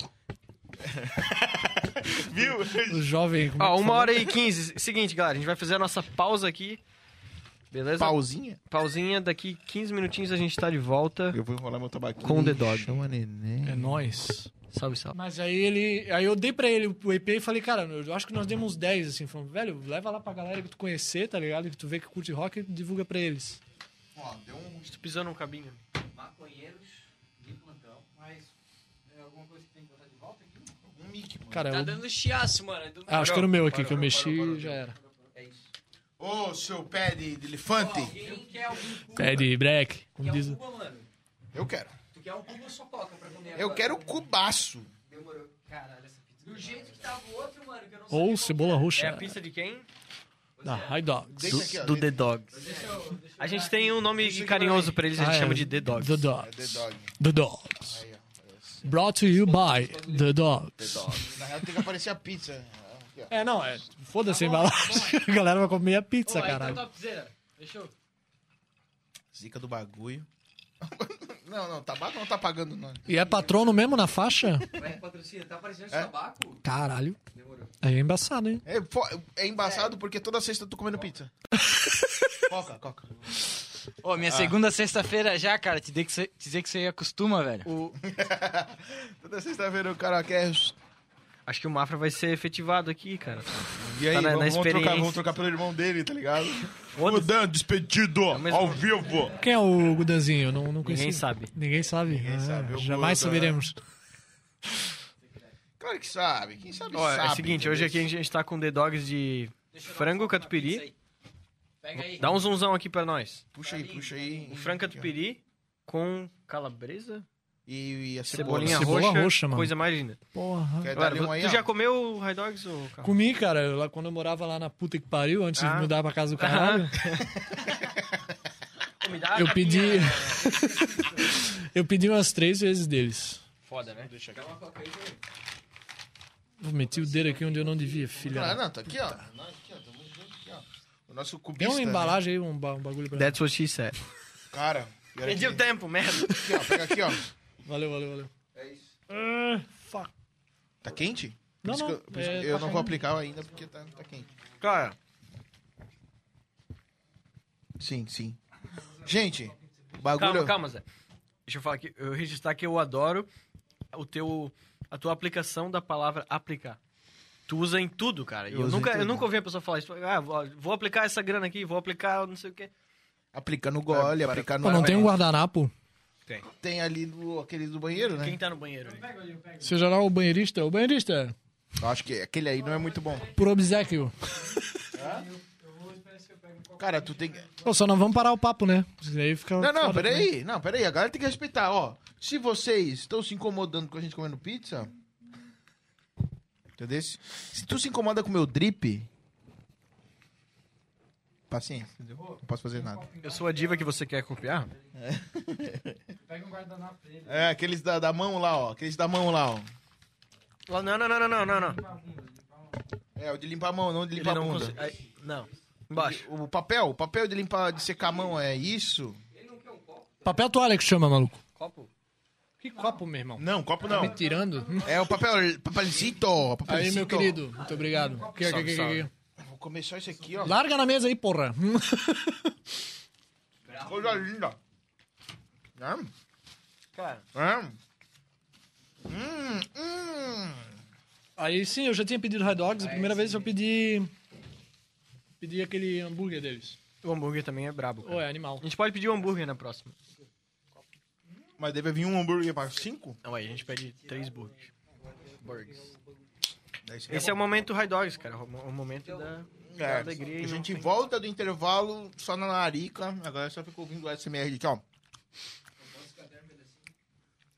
S1: Viu?
S4: O jovem. como é
S2: Ó,
S4: que
S2: Ah, uma
S4: fala?
S2: hora e quinze. Seguinte, galera, a gente vai fazer a nossa pausa aqui. Beleza?
S1: Pauzinha?
S2: Pausinha, daqui 15 minutinhos a gente tá de volta.
S1: Eu vou enrolar meu tabaquinho.
S2: Com o The Dog.
S1: Chama neném.
S4: É nóis.
S2: Salve, salve.
S4: Mas aí ele. Aí eu dei pra ele o EP e falei, cara, eu acho que nós demos uns 10, assim, falando, velho, leva lá pra galera que tu conhecer, tá ligado? Que tu vê que curte rock e divulga pra eles.
S1: Ó, deu um...
S2: Tu pisou num cabinho.
S3: Maconheiros de plantão, mas é alguma coisa que tem que botar de volta aqui?
S1: Um mic, mano.
S4: Cara,
S7: Tá
S4: eu-
S7: dando chiaço, mano. Do
S4: É Ah, acho que era o meu aqui, que eu mexi
S1: parou, parou,
S4: e já era.
S3: É isso.
S1: Ô, seu pé de, de elefante.
S3: Quem quer algum cuba?
S4: Pede É break, como
S3: Quer
S4: diz.
S3: um cuba, mano?
S1: Eu quero.
S3: Tu quer um cuba ou só coca pra comer
S1: Eu
S3: agora?
S1: quero cubaço.
S3: Demorou. Caralho, essa pizza. tá Do jeito que tava o outro, mano, que eu não sabia
S4: Ou
S3: qual
S4: cebola
S3: era.
S4: roxa.
S2: É a pista de quem?
S4: Da High Dogs.
S1: Deixa aqui, ó.
S2: The Dogs.
S3: Deixa eu- deixa eu
S2: A gente
S3: dar-
S2: tem um nome
S1: Deixa eu
S2: carinhoso pra eles, a gente
S4: Ah, é.
S2: chama de The Dogs.
S4: The
S1: É The
S4: Dogs.
S1: Dog.
S4: The Dogs.
S1: Aí, ó.
S4: Brought to you by The
S1: The
S4: Dogs.
S1: Dog. Na real tem que aparecer a pizza. Aqui, ó.
S4: É, não, é. Foda-se a embalagem. A galera vai comer a pizza,
S5: Pô,
S3: então
S5: aí tá
S4: caralho.
S5: topzera.
S3: né?
S5: Deixa eu.
S1: Zica do bagulho. Não, não, tabaco não tá pagando, não.
S4: E é patrono mesmo na faixa?
S3: Vai, patrocina, tá aparecendo
S1: É?
S3: tabaco?
S4: Caralho.
S3: Demorou.
S4: Aí é embaçado, hein?
S1: É, fo- é embaçado porque toda sexta eu tô comendo pizza. coca, coca.
S5: Ô,
S4: Ah.
S5: minha segunda sexta-feira já, cara. Te dizer que você, dizer que você acostuma, velho.
S1: O- toda sexta-feira o cara quer.
S2: Acho que o Mafra vai ser efetivado aqui, cara.
S1: E aí,
S2: Tá na- na
S1: vamos, vamos trocar,
S2: experiência.
S1: vamos trocar pelo irmão dele, tá ligado?
S2: Foda-se.
S1: Mudando, despedido,
S2: É mesmo-
S1: ao vivo.
S4: Quem é o Gudanzinho? Eu não, não conheci.
S2: Ninguém sabe.
S4: Ninguém sabe.
S1: Ninguém
S4: Ah,
S1: sabe. O
S4: Jamais
S1: Guda,
S4: saberemos.
S2: né?
S1: Claro que sabe, quem sabe
S2: Ó,
S1: sabe.
S2: é o seguinte, hoje aqui a
S1: entendeu?
S2: gente tá com The Dogs de frango catupiry.
S5: Pega aí.
S2: Dá um zoomzão aqui pra nós.
S1: Puxa aí, puxa aí.
S2: O frango catupiry com calabresa,
S1: E, e a cebola.
S2: cebolinha
S4: Cebola
S2: roxa,
S4: roxa, mano.
S2: coisa mais linda.
S4: Porra.
S1: Quer
S2: Galera,
S1: dar-lhe um aí,
S2: tu
S1: ó?
S2: já comeu o High Dogs ou carro?
S4: Comi, cara, eu lá quando eu morava lá na puta que pariu, antes
S2: Ah.
S4: de mudar pra casa do caralho, eu pedi. eu pedi umas três vezes deles.
S2: Foda, né?
S1: Deixa aqui.
S4: Eu meti o dedo aqui onde eu não devia,
S1: Ah,
S4: filha.
S1: não, tá aqui, ó. Nós aqui, ó. Tamo junto aqui, ó. O nosso
S4: Tem
S1: cubista.
S4: uma
S1: né?
S4: embalagem aí, um, ba- um bagulho pra mim.
S2: That's what she said.
S1: Cara, e olha
S2: Perdi o
S1: aqui,
S2: tempo, merda.
S1: aqui, ó. Pega aqui, ó.
S4: Valeu, valeu, valeu.
S1: É isso.
S4: Ah, fuck.
S1: Tá quente? Por
S4: Não,
S1: isso
S4: não,
S1: que eu, por isso
S4: é,
S1: que eu
S4: tá
S1: não vou aplicar ainda porque tá, tá quente.
S2: Cara,
S1: Sim, sim. Gente, o bagulho.
S2: calma, calma, Zé. Deixa eu falar aqui. Eu registrar que eu adoro o teu, a tua aplicação da palavra aplicar. Tu usa em tudo, cara. E
S1: Eu
S2: Eu,
S1: uso em
S2: nunca, eu
S1: tudo.
S2: nunca ouvi a pessoa falar isso. Ah, vou vou aplicar essa grana aqui, vou aplicar não sei o quê.
S1: Aplicar no gole, aplicar no.
S4: Pô, não tem um guardanapo?
S1: Tem ali no, aquele do banheiro, né?
S2: Quem tá no banheiro? aí?
S4: Seja lá o banheirista, o banheirista,
S1: Eu acho que aquele aí não é muito bom.
S4: por obsequio.
S1: Cara, tu tem que.
S4: Pô, só não vamos parar o papo, né? Porque Aí fica
S1: Não, não,
S4: foda também.
S1: peraí. Não, peraí. A galera tem que respeitar, ó. Se vocês estão se incomodando com a gente comendo pizza. Entendeu? Se tu se incomoda com o meu drip. Paciência, entendeu? Não posso fazer nada.
S2: Eu sou a diva que você quer copiar?
S3: Pega um guardanapo pra ele.
S1: É, aqueles da, da mão lá, ó. Aqueles da mão lá, ó.
S2: Não, não, não, não, não, não, não.
S1: É, o de limpar a mão, não o de
S2: Ele
S1: limpar a
S2: não
S1: bunda.
S2: consegue. Aí, Não. Embaixo.
S1: O papel, o papel de limpar, de secar a mão é isso?
S4: Papel toalha que chama, maluco.
S2: Copo?
S4: Que copo, meu irmão?
S1: Não, copo não.
S4: Me tirando?
S1: É o papel, papelzito,
S4: Aí,
S1: papelzito.
S4: meu querido, muito obrigado. Aqui, aqui, aqui, aqui.
S1: Vou começar isso aqui, ó.
S4: Larga na mesa aí, porra.
S1: Coisa linda. É?
S2: Cara,
S1: É? Hum, hum.
S4: Aí sim, eu já tinha pedido hot dogs. A primeira vez eu pedi. Pedi aquele hambúrguer deles.
S2: o hambúrguer também é brabo. cara.
S4: Ou é animal.
S2: A gente pode pedir um hambúrguer na próxima.
S1: Mas deve vir um hambúrguer para cinco?
S2: Não, aí a gente pede três burgers. Burgers.
S1: Daí seria
S2: Esse é o
S1: bom.
S2: momento high dogs, cara. O mo- o momento da, da
S1: É,
S2: alegria. e
S1: a gente
S2: não tem-
S1: volta do intervalo só na larica. Agora só fica ouvindo o SMR aqui, ó.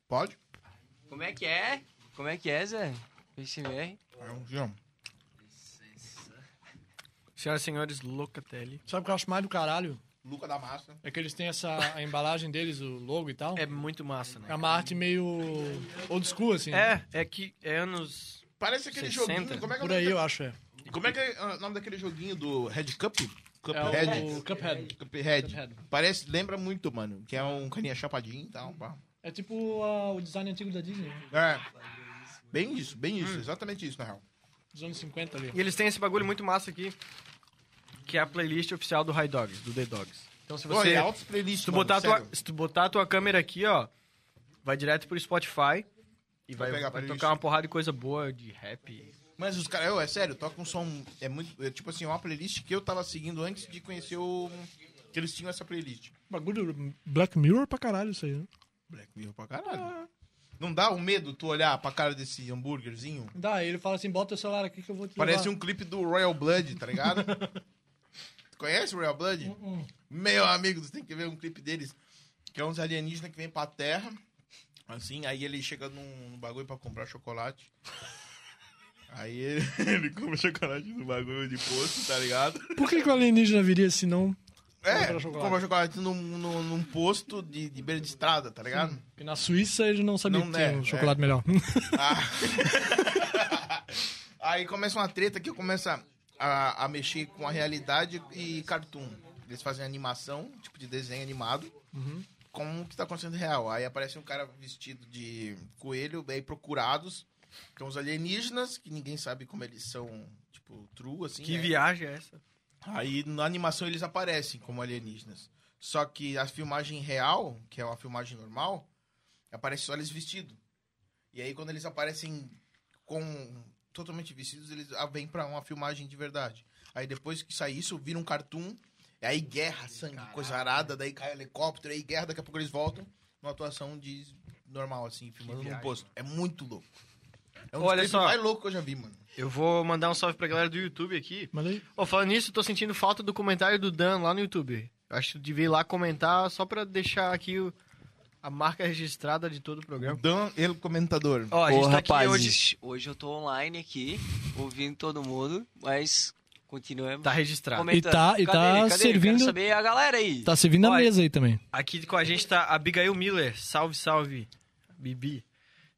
S1: Pode?
S7: Como é que é? Como é que é, Zé? PCMR?
S1: É um dia.
S2: Senhoras e senhores, Locatelli.
S4: Sabe o que eu acho mais do caralho?
S1: Luca da Massa.
S4: É que eles têm essa a embalagem deles, o logo e tal.
S2: É muito massa, né?
S4: É uma arte meio old school, assim.
S2: É, é que é anos.
S1: Parece aquele
S2: 60.
S1: joguinho. Como é que é o
S4: Por
S1: nome
S4: aí, eu
S1: da-
S4: acho, é.
S1: Como é que é o nome daquele joguinho do Red Cup?
S4: É
S1: Cuphead?
S4: o Cuphead.
S1: Cuphead.
S4: Cuphead.
S1: Parece, lembra muito, mano. Que é um caninha chapadinho e tal. pá.
S4: É tipo ah, o design antigo da Disney, né?
S1: É. Bem isso, bem
S2: Hum.
S1: isso. Exatamente isso, na real.
S4: dos anos 50 ali.
S2: E eles têm esse bagulho muito massa aqui, que é a playlist oficial do High Dogs, do The Dogs. Então se você.
S1: Olha, altos playlists,
S2: se, tu
S1: mano,
S2: botar a tua,
S1: sério.
S2: se tu botar a tua câmera aqui, ó, vai direto pro Spotify e vai,
S1: pegar a
S2: vai
S1: playlist.
S2: tocar uma porrada de coisa boa de rap.
S1: Mas os caras, eu, é sério, toca um som. É muito. é tipo assim, uma playlist que eu tava seguindo antes de conhecer o. Que eles tinham essa playlist.
S4: Bagulho Black Mirror pra caralho isso aí, né?
S1: Black Mirror pra caralho.
S2: Ah.
S1: Não dá o medo tu olhar pra cara desse hambúrguerzinho?
S4: Dá, ele fala assim, bota o celular aqui que eu vou te
S1: Parece
S4: levar.
S1: um clipe do Royal Blood, tá ligado? tu conhece o Royal
S4: Uh,
S1: Blood? Meu amigo, você tem que ver um clipe deles. Que é uns alienígenas que vem pra terra. Assim, aí ele chega num, num bagulho pra comprar chocolate. Aí ele, ele compra chocolate no bagulho de poço, tá ligado?
S4: Por que, que o alienígena viria se não...
S1: É,
S4: Comprar chocolate.
S1: comprar chocolate num, num, num posto de, de beira de estrada, tá ligado?
S4: Porque na Suíça ele não sabia
S1: Não,
S4: que tinha
S1: né,
S4: um chocolate melhor.
S1: Ah. Aí começa uma treta que começa a, a mexer com a realidade e cartoon. Eles fazem animação, tipo de desenho animado, com o que tá acontecendo real. Aí aparece um cara vestido de coelho, bem procurados, que são os alienígenas, que ninguém sabe como eles são, tipo, true, assim.
S2: Que
S1: né?
S2: viagem é essa?
S1: Aí na animação eles aparecem como alienígenas. Só que a filmagem real, que é uma filmagem normal, aparece só eles vestidos. E aí quando eles aparecem com totalmente vestidos, eles ah, vêm pra uma filmagem de verdade. Aí depois que sai isso, vira um cartoon, aí guerra, sangue, coisa arada, daí cai helicóptero, aí guerra, daqui a pouco eles voltam numa atuação de normal assim, filmando num
S2: viagem,
S1: posto. É muito louco. É um
S2: Olha
S1: Olha dos
S2: só.
S1: só. mais louco que eu já vi, mano.
S2: Eu vou mandar um salve pra galera do YouTube aqui.
S4: Mas aí...
S2: Ô, falando nisso, tô sentindo falta do comentário do Dan lá no YouTube. Acho que tu devia ir lá comentar só pra deixar aqui o- a marca registrada de todo o programa.
S1: Dan, ele comentador.
S2: Ó, a gente
S7: Ô,
S2: tá aqui
S7: rapazes,
S2: hoje.
S7: eu tô online aqui, ouvindo todo mundo, mas continuemos.
S2: Tá registrado.
S7: comentando.
S4: E tá- e
S7: Cadê
S4: tá
S7: ele? Cadê ele?
S4: servindo-
S7: Quero saber a galera aí.
S4: Tá servindo a
S7: Olha.
S4: mesa aí também.
S2: Aqui com a gente tá Abigail Miller. Salve, salve, Bibi.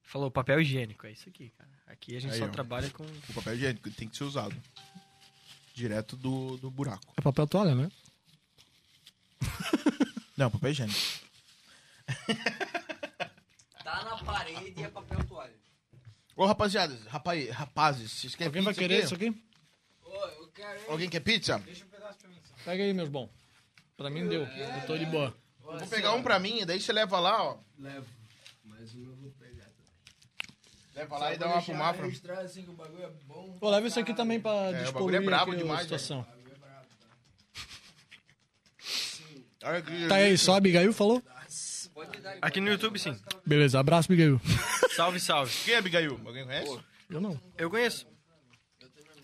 S2: Falou papel higiênico. É isso aqui, cara. Aqui a gente
S1: Aí,
S2: só
S1: ó.
S2: trabalha com.
S1: O papel higiênico tem que ser usado. Direto do, do buraco.
S4: É papel toalha, né?
S1: Não, papel higiênico.
S7: Tá na parede e é papel toalha.
S1: Ô, rapaziada, rapaz, rapazes, vocês querem
S4: Alguém vai
S1: pizza
S4: querer
S1: aqui?
S4: isso aqui?
S7: Ô, eu quero...
S1: Alguém quer pizza?
S4: Pega aí, meus bons. Pra mim deu. Eu tô de boa.
S1: Vou pegar um pra mim, daí você leva lá, ó.
S8: Levo. Mas um eu vou pegar.
S1: Leva lá e dá uma fumar pra mim.
S8: mostrar assim que o bagulho é bom.
S4: Pô, leva isso aqui também pra
S1: É, o bagulho é
S4: despoluir
S1: brabo
S4: aqui
S1: demais,
S4: a situação.
S1: Olha que
S4: Tá aí, só a Abigail falou?
S2: Aqui no YouTube, sim.
S4: Beleza, abraço, Abigail.
S2: Salve, salve.
S1: Quem é Abigail? Alguém conhece?
S4: Eu não.
S2: Eu conheço.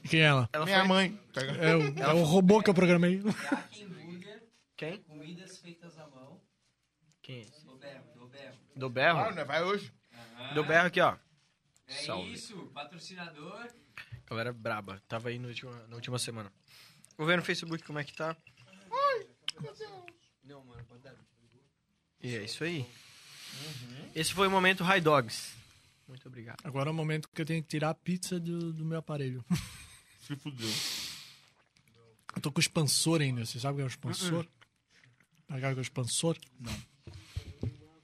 S4: Quem é ela?
S2: Ela
S1: Minha
S2: foi...
S1: mãe. Tá ligado?
S4: É o, é o robô que eu programei.
S2: Quem?
S8: Comidas feitas à mão.
S2: Quem? é esse?
S8: Do berro, do berro.
S2: Do
S1: Ah,
S2: berro?
S1: né? Vai hoje.
S2: Do berro aqui, ó.
S8: É
S2: Salve.
S8: isso, patrocinador.
S2: Galera braba. Tava aí no última- na última semana. Vou ver no Facebook como é que tá.
S8: Não, mano, pode dar.
S2: E é isso aí. Esse foi o momento High Dogs. Muito obrigado.
S4: Agora é o momento que eu tenho que tirar a pizza do, do meu aparelho.
S1: Se fudeu.
S4: Eu tô com o Hum. expansor ainda. Você sabe o que é o expansor? Tá ligado que é o expansor? Não.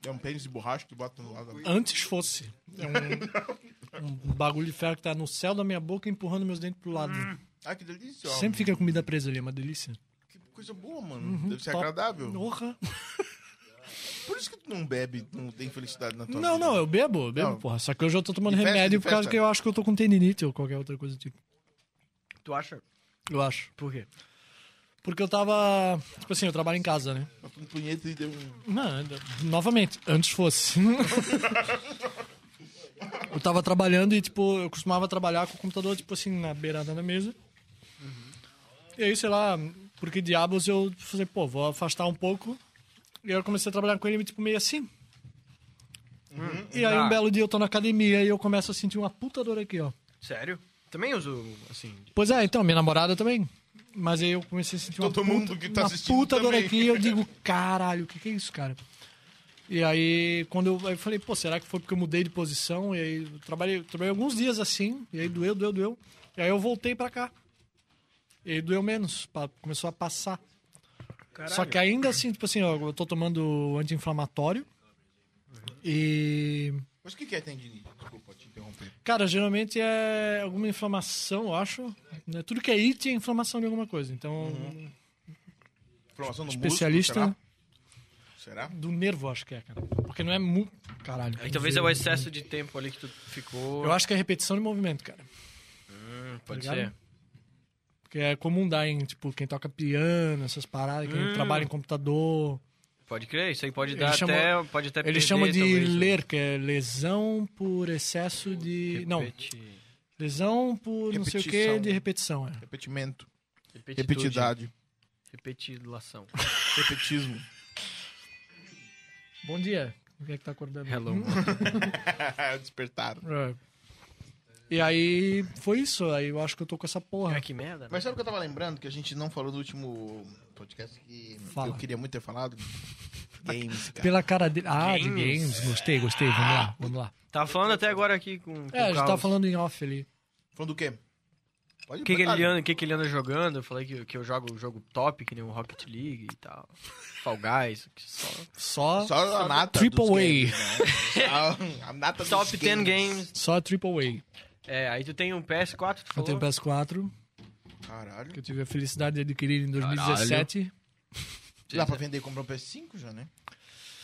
S1: É um pênis de borracha que tu bota no lado.
S4: Antes fosse. É um, um bagulho de ferro que tá no céu da minha boca empurrando meus dentes pro lado.
S1: Ah, que delícia. ó.
S4: Sempre fica a comida presa ali, é uma delícia.
S1: Que coisa boa, mano. Deve ser
S4: Top.
S1: agradável.
S4: Porra.
S1: Por isso que tu não bebe, tu não tem felicidade na tua
S4: Não,
S1: vida.
S4: não, eu bebo, eu bebo,
S1: Não.
S4: porra. Só que hoje eu tô tomando
S1: De festa,
S4: remédio
S1: de
S4: por causa
S1: festa.
S4: que eu acho que eu tô com tendinite ou qualquer outra coisa do tipo.
S2: Tu acha?
S4: Eu acho.
S2: Por quê?
S4: Porque eu tava. Tipo assim, eu trabalho em casa, né?
S1: Bota um punheta e deu um...
S4: Não, ainda- novamente, antes fosse. eu tava trabalhando e, tipo, eu costumava trabalhar com o computador, tipo assim, na beirada da mesa. E aí, sei lá, por que diabos eu falei, pô, vou afastar um pouco. E aí eu comecei a trabalhar com ele, tipo, meio assim.
S1: Uhum.
S4: E aí,
S2: Ah.
S1: Tá.
S4: um belo dia eu tô na academia e eu começo a sentir uma puta dor aqui, ó.
S2: Sério? Também uso, assim...
S4: Pois é, então, minha namorada também. Mas aí eu comecei a sentir uma
S1: Todo
S4: puta,
S1: mundo que tá
S4: uma
S1: assistindo
S4: puta dor
S1: também.
S4: aqui e eu digo, caralho, o que, que é isso, cara? E aí, quando eu, aí eu falei, pô, será que foi porque eu mudei de posição? E aí, eu trabalhei, trabalhei alguns dias assim, e aí doeu, doeu, doeu. E aí eu voltei pra cá. E aí doeu menos, pa- começou a passar.
S2: Caralho.
S4: Só que ainda assim, tipo assim, ó, eu tô tomando anti-inflamatório. E.
S1: Mas o que que é tendinite? Desculpa te interromper.
S4: Cara, geralmente é alguma inflamação, eu acho. né? Tudo que é IT é inflamação de alguma coisa. Então,
S1: Inflamação no
S4: especialista
S1: músculo, será? Será?
S4: do nervo, acho que é, cara. Porque não é mu... Caralho.
S2: Aí talvez é o excesso de tempo ali que tu ficou...
S4: Eu acho que é repetição de movimento, cara.
S2: Pode
S4: tá ligado?
S2: ser.
S4: Porque é comum dar em, tipo, quem toca piano, essas paradas, quem
S2: Hum.
S4: trabalha em computador.
S2: Pode crer, isso aí pode
S4: Ele
S2: dar
S4: chama-
S2: até... Pode até
S4: Ele
S2: É perder,
S4: chama de
S2: talvez, né? o-
S4: ler, que é lesão por excesso de... Não,
S2: Repeti-
S4: lesão por não sei o que
S1: Repetição.
S4: de repetição, é.
S1: Repetimento.
S2: repetitude,
S1: Repetidade.
S2: Repetilação.
S1: Repetismo.
S4: Bom dia. Quem é que tá acordando?
S2: Hello.
S1: Despertar.
S4: É. E aí, foi isso. Aí eu acho que eu tô com essa porra.
S2: É, que merda, né?
S1: Mas sabe o que eu tava lembrando? Que a gente não falou no último podcast que
S4: Fala.
S1: eu queria muito ter falado? Games, cara.
S4: Pela cara dele. Ah, de
S2: Games.
S4: games. Gostei, gostei. Vamos lá, vamos lá.
S2: Tava falando até agora aqui com, com
S4: É, a
S2: o
S4: gente tava
S2: Carlos.
S4: falando em off ali.
S1: Falando do quê? Pode
S2: O que, que,
S1: botar.
S2: ele anda, o que, que ele anda jogando? Eu falei que, que eu jogo o jogo top, que nem o Rocket League e tal. Fall Guys. que só-
S4: Só,
S1: Só a nata
S4: Triple
S1: dos
S4: A.
S1: games, né? Só A nata dos
S2: Top 10 games.
S4: só a Triple A.
S2: É, aí tu tem um PS4, tu
S4: Eu
S2: falou?
S4: tenho PS4,
S1: Caralho.
S4: que eu tive a felicidade de adquirir em 2017.
S1: Dá pra vender e comprar um PS5 já, né?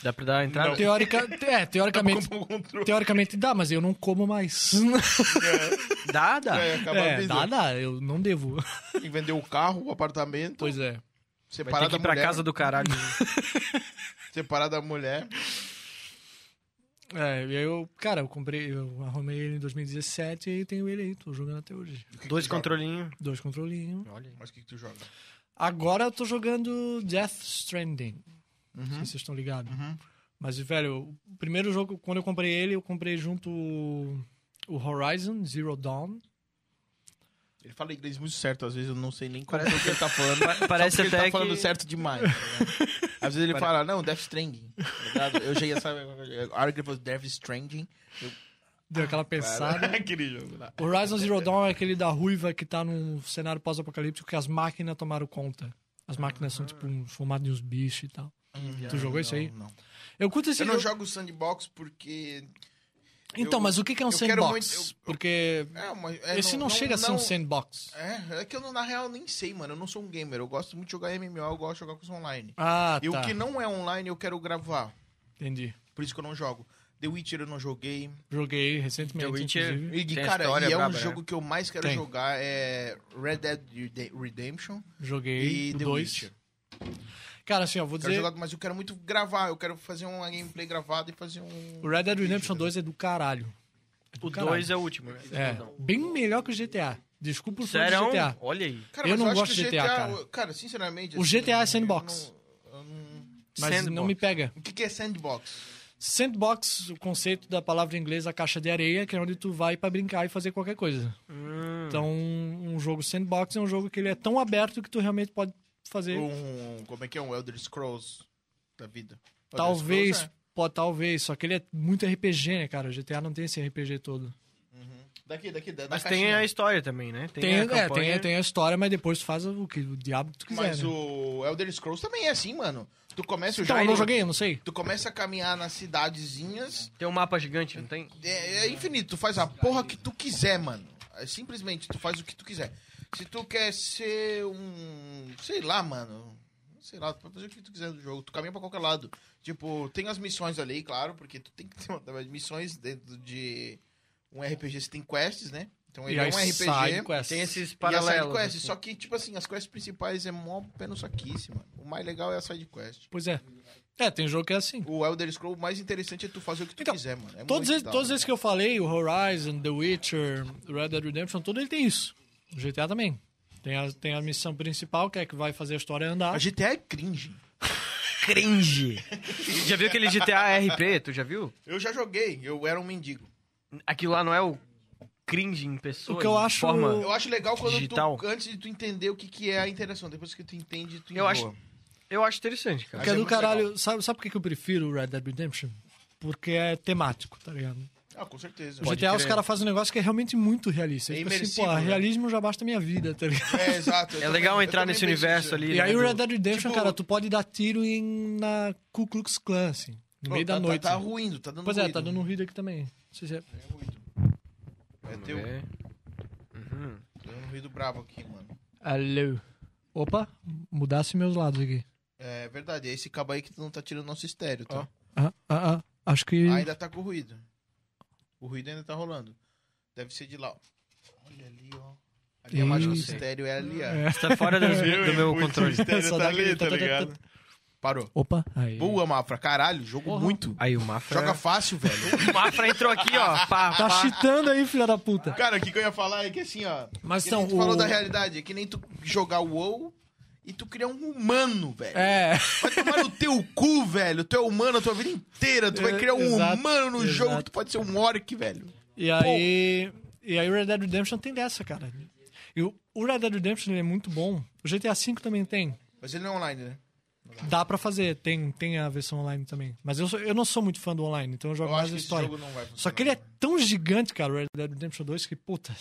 S2: Dá pra dar a entrada?
S4: Teórica, é, teoricamente,
S1: Comprar um controle.
S4: teoricamente dá, mas eu não como mais.
S2: Dá, dá.
S1: É, acaba a
S4: É,
S1: vida.
S4: dá, dá, eu não devo.
S1: Tem que vender o carro, o apartamento,
S4: Pois
S2: Vai
S4: é.
S2: ter
S1: separar
S2: que
S1: da
S2: ir pra
S1: mulher.
S2: casa do caralho.
S1: Separar da mulher.
S4: É, e aí eu, cara, eu comprei, eu arrumei ele em 2017 e aí tenho ele aí, tô jogando até hoje.
S2: Dois
S1: tu joga?
S2: controlinhos.
S4: Dois controlinhos.
S2: Olha aí.
S1: Mas o que, que tu joga?
S4: Agora eu tô jogando Death Stranding. Não
S1: Uhum.
S4: sei se vocês estão ligados. Mas, velho, o primeiro jogo, quando eu comprei ele, eu comprei junto o o Horizon Zero Dawn.
S1: Ele fala inglês muito certo, às vezes eu não sei nem qual é o que ele tá falando.
S2: Pa- parece
S1: só porque
S2: até
S1: ele tá falando
S2: que-
S1: certo demais. tá ligado? às vezes ele
S2: Pare-
S1: fala, não, Death Stranding. tá ligado? Eu já ia saber. A hora que ele falou Death Stranding. Ah,
S4: Deu aquela pensada.
S1: Aquele jogo lá.
S4: O Horizon Zero Dawn é aquele da ruiva que tá num cenário pós-apocalíptico que as máquinas tomaram conta. As máquinas são, tipo, um formato de uns bichos e tal. Hum, Tu jogou isso aí?
S1: Não, não.
S4: Eu curto esse
S1: Eu não
S4: jogo.
S1: jogo sandbox porque.
S4: Então,
S1: eu-
S4: mas o que que é um
S1: eu quero
S4: sandbox?
S1: muito- eu-
S4: Porque
S1: É, uma, é,
S4: esse não, chega a ser um sandbox.
S1: É, é que eu não- na real nem sei, mano. Eu não sou um gamer. Eu gosto muito de jogar MMO, eu gosto de jogar coisa online.
S4: Ah,
S1: E o
S4: tá.
S1: que não é online eu quero gravar.
S4: Entendi.
S1: Por isso que eu não jogo. The Witcher eu não joguei.
S4: Joguei recentemente,
S2: The Witcher-
S4: inclusive.
S1: E,
S2: Tem a
S1: cara,
S2: história
S1: e é um
S2: braba, né?
S1: jogo que eu mais quero
S4: Tem.
S1: jogar é Red Dead Rede- Redemption
S4: Joguei
S1: e,
S4: o
S1: The
S4: 2.
S1: Witcher.
S4: Cara, assim, ó, vou
S1: Quero
S4: dizer...
S1: jogar, mas eu quero muito gravar. Eu quero fazer uma gameplay gravada e fazer um...
S4: O Red Dead Redemption
S1: vídeo,
S4: 2 é do caralho.
S2: O
S4: Caralho.
S2: 2 é o último.
S4: É, bem melhor que o GTA. Desculpa o fã
S2: Sério? é
S4: do GTA.
S2: um? Olha aí.
S1: Cara,
S4: Eu
S1: mas
S4: não
S1: acho
S4: gosto
S1: que
S4: de GTA, cara.
S1: sinceramente...
S4: O GTA é sandbox.
S1: eu não- eu não-
S4: Mas
S2: Sandbox.
S4: não me pega.
S1: O que, que é sandbox?
S4: Sandbox, o conceito da palavra em inglês, a caixa de areia, que é onde tu vai pra brincar e fazer qualquer coisa.
S2: Hum,
S4: Então, um jogo sandbox é um jogo que ele é tão aberto que tu realmente pode fazer.
S1: Um, como é que é? Um Elder Scrolls da vida. Elder
S4: talvez,
S1: Scrolls,
S4: pô, talvez, só que ele é muito RPG, né, cara? O GTA não tem esse RPG todo.
S1: Daqui, daqui, da, da
S2: Mas tem
S1: caixinha.
S2: a história também, né? a
S4: Tem, é,
S2: campanha.
S4: tem, tem a história, mas depois tu faz o que o diabo que tu quiser.
S1: Mas
S4: né?
S1: o Elder Scrolls também é assim, mano. Tu começa o
S4: Então, eu não
S1: Jairo-
S4: joguei, eu não sei.
S1: Tu começa a caminhar nas cidadezinhas,
S2: Tem um mapa gigante, não tem?
S1: é, é infinito, tu faz a porra que tu quiser, mano. É simplesmente, tu faz o que tu quiser. Se tu quer ser um. sei lá, mano. Sei lá, tu pode fazer o que tu quiser do jogo, tu caminha pra qualquer lado. Tipo, tem as missões ali, claro, porque tu tem que ter uma- missões dentro de um RPG, você tem quests, né? Então ele
S4: E
S1: é
S4: aí
S1: um RPG.
S4: side quest.
S2: Tem esses
S1: E a side
S2: paralelos.
S1: quest,
S2: assim.
S1: só que, tipo assim, as quests principais é mó pé no saquice, mano. O mais legal é a side quest.
S4: Pois é. É, tem jogo que é assim.
S1: O Elder Scroll, o mais interessante é tu fazer o que tu
S4: Então,
S1: quiser, mano. É
S4: Todos
S1: muito
S4: esses,
S1: da
S4: todos
S1: hora.
S4: esses que eu falei, o Horizon, The Witcher, Red Dead Redemption, todo ele tem isso. O GTA também. Tem a, tem a missão principal, que é que vai fazer a história andar.
S1: A GTA é cringe.
S2: Cringe. já viu aquele GTA RP? Tu já viu?
S1: Eu já joguei, eu era um mendigo.
S2: Aquilo lá não é o cringe em pessoa?
S4: O que eu
S2: em
S4: acho-
S2: Forma...
S1: Eu acho legal quando
S2: Digital.
S1: tu, antes de tu entender o que, que é a interação, depois que tu entende, tu
S2: Eu acho-
S1: enjoa.
S2: Eu acho interessante, cara.
S4: Porque é
S1: é
S4: do
S1: muito
S4: caralho. Sabe, sabe por que que eu prefiro o Red Dead Redemption? Porque é temático, tá ligado?
S1: Ah, com certeza.
S4: O GTA, os caras fazem um negócio que é realmente muito realista.
S1: É
S4: tipo assim,
S1: imersivo,
S4: pô,
S1: né?
S4: realismo já basta a minha vida, tá ligado?
S1: É, exato. eu
S2: É
S1: também-
S2: legal
S1: eu
S2: entrar
S1: também
S2: nesse
S1: penso
S2: universo
S1: isso.
S2: ali.
S4: E
S2: né,
S4: aí o
S2: do-
S4: Red Dead Redemption,
S1: tipo-
S4: cara, tu pode dar tiro em, na Ku Klux Klan, assim. No
S1: Pô,
S4: meio
S1: tá,
S4: da
S1: tá-
S4: noite.
S1: Tá, ruindo, tá dando
S4: pois é,
S1: ruído.
S4: tá dando um ruído aqui também. Não sei se é-
S1: É ruído. É
S2: Vamos
S1: teu.
S2: ver. Uhum.
S1: Tá dando um ruído bravo aqui, mano.
S4: Alô. Opa, mudasse meus lados aqui.
S1: É verdade, é esse cabo aí que tu não tá tirando nosso estéreo, tá?
S4: Ah, ah, ah. Acho que.
S1: Ah, ainda tá com ruído. O ruído ainda tá rolando. Deve ser de lá. ó. Olha ali, ó. Ali a mágica do
S4: Eita.
S1: estéreo é ali, ó.
S2: Isso tá fora do, do meu controle.
S4: Só
S1: Estéreo
S4: dá
S1: tá ali,
S4: aquele
S1: tá
S4: tá, tá, tá,
S1: ligado? Parou.
S4: Opa, aí.
S1: Boa, Mafra. Caralho, jogo
S4: Porra.
S1: muito.
S2: Aí o Mafra...
S1: Joga fácil, velho.
S2: O Mafra entrou aqui, ó. Pá,
S4: Tá
S2: pá.
S4: cheatando aí, filha da puta.
S1: Cara, o que, que eu ia falar é que assim, ó.
S4: Mas
S1: que
S4: então,
S1: nem tu
S4: o-
S1: falou da realidade. É que nem tu jogar o WoW e tu criar um humano, velho.
S4: É.
S1: Vai tomar no teu cu, velho. Tu é humano a tua vida inteira. Tu vai
S4: É,
S1: criar um
S4: exato,
S1: humano no jogo que
S4: exato.
S1: tu pode ser um orc, velho.
S4: E aí. E aí o Red Dead Redemption tem dessa, cara. E o o Red Dead Redemption ele é muito bom. O GTA V também tem.
S1: Mas ele não é online, né?
S4: Dá pra fazer, tem, tem a versão online também. Mas eu, sou- eu não sou muito fã do online, então eu jogo
S1: Eu
S4: mais
S1: acho
S4: a
S1: que esse
S4: história.
S1: jogo não vai funcionar.
S4: Só que ele é tão gigante, cara, o Red Dead Redemption 2, que, puta,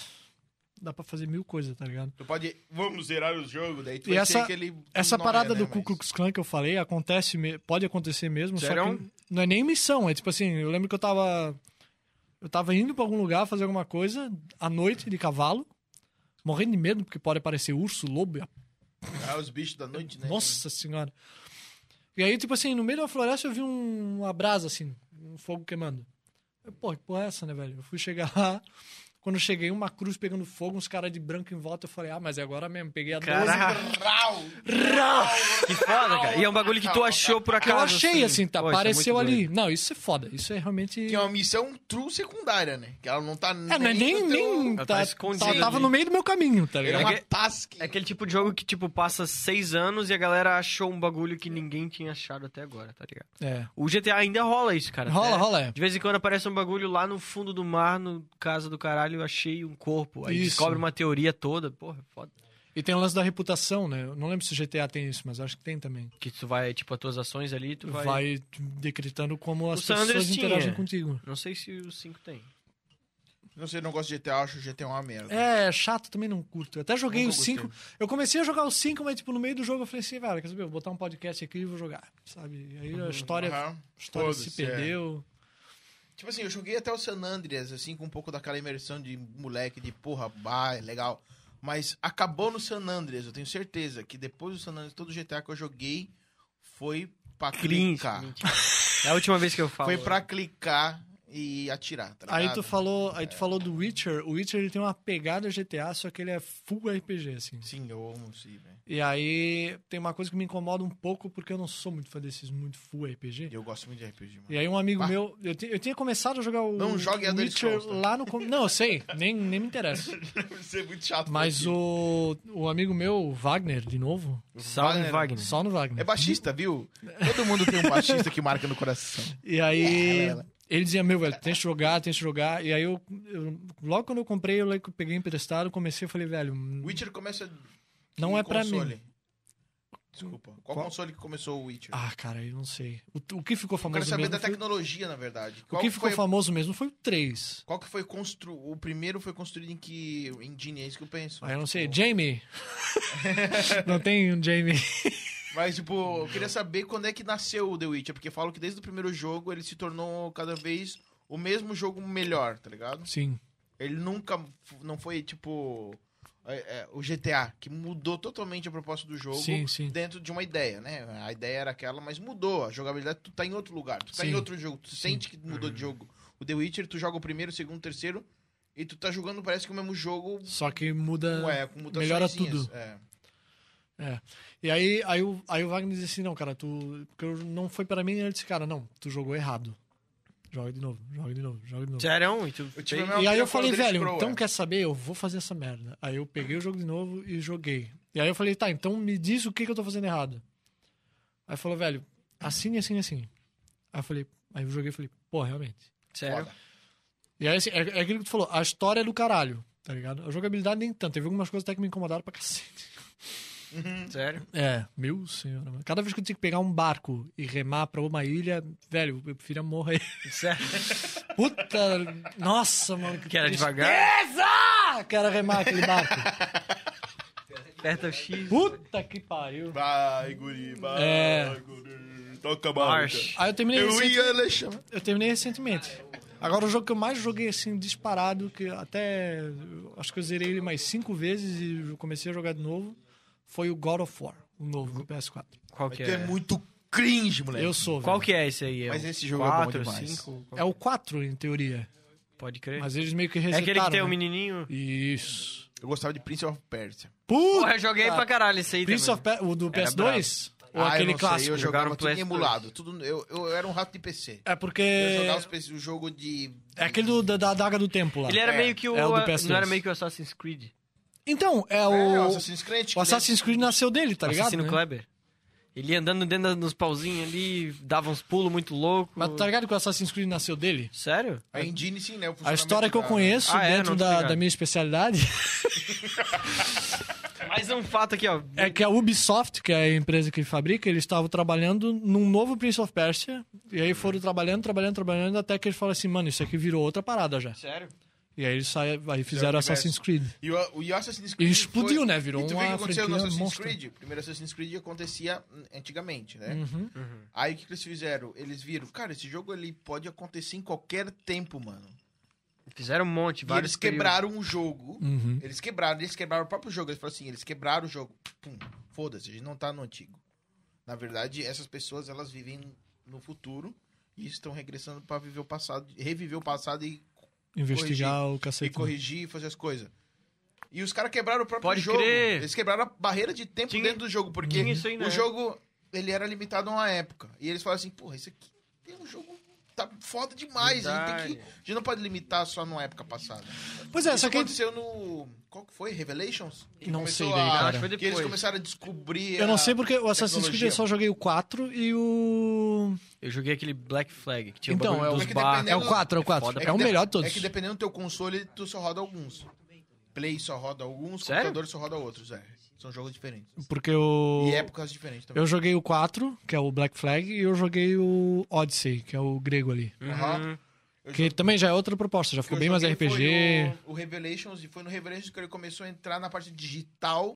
S4: dá pra fazer mil coisas, tá ligado?
S1: Tu pode. Vamos zerar o jogo, daí tu
S4: E
S1: vai
S4: essa-
S1: ser aquele.
S4: Essa
S1: não
S4: parada
S1: é, né,
S4: do
S1: mas-
S4: Ku Klux Klan que eu falei acontece, me- pode acontecer mesmo, só
S2: Sério?
S4: que não é nem missão, é tipo assim, eu lembro que eu tava eu tava indo pra algum lugar fazer alguma coisa à noite de cavalo, morrendo de medo porque pode aparecer urso, lobo, e a-
S1: Ah, os bichos da noite, né?
S4: nossa senhora. E aí tipo assim, no meio da floresta eu vi um, uma brasa assim, um fogo queimando. Eu, Pô, que porra é essa, né, velho? Eu fui chegar lá, quando eu cheguei, uma cruz pegando fogo, uns caras de branco em volta, eu falei, ah, mas é agora mesmo, peguei a 12
S2: Caraca.
S1: Rau!
S2: Que foda, cara. E é um bagulho que tu achou por
S4: Que eu
S2: acaso.
S4: achei, assim, tá,
S2: Pô, isso é
S4: apareceu
S2: muito
S4: ali.
S2: doido.
S4: Não, isso é foda. Isso é realmente.
S1: Que é uma missão true secundária, né? Que ela não tá
S4: É, não é nem.
S1: no teu-
S4: nem
S2: Ela tá
S4: tá,
S2: escondida
S4: tá- tava
S2: ali.
S4: no meio do meu caminho, tá
S1: Ele é
S4: ligado?
S1: uma
S2: É que-
S1: task.
S2: É aquele tipo de jogo que, tipo, passa seis anos e a galera achou um bagulho que ninguém tinha achado até agora, tá ligado?
S4: É.
S2: O GTA ainda rola isso, cara.
S4: Rola,
S2: Até-
S4: rola, é.
S2: De vez em quando aparece um bagulho lá no fundo do mar, no casa do caralho, eu achei um corpo. Aí
S4: Isso.
S2: descobre uma teoria toda, porra, é foda.
S4: E tem o lance da reputação, né? Eu não lembro se GTA tem isso, mas acho que tem também.
S2: Que tu vai, tipo, as tuas ações ali, tu vai...
S4: Vai, decretando como as
S2: San Andreas
S4: pessoas
S2: tinha.
S4: interagem contigo.
S2: Não sei se o 5 tem.
S1: Não sei, não gosto de GTA, acho GTA uma merda.
S4: É, chato, também não curto. Eu até joguei o
S1: Nunca
S4: 5. Eu comecei a jogar o 5, mas, tipo, no meio do jogo eu falei assim, velho, quer saber? Eu vou botar um podcast aqui e vou jogar, sabe? E aí a história, a
S1: Aham.
S4: história se
S1: Foda-se, é.
S4: perdeu.
S1: Tipo assim, eu joguei até o San Andreas, assim, com um pouco daquela imersão de moleque, de porra, bah, é legal. Mas acabou no San Andreas, eu tenho certeza que depois do San Andreas, todo GTA que eu joguei foi pra
S2: Cringe.
S1: clicar.
S2: mentira. É a última vez que eu falo.
S1: Foi pra clicar e atirar, tá
S4: Aí
S1: ligado?
S4: tu falou, aí tu
S1: É.
S4: falou do Witcher. O Witcher ele tem uma pegada GTA, só que ele é full RPG assim.
S1: Sim, eu amo sim, velho.
S4: E aí tem uma coisa que me incomoda um pouco porque eu não sou muito fã desses muito full
S1: E
S4: RPG.
S1: Eu gosto muito de RPG, mano.
S4: E aí um amigo
S1: Bah.
S4: meu, eu, ti- eu tinha começado a jogar o
S1: Não jogue Elder
S4: Witcher
S1: Scrolls, tá?
S4: lá no com- Não, eu sei, nem nem me interessa.
S1: Deve ser é muito chato.
S4: Mas
S1: porque-
S4: o o amigo meu, o Wagner, de novo,
S2: Salve,
S1: Wagner.
S2: Wagner.
S4: só no Wagner.
S1: É baixista, viu? Todo mundo tem um baixista que marca no coração.
S4: E
S1: É,
S4: aí ele dizia, meu, velho, tem que jogar, tem que jogar. E aí eu, eu- logo quando eu comprei, eu like, peguei emprestado, comecei, eu falei, velho,
S1: Witcher começa.
S4: não
S1: no
S4: é pra mim.
S1: console. Desculpa. Qual,
S4: Qual?
S1: console que começou o Witcher?
S4: Ah, cara, eu não sei. O, o que ficou
S1: eu quero
S4: famoso
S1: saber
S4: mesmo
S1: da
S4: foi-
S1: tecnologia, na verdade.
S4: O
S1: Qual
S4: que ficou
S1: foi,
S4: famoso mesmo foi o 3.
S1: Qual que foi construído? O primeiro foi construído em que engine? É isso que eu penso.
S4: Ah, eu não sei. Jamie. não tem um Jamie.
S1: Mas, tipo, eu queria saber quando é que nasceu o The Witcher. Porque falam que desde o primeiro jogo ele se tornou cada vez o mesmo jogo melhor, tá ligado?
S4: Sim.
S1: Ele nunca f- não foi tipo é, é, o GTA, que mudou totalmente a proposta do jogo
S4: Sim, sim.
S1: dentro de uma ideia, né? A ideia era aquela, mas mudou. A jogabilidade, tu tá em outro lugar, tu tá em
S4: Sim.
S1: outro jogo, tu sente que mudou de jogo. O The Witcher, tu joga o primeiro, o segundo, o terceiro, e tu tá jogando, parece que o mesmo jogo.
S4: Só que muda.
S1: Ué, com mutações.
S4: melhora tudo.
S1: É.
S4: E aí, aí, o, aí o Wagner disse assim: não, cara, tu. Porque eu- não foi para mim. E ele disse: cara, não, tu jogou errado. Joga de novo, joga de novo, joga de novo.
S2: Sério? é um? E tu
S1: Eu tive
S2: fez?
S1: a mesma
S4: E aí
S1: opinião
S4: eu
S1: quando
S4: falei,
S1: Andrés
S4: velho,
S1: Crowe,
S4: então
S1: é.
S4: quer saber? Eu vou fazer essa merda. Aí eu peguei o jogo de novo e joguei. E aí eu falei, tá, então me diz o que, que eu tô fazendo errado. Aí falou, velho, assim, assim, assim. Aí eu falei, aí eu joguei e falei, pô, realmente.
S2: Sério?
S4: E aí assim, é, é aquilo que tu falou, a história é do caralho, tá ligado? A jogabilidade nem tanto. Teve algumas coisas até que me incomodaram pra cacete.
S2: Sério?
S4: É, meu senhor. mano. Cada vez que eu tinha que pegar um barco e remar pra uma ilha, velho, eu prefiro morrer.
S2: Sério?
S4: Puta, nossa, mano.
S2: Que era
S1: é!
S2: devagar?
S4: Ah, quero remar aquele barco.
S2: Aperta o X.
S4: Puta que pariu.
S1: Vai, guri, vai,
S4: É.
S1: guri. Toca a
S2: March.
S4: Aí eu terminei,
S1: Eu
S4: recente-
S1: ia Alexandre.
S4: eu terminei recentemente. Agora o jogo que eu mais joguei assim, disparado, que até. eu Acho que eu zerei ele mais cinco vezes e eu comecei a jogar de novo, foi o God of War, o novo, do PS4.
S2: Qual
S1: Mas
S2: que
S1: tu
S2: é?
S1: é muito cringe, moleque.
S4: Eu sou.
S2: Qual
S4: velho.
S2: que é esse aí? É
S1: Mas
S2: o
S1: esse jogo é bom
S2: quatro,
S1: demais.
S2: cinco? Qual-
S4: É o 4, em teoria.
S2: Pode crer.
S4: Mas eles meio que
S2: é
S4: resetaram.
S2: aquele
S1: tá
S2: que tem o
S4: né?
S2: menininho?
S4: Isso.
S1: Eu gostava de Prince of Persia.
S2: Porra,
S4: Puta!
S2: eu
S1: Tá.
S2: joguei pra caralho esse aí
S4: Prince
S2: também.
S4: of Pe- o do PS2? Ou
S1: Ah, eu
S4: aquele
S1: não sei,
S4: clássico?
S1: eu jogava
S2: Jogaram
S1: tudo em
S2: Play
S1: emulado. Tudo, eu, eu era um rato de PC.
S4: É porque.
S1: Eu jogava os PC o jogo de...
S4: É aquele do- da, da adaga do tempo lá.
S2: Ele era
S1: É,
S2: meio que o...
S4: é o do PS2.
S2: Não era meio que o Assassin's Creed?
S4: Então, é
S1: É,
S4: o.
S1: o Assassin's Creed.
S4: O Assassin's Creed nasceu dele, tá
S2: o
S4: ligado?
S2: Assassino
S4: né?
S2: Kleber. Ele ia andando dentro da- nos pauzinhos ali, dava uns pulos muito loucos.
S4: Mas tá ligado que o Assassin's Creed nasceu dele?
S2: Sério?
S1: A engine, sim, né? o
S4: A história que
S1: funcionamento
S4: eu
S1: da-
S4: conheço
S2: Ah, é?
S4: dentro
S2: Não tô
S4: da,
S2: ligado.
S4: da minha especialidade
S2: Mais um fato aqui, ó.
S4: é que a Ubisoft, que é a empresa que fabrica, eles estavam trabalhando num novo Prince of Persia. E
S1: Uhum.
S4: aí foram trabalhando, trabalhando, trabalhando, até que eles falaram assim, mano, isso aqui virou outra parada já.
S2: Sério?
S4: E aí eles saia, aí fizeram
S1: universo.
S4: Assassin's Creed.
S1: E o, e o Assassin's
S4: E
S1: Creed...
S4: explodiu,
S1: foi-
S4: né? Virou
S1: E tu vê o que
S4: uma
S1: aconteceu no
S4: franquia
S1: Assassin's
S4: monstro.
S1: Creed? O primeiro Assassin's Creed acontecia hum, antigamente, né?
S4: Hum. Uhum.
S1: Aí o que que eles fizeram? Eles viram, cara, esse jogo ele pode acontecer em qualquer tempo, mano.
S2: Fizeram um monte,
S1: E
S2: vários
S1: eles
S2: períodos.
S1: quebraram um jogo.
S4: Uhum.
S1: Eles quebraram, eles quebraram o próprio jogo. Eles falaram assim, eles quebraram o jogo. Pum, foda-se, a gente não tá no antigo. Na verdade, essas pessoas, elas vivem no futuro e estão regressando pra viver o passado, reviver o passado e,
S4: Investigar o
S1: e
S4: cacete. né?
S1: corrigir e fazer as coisas. E os caras quebraram o próprio
S2: é. Pode
S1: jogo.
S2: crer.
S1: Eles quebraram a barreira de tempo
S2: Tinha-
S1: dentro do jogo, porque
S2: tinha isso aí, né?
S1: o jogo, ele era limitado a uma época. E eles falaram assim, porra, isso aqui tem um jogo... Tá foda demais, a gente, tem que, a gente não pode limitar só numa época passada.
S4: Pois é,
S1: Isso
S4: só que...
S1: aconteceu no. Qual que foi? Revelations? Que
S4: Não
S1: começou
S4: sei daí,
S1: a-
S4: cara.
S2: Acho que foi
S1: Que eles
S2: depois.
S1: começaram a descobrir.
S4: Eu
S1: a-
S4: não sei porque o Assassin's Creed
S1: tecnologia.
S4: eu só joguei o 4 e o...
S2: Eu joguei aquele Black Flag, que tinha
S4: Então,
S2: um
S4: é o-
S2: bagulho
S1: É
S2: dos
S1: que
S2: barcos.
S1: dependendo-
S4: É o 4, é o 4.
S2: Foda
S4: É,
S1: que
S4: o
S1: de-
S4: melhor de todos.
S1: É que dependendo do teu console, tu só roda alguns. Play só roda alguns,
S2: Sério?
S1: computador só roda outros, é. São jogos diferentes.
S4: Porque o...
S1: E épocas diferentes também.
S4: Eu joguei o 4, que é o Black Flag, e eu joguei o Odyssey, que é o grego ali.
S2: Uhum.
S1: Aham. Eu
S4: Que também já é outra proposta, já
S1: O que
S4: ficou
S1: eu
S4: bem mais
S1: joguei foi
S4: RPG.
S1: O, o Revelations, e foi no Revelations que ele começou a entrar na parte digital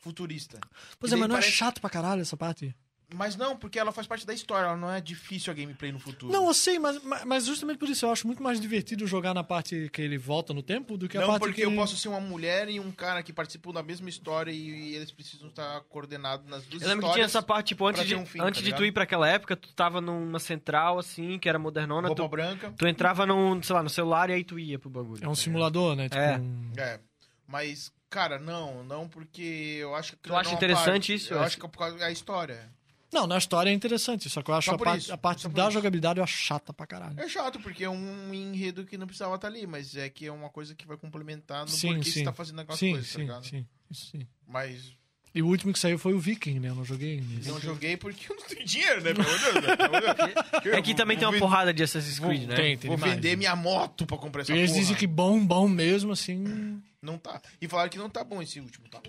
S1: futurista.
S4: Pois
S1: E
S4: é,
S1: daí
S4: mas não é
S1: parece-
S4: chato pra caralho essa parte?
S1: Mas não, porque ela faz parte da história, ela não é difícil a gameplay no futuro.
S4: Não, eu sei, mas, mas- mas justamente por isso eu acho muito mais divertido jogar na parte que ele volta no tempo do que a
S1: não
S4: parte
S1: porque
S4: que...
S1: eu posso ser uma mulher e um cara que participam da mesma história e, eles precisam estar coordenados nas duas
S4: É
S2: Eu lembro que tinha
S1: histórias.
S2: essa parte, tipo, antes,
S1: pra
S2: de,
S1: ter um fim, tá
S2: antes de tu
S1: ligado?
S2: ir pra aquela época, tu tava numa central, assim, que era modernona,
S1: roupa
S2: tu,
S1: branca.
S2: tu entrava num, sei lá, no celular e aí tu ia pro bagulho.
S4: É um
S2: tá ligado?
S4: simulador, né? Tipo,
S2: É.
S4: um-
S1: É. Mas, cara, não, não porque eu acho que.
S2: Tu
S1: não
S2: acha
S1: é uma
S2: interessante
S1: parte.
S2: isso?
S1: Eu
S2: Eu
S1: acho que é por causa da história.
S4: Não, na história é interessante, só que eu acho
S1: Só
S4: a
S1: por
S4: parte,
S1: isso,
S4: a parte
S1: só por
S4: da
S1: isso.
S4: jogabilidade eu acho chata pra caralho.
S1: É chato, porque é um enredo que não precisava estar ali, mas é que é uma coisa que vai complementar no
S4: Sim,
S1: porquê
S4: sim.
S1: você tá fazendo aquelas
S4: Sim,
S1: coisas, tá
S4: sim,
S1: ligado?
S4: sim, isso sim.
S1: Mas
S4: E o último que saiu foi o Viking, né? Eu não joguei ainda.
S1: não joguei porque eu não tenho dinheiro, né? Pelo amor de Deus, né? Pelo amor de Deus. Eu
S2: É que também tem uma
S1: vou-
S2: porrada de Assassin's Creed, né?
S4: Tem, tem
S1: Vou
S4: demais,
S1: vender
S4: né?
S1: minha moto pra comprar essa
S4: E eles
S1: porra.
S4: dizem que bom, bom mesmo, assim...
S1: Não tá. E falaram que não tá bom esse último, tá?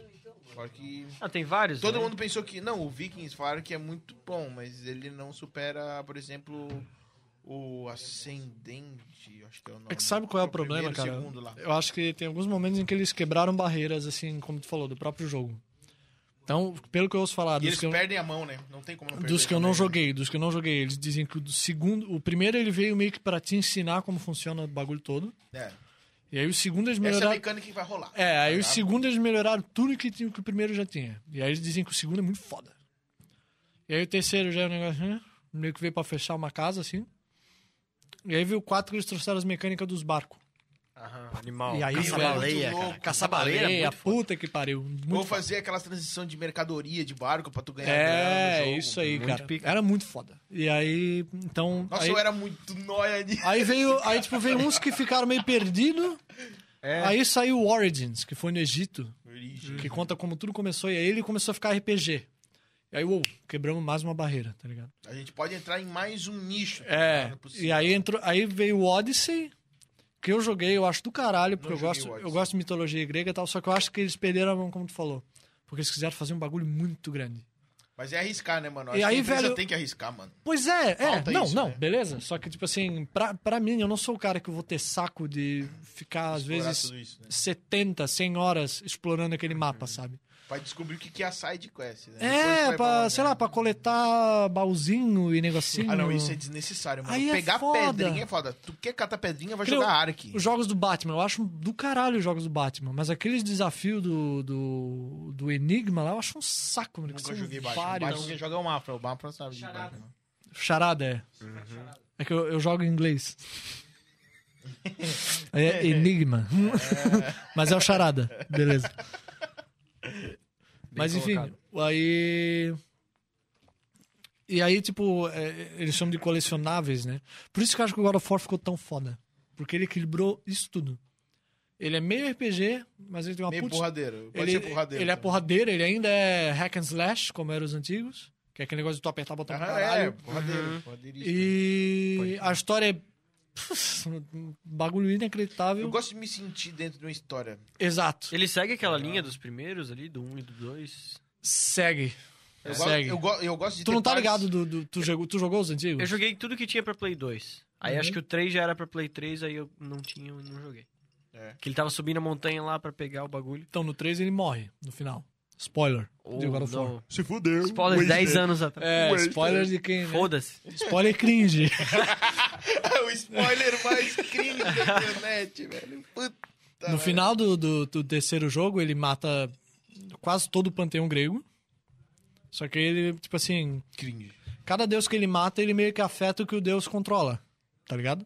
S1: Claro que.
S2: Ah, tem vários.
S1: Todo
S2: né?
S1: mundo pensou que. Não, o Vikings falaram que é muito bom, mas ele não supera, por exemplo, o Ascendente. Acho que é o nome.
S4: É que sabe qual é o problema,
S1: primeiro,
S4: cara? É,
S1: Segundo lá.
S4: Eu acho que tem alguns momentos em que eles quebraram barreiras, assim, como tu falou, do próprio jogo. Então, pelo que eu ouço falar,
S1: E
S4: dos
S1: eles
S4: que eu,
S1: perdem a mão, né? Não tem como não perder
S4: dos que eu não
S1: também, né?
S4: joguei, dos que eu não joguei, eles dizem que o do segundo, o primeiro ele veio meio que pra te ensinar como funciona o bagulho todo.
S1: É.
S4: E aí o segundo eles
S1: Essa é a
S4: melhoraram.
S1: mecânica que vai rolar.
S4: É, aí o
S1: Tá?
S4: segundo eles melhoraram tudo que, tinha- que o primeiro já tinha. E aí eles dizem que o segundo é muito foda. E aí o terceiro já é um negócio, né? meio que veio pra fechar uma casa, assim. E aí veio o quatro que eles trouxeram as mecânicas dos barcos.
S2: Aham, animal.
S4: E aí, velho,
S2: Caça-baleia,
S1: muito
S2: cara.
S1: louco.
S2: Caça-baleia.
S4: é Baleia,
S2: muito foda.
S4: puta que pariu.
S1: Vou
S4: Muito foda.
S1: fazer aquelas transições de mercadoria de barco pra tu ganhar. grana
S4: É,
S1: no jogo.
S4: isso aí,
S2: muito
S4: cara.
S2: pica.
S4: Era muito foda. E aí, então.
S1: Nossa,
S4: aí,
S1: eu era muito nóia nisso.
S4: aí veio. Aí, tipo, veio uns que ficaram meio perdidos.
S2: É.
S4: Aí saiu o Origins, que foi no Egito,
S1: Origem.
S4: que conta como tudo começou. E aí ele começou a ficar RPG. E aí, uou, quebramos mais uma barreira, tá ligado?
S1: A gente pode entrar em mais um nicho.
S4: É.
S1: Não possível.
S4: e aí entrou, aí veio o Odyssey, que eu joguei, eu acho do caralho, porque
S1: Não
S4: eu
S1: joguei
S4: gosto,
S1: o Odyssey.
S4: eu gosto de mitologia grega e tal, só que eu acho que eles perderam a mão, como tu falou. Porque eles quiseram fazer um bagulho muito grande.
S1: Mas é arriscar, né, mano?
S4: E
S1: Acho que a
S4: aí,
S1: empresa
S4: velho-
S1: tem que arriscar, mano.
S4: Pois é, é.
S1: Falta
S4: não,
S1: isso,
S4: não,
S1: né?
S4: beleza. Só que, tipo assim, pra, pra mim, eu não sou o cara que eu vou ter saco de ficar, às
S1: Explorar
S4: vezes,
S1: tudo isso, né?
S4: 70, 100 horas explorando aquele mapa, sabe?
S1: Pra descobrir o que que é a side quest, né? Depois
S4: É,
S1: vai
S4: pra,
S1: pra- né?
S4: sei lá, pra coletar baúzinho e negocinho.
S1: Ah, não, isso é desnecessário, mano.
S4: Aí é
S1: Pegar
S4: foda.
S1: pedrinha é foda. Tu quer catar pedrinha, vai
S4: Creu-
S1: jogar Ark.
S4: Os jogos do Batman, eu acho do caralho os jogos do Batman, mas aqueles desafios do, do, do Enigma lá, eu acho um saco, mano. que
S1: Nunca
S4: são
S1: joguei baixo.
S4: vários.
S1: Baixo quem joga é o Mafra. O Mafra sabe de
S8: Charada.
S1: Batman.
S4: Charada é. É que eu, eu jogo em inglês. É enigma. Mas é o charada. Beleza. Mas enfim, aí. E aí, tipo, é, eles chamam de colecionáveis, né? Por isso que eu acho que o God of War ficou tão foda. Porque ele equilibrou isso tudo. Ele é meio RPG, mas ele tem uma
S1: Meio
S4: puta
S1: porradeiro. Pode
S4: Ah, ele,
S1: ser porradeiro.
S4: ele é
S1: também.
S4: porradeiro, ele ainda é hack and slash, como eram os antigos. Que é aquele negócio de tu apertar o botão pra
S1: Aham,
S4: caralho. Uhum.
S1: é, porradeiro. porradeirista.
S4: E
S1: Pode
S4: a história é. Pff, um bagulho inacreditável.
S1: Eu gosto de me sentir dentro de uma história.
S4: Exato.
S2: Ele segue aquela linha dos primeiros ali, do 1 e do 2?
S4: Segue.
S1: Eu, go-
S4: É, Segue.
S1: eu, go- eu gosto de
S4: Tu
S1: ter
S4: não tá
S1: partes-
S4: ligado do. do- tu, jogou, tu jogou os antigos?
S2: Eu joguei tudo que tinha pra Play 2. Aí
S4: Uhum.
S2: acho que o 3 já era pra Play 3, aí eu não tinha, eu não joguei.
S1: É.
S2: Que ele tava subindo a montanha lá pra pegar o bagulho.
S4: Então no 3 ele morre, no final. Spoiler. de God of War.
S2: Oh, não. Se fudeu. Spoiler,
S1: Waste
S2: 10 anos atrás.
S4: É, spoiler de quem. Né?
S2: Foda-se.
S4: Spoiler cringe.
S1: É o spoiler mais cringe da internet, velho. Puta.
S4: No
S1: merda.
S4: final do, do, do terceiro jogo, ele mata quase todo o panteão grego. Só que ele, tipo assim,
S1: Cringe.
S4: cada deus que ele mata, ele meio que afeta o que o deus controla, tá ligado?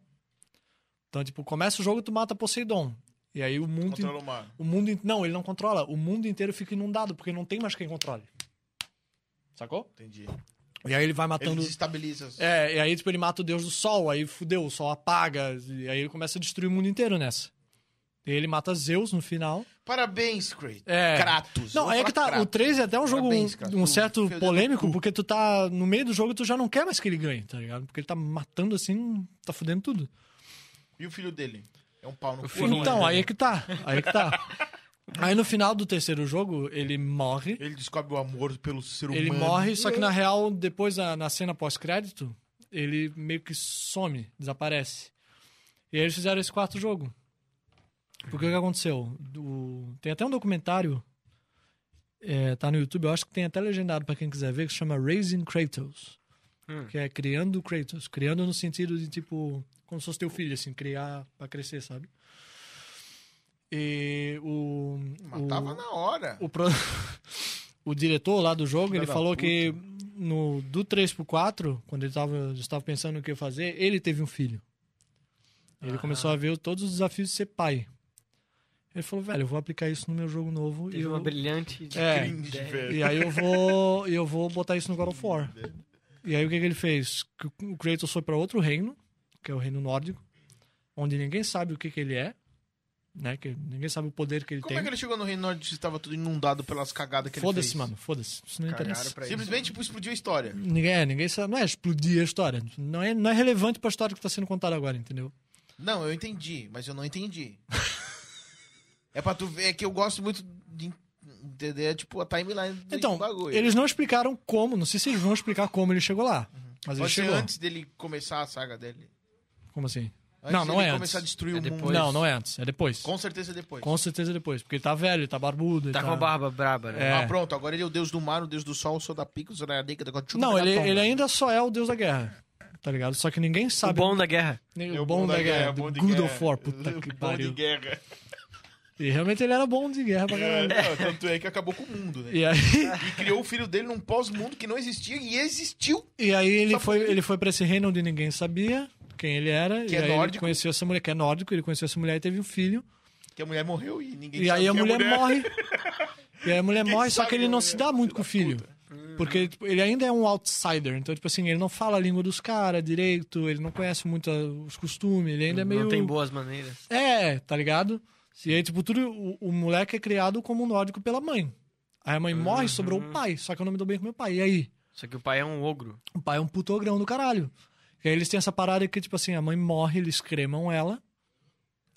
S4: Então, tipo, começa o jogo, tu mata Poseidon. E aí o mundo...
S1: Controla o mar.
S4: O mundo... in- Não, ele não controla. O mundo inteiro fica inundado, porque não tem mais quem controle. Sacou?
S1: Entendi.
S4: E aí ele vai
S1: Ele
S4: matando...
S1: desestabiliza. as-
S4: É, e aí, tipo, ele mata o deus do sol, aí fudeu, o sol apaga, e aí ele começa a destruir o mundo inteiro nessa. E ele mata Zeus no final.
S1: Parabéns, Kratos.
S4: É.
S1: Kratos.
S4: Não,
S1: Vou
S4: aí é
S1: falar
S4: que tá. O
S1: Kratos.
S4: 3 é até um jogo
S1: Parabéns, cara.
S4: um, um
S1: Tu
S4: certo
S1: fez o
S4: polêmico, porque tu tá no meio do jogo tu já não quer mais que ele ganhe, tá ligado? Porque ele tá matando assim, tá fudendo tudo.
S1: E o filho dele? É um pau no cu.
S4: Então, aí é que tá. Aí é que tá. Aí no final do terceiro jogo, ele morre.
S1: Ele descobre o amor pelo ser humano.
S4: Ele morre, só que na real, depois na, na cena pós-crédito, ele meio que some, desaparece. E aí eles fizeram esse quarto jogo. Porque o que aconteceu? Do- Tem até um documentário, é, tá no YouTube, eu acho que tem até legendado pra quem quiser ver, que se chama Raising Kratos.
S2: Hum.
S4: Que é criando Kratos. Criando no sentido de, tipo, como se fosse teu filho, assim, criar pra crescer, sabe? E o...
S1: Matava
S4: o
S1: na hora.
S4: o, pro- o diretor lá do jogo,
S1: Filha
S4: ele
S1: da
S4: falou
S1: puta.
S4: que no, do 3 pro 4, quando ele tava, eles tavam pensando o que ia fazer, ele teve um filho. Ele
S1: Ah.
S4: começou a ver todos os desafios de ser pai. Ele falou, velho, eu vou aplicar isso no meu jogo novo. E,
S2: Teve uma
S4: eu...
S2: brilhante...
S4: É.
S1: Cringe, velho.
S4: e aí eu vou, eu vou botar isso no God of War. E aí o que, que ele fez? Que o- O Kratos foi pra outro reino, que é o reino nórdico, onde ninguém sabe o que, que ele é, né? Que ninguém sabe o poder que ele
S1: Como
S4: tem.
S1: é que ele chegou no Reino Norte se estava tudo inundado pelas cagadas que ele fez?
S4: Foda-se, mano, foda-se. Isso não interessa.
S1: Simplesmente tipo, explodiu a história.
S4: Ninguém, é, ninguém sabe. Não é explodir a história. Não é, não é relevante pra história que tá sendo contada agora, entendeu?
S1: Não, eu entendi, mas eu não entendi. é pra tu ver, é que eu gosto muito de, entender, tipo, a timeline do
S4: Então,
S1: bagulho.
S4: eles não explicaram como, não sei se eles vão explicar como ele chegou lá.
S1: Uhum.
S4: Mas ele
S1: Pode ser
S4: chegou.
S1: antes dele começar a saga dele.
S4: Como assim?
S1: Antes
S4: Não, não
S1: dele
S4: é
S1: começar
S4: antes.
S1: a destruir o
S2: É
S1: mundo.
S2: depois.
S4: Não, não é antes, é depois. Com,
S1: Com certeza é depois.
S4: certeza depois, porque ele tá velho, ele tá barbudo. ele
S2: Tá com a barba braba, né?
S4: É.
S1: Ah, pronto, agora ele é o deus do mar, o deus do sol, o sol da pica, o sol da nega, o negócio de
S4: Não,
S1: chuva da
S4: ele,
S1: tonga.
S4: ele ainda só é o deus da guerra. Tá ligado? Só que ninguém
S2: O
S4: sabe.
S2: bom da guerra.
S4: nem-
S1: É
S4: o bom da guerra.
S1: bom
S4: do
S1: de
S4: Good
S1: guerra.
S4: of War, puta
S1: O
S4: que
S1: bom de
S4: pariu.
S1: guerra.
S4: E realmente ele era bom de guerra pra
S1: É,
S4: caralho.
S1: não, tanto é que acabou com o mundo, né?
S4: E aí,
S1: E criou o filho dele num pós-mundo que não existia e existiu.
S4: e aí ele,
S1: Só
S4: foi, ele foi pra esse reino onde ninguém sabia quem ele era.
S1: Que
S4: e
S1: é
S4: aí ele
S1: nórdico.
S4: conheceu essa mulher, que é nórdico, ele conheceu essa mulher e teve um filho.
S1: Que a mulher morreu e ninguém
S4: E
S1: sabe
S4: aí a
S1: quem é
S4: mulher, morre. E aí a mulher
S1: Quem
S4: morre, só
S1: sabe
S4: que ele
S1: a
S4: não
S1: mulher,
S4: se dá muito com o filho. Porque tipo, ele ainda é um outsider. Então, tipo assim, ele não fala a língua dos caras direito, ele não conhece muito a- os costumes, ele ainda é meio.
S2: Não tem boas maneiras.
S4: É, tá ligado? E aí, tipo, tudo. O, o moleque é criado como um nórdico pela mãe. Aí a mãe morre, sobrou
S1: Uhum.
S4: o pai. Só que eu não me dou bem com meu pai. E aí?
S2: Só que o pai é um ogro.
S4: O pai é um putogrão do caralho. E aí eles têm essa parada que, tipo assim, a mãe morre, eles cremam ela.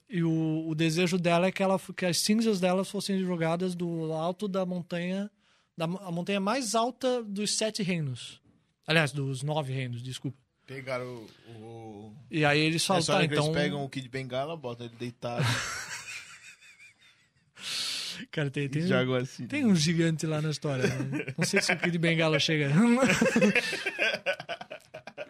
S4: E o, o desejo dela é que, ela, que as cinzas dela fossem jogadas do alto da montanha. Da, mo- a montanha mais alta dos sete reinos. Aliás, dos nove reinos, desculpa.
S1: Pegaram o. o...
S4: E aí eles falam,
S1: Nessa hora
S4: tá,
S1: É que
S4: então.
S1: Eles pegam o Kid Bengala, botam ele deitado
S4: Cara, tem,
S1: e
S4: tem,
S1: jogam assim.
S4: Tem um gigante lá na história. né? Não sei se o Kid Bengala chega.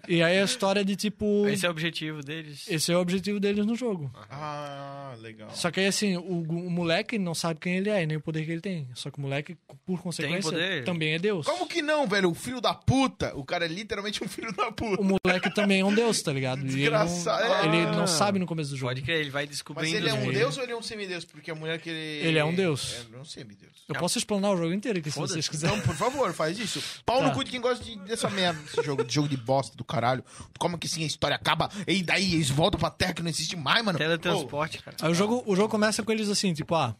S4: e aí a história de tipo.
S2: Esse é o objetivo deles.
S4: Esse é o objetivo deles no jogo.
S1: Ah, legal.
S4: Só que aí assim, o, o moleque não sabe quem ele é, e nem o poder que ele tem. Só que o moleque, por consequência,
S2: poder?
S4: também é Deus.
S1: Como que não, velho? O filho da puta. O cara é literalmente um filho da puta.
S4: O moleque também é um Deus, tá ligado? E ele,
S1: Desgraçado,
S4: não,
S1: é.
S4: ele não sabe no começo do jogo.
S2: Pode crer, ele vai
S1: Mas
S2: descobrindo.
S1: ele é um
S4: Deus.
S1: deus ou ele é um semideus? Porque a mulher que ele.
S4: Ele é um deus.
S1: É um semideus.
S4: Eu posso explanar o jogo inteiro aqui se
S2: Foda-se.
S4: vocês quiserem.
S1: Então, por favor, faz isso. Pau
S4: Tá.
S1: no cu de quem gosta de- dessa merda, desse jogo, de jogo de bosta do caralho. Como que sim, a história acaba e daí eles voltam pra terra que não existe mais, mano.
S2: Teletransporte, cara.
S4: Aí o jogo, o jogo começa com eles assim, tipo, ah.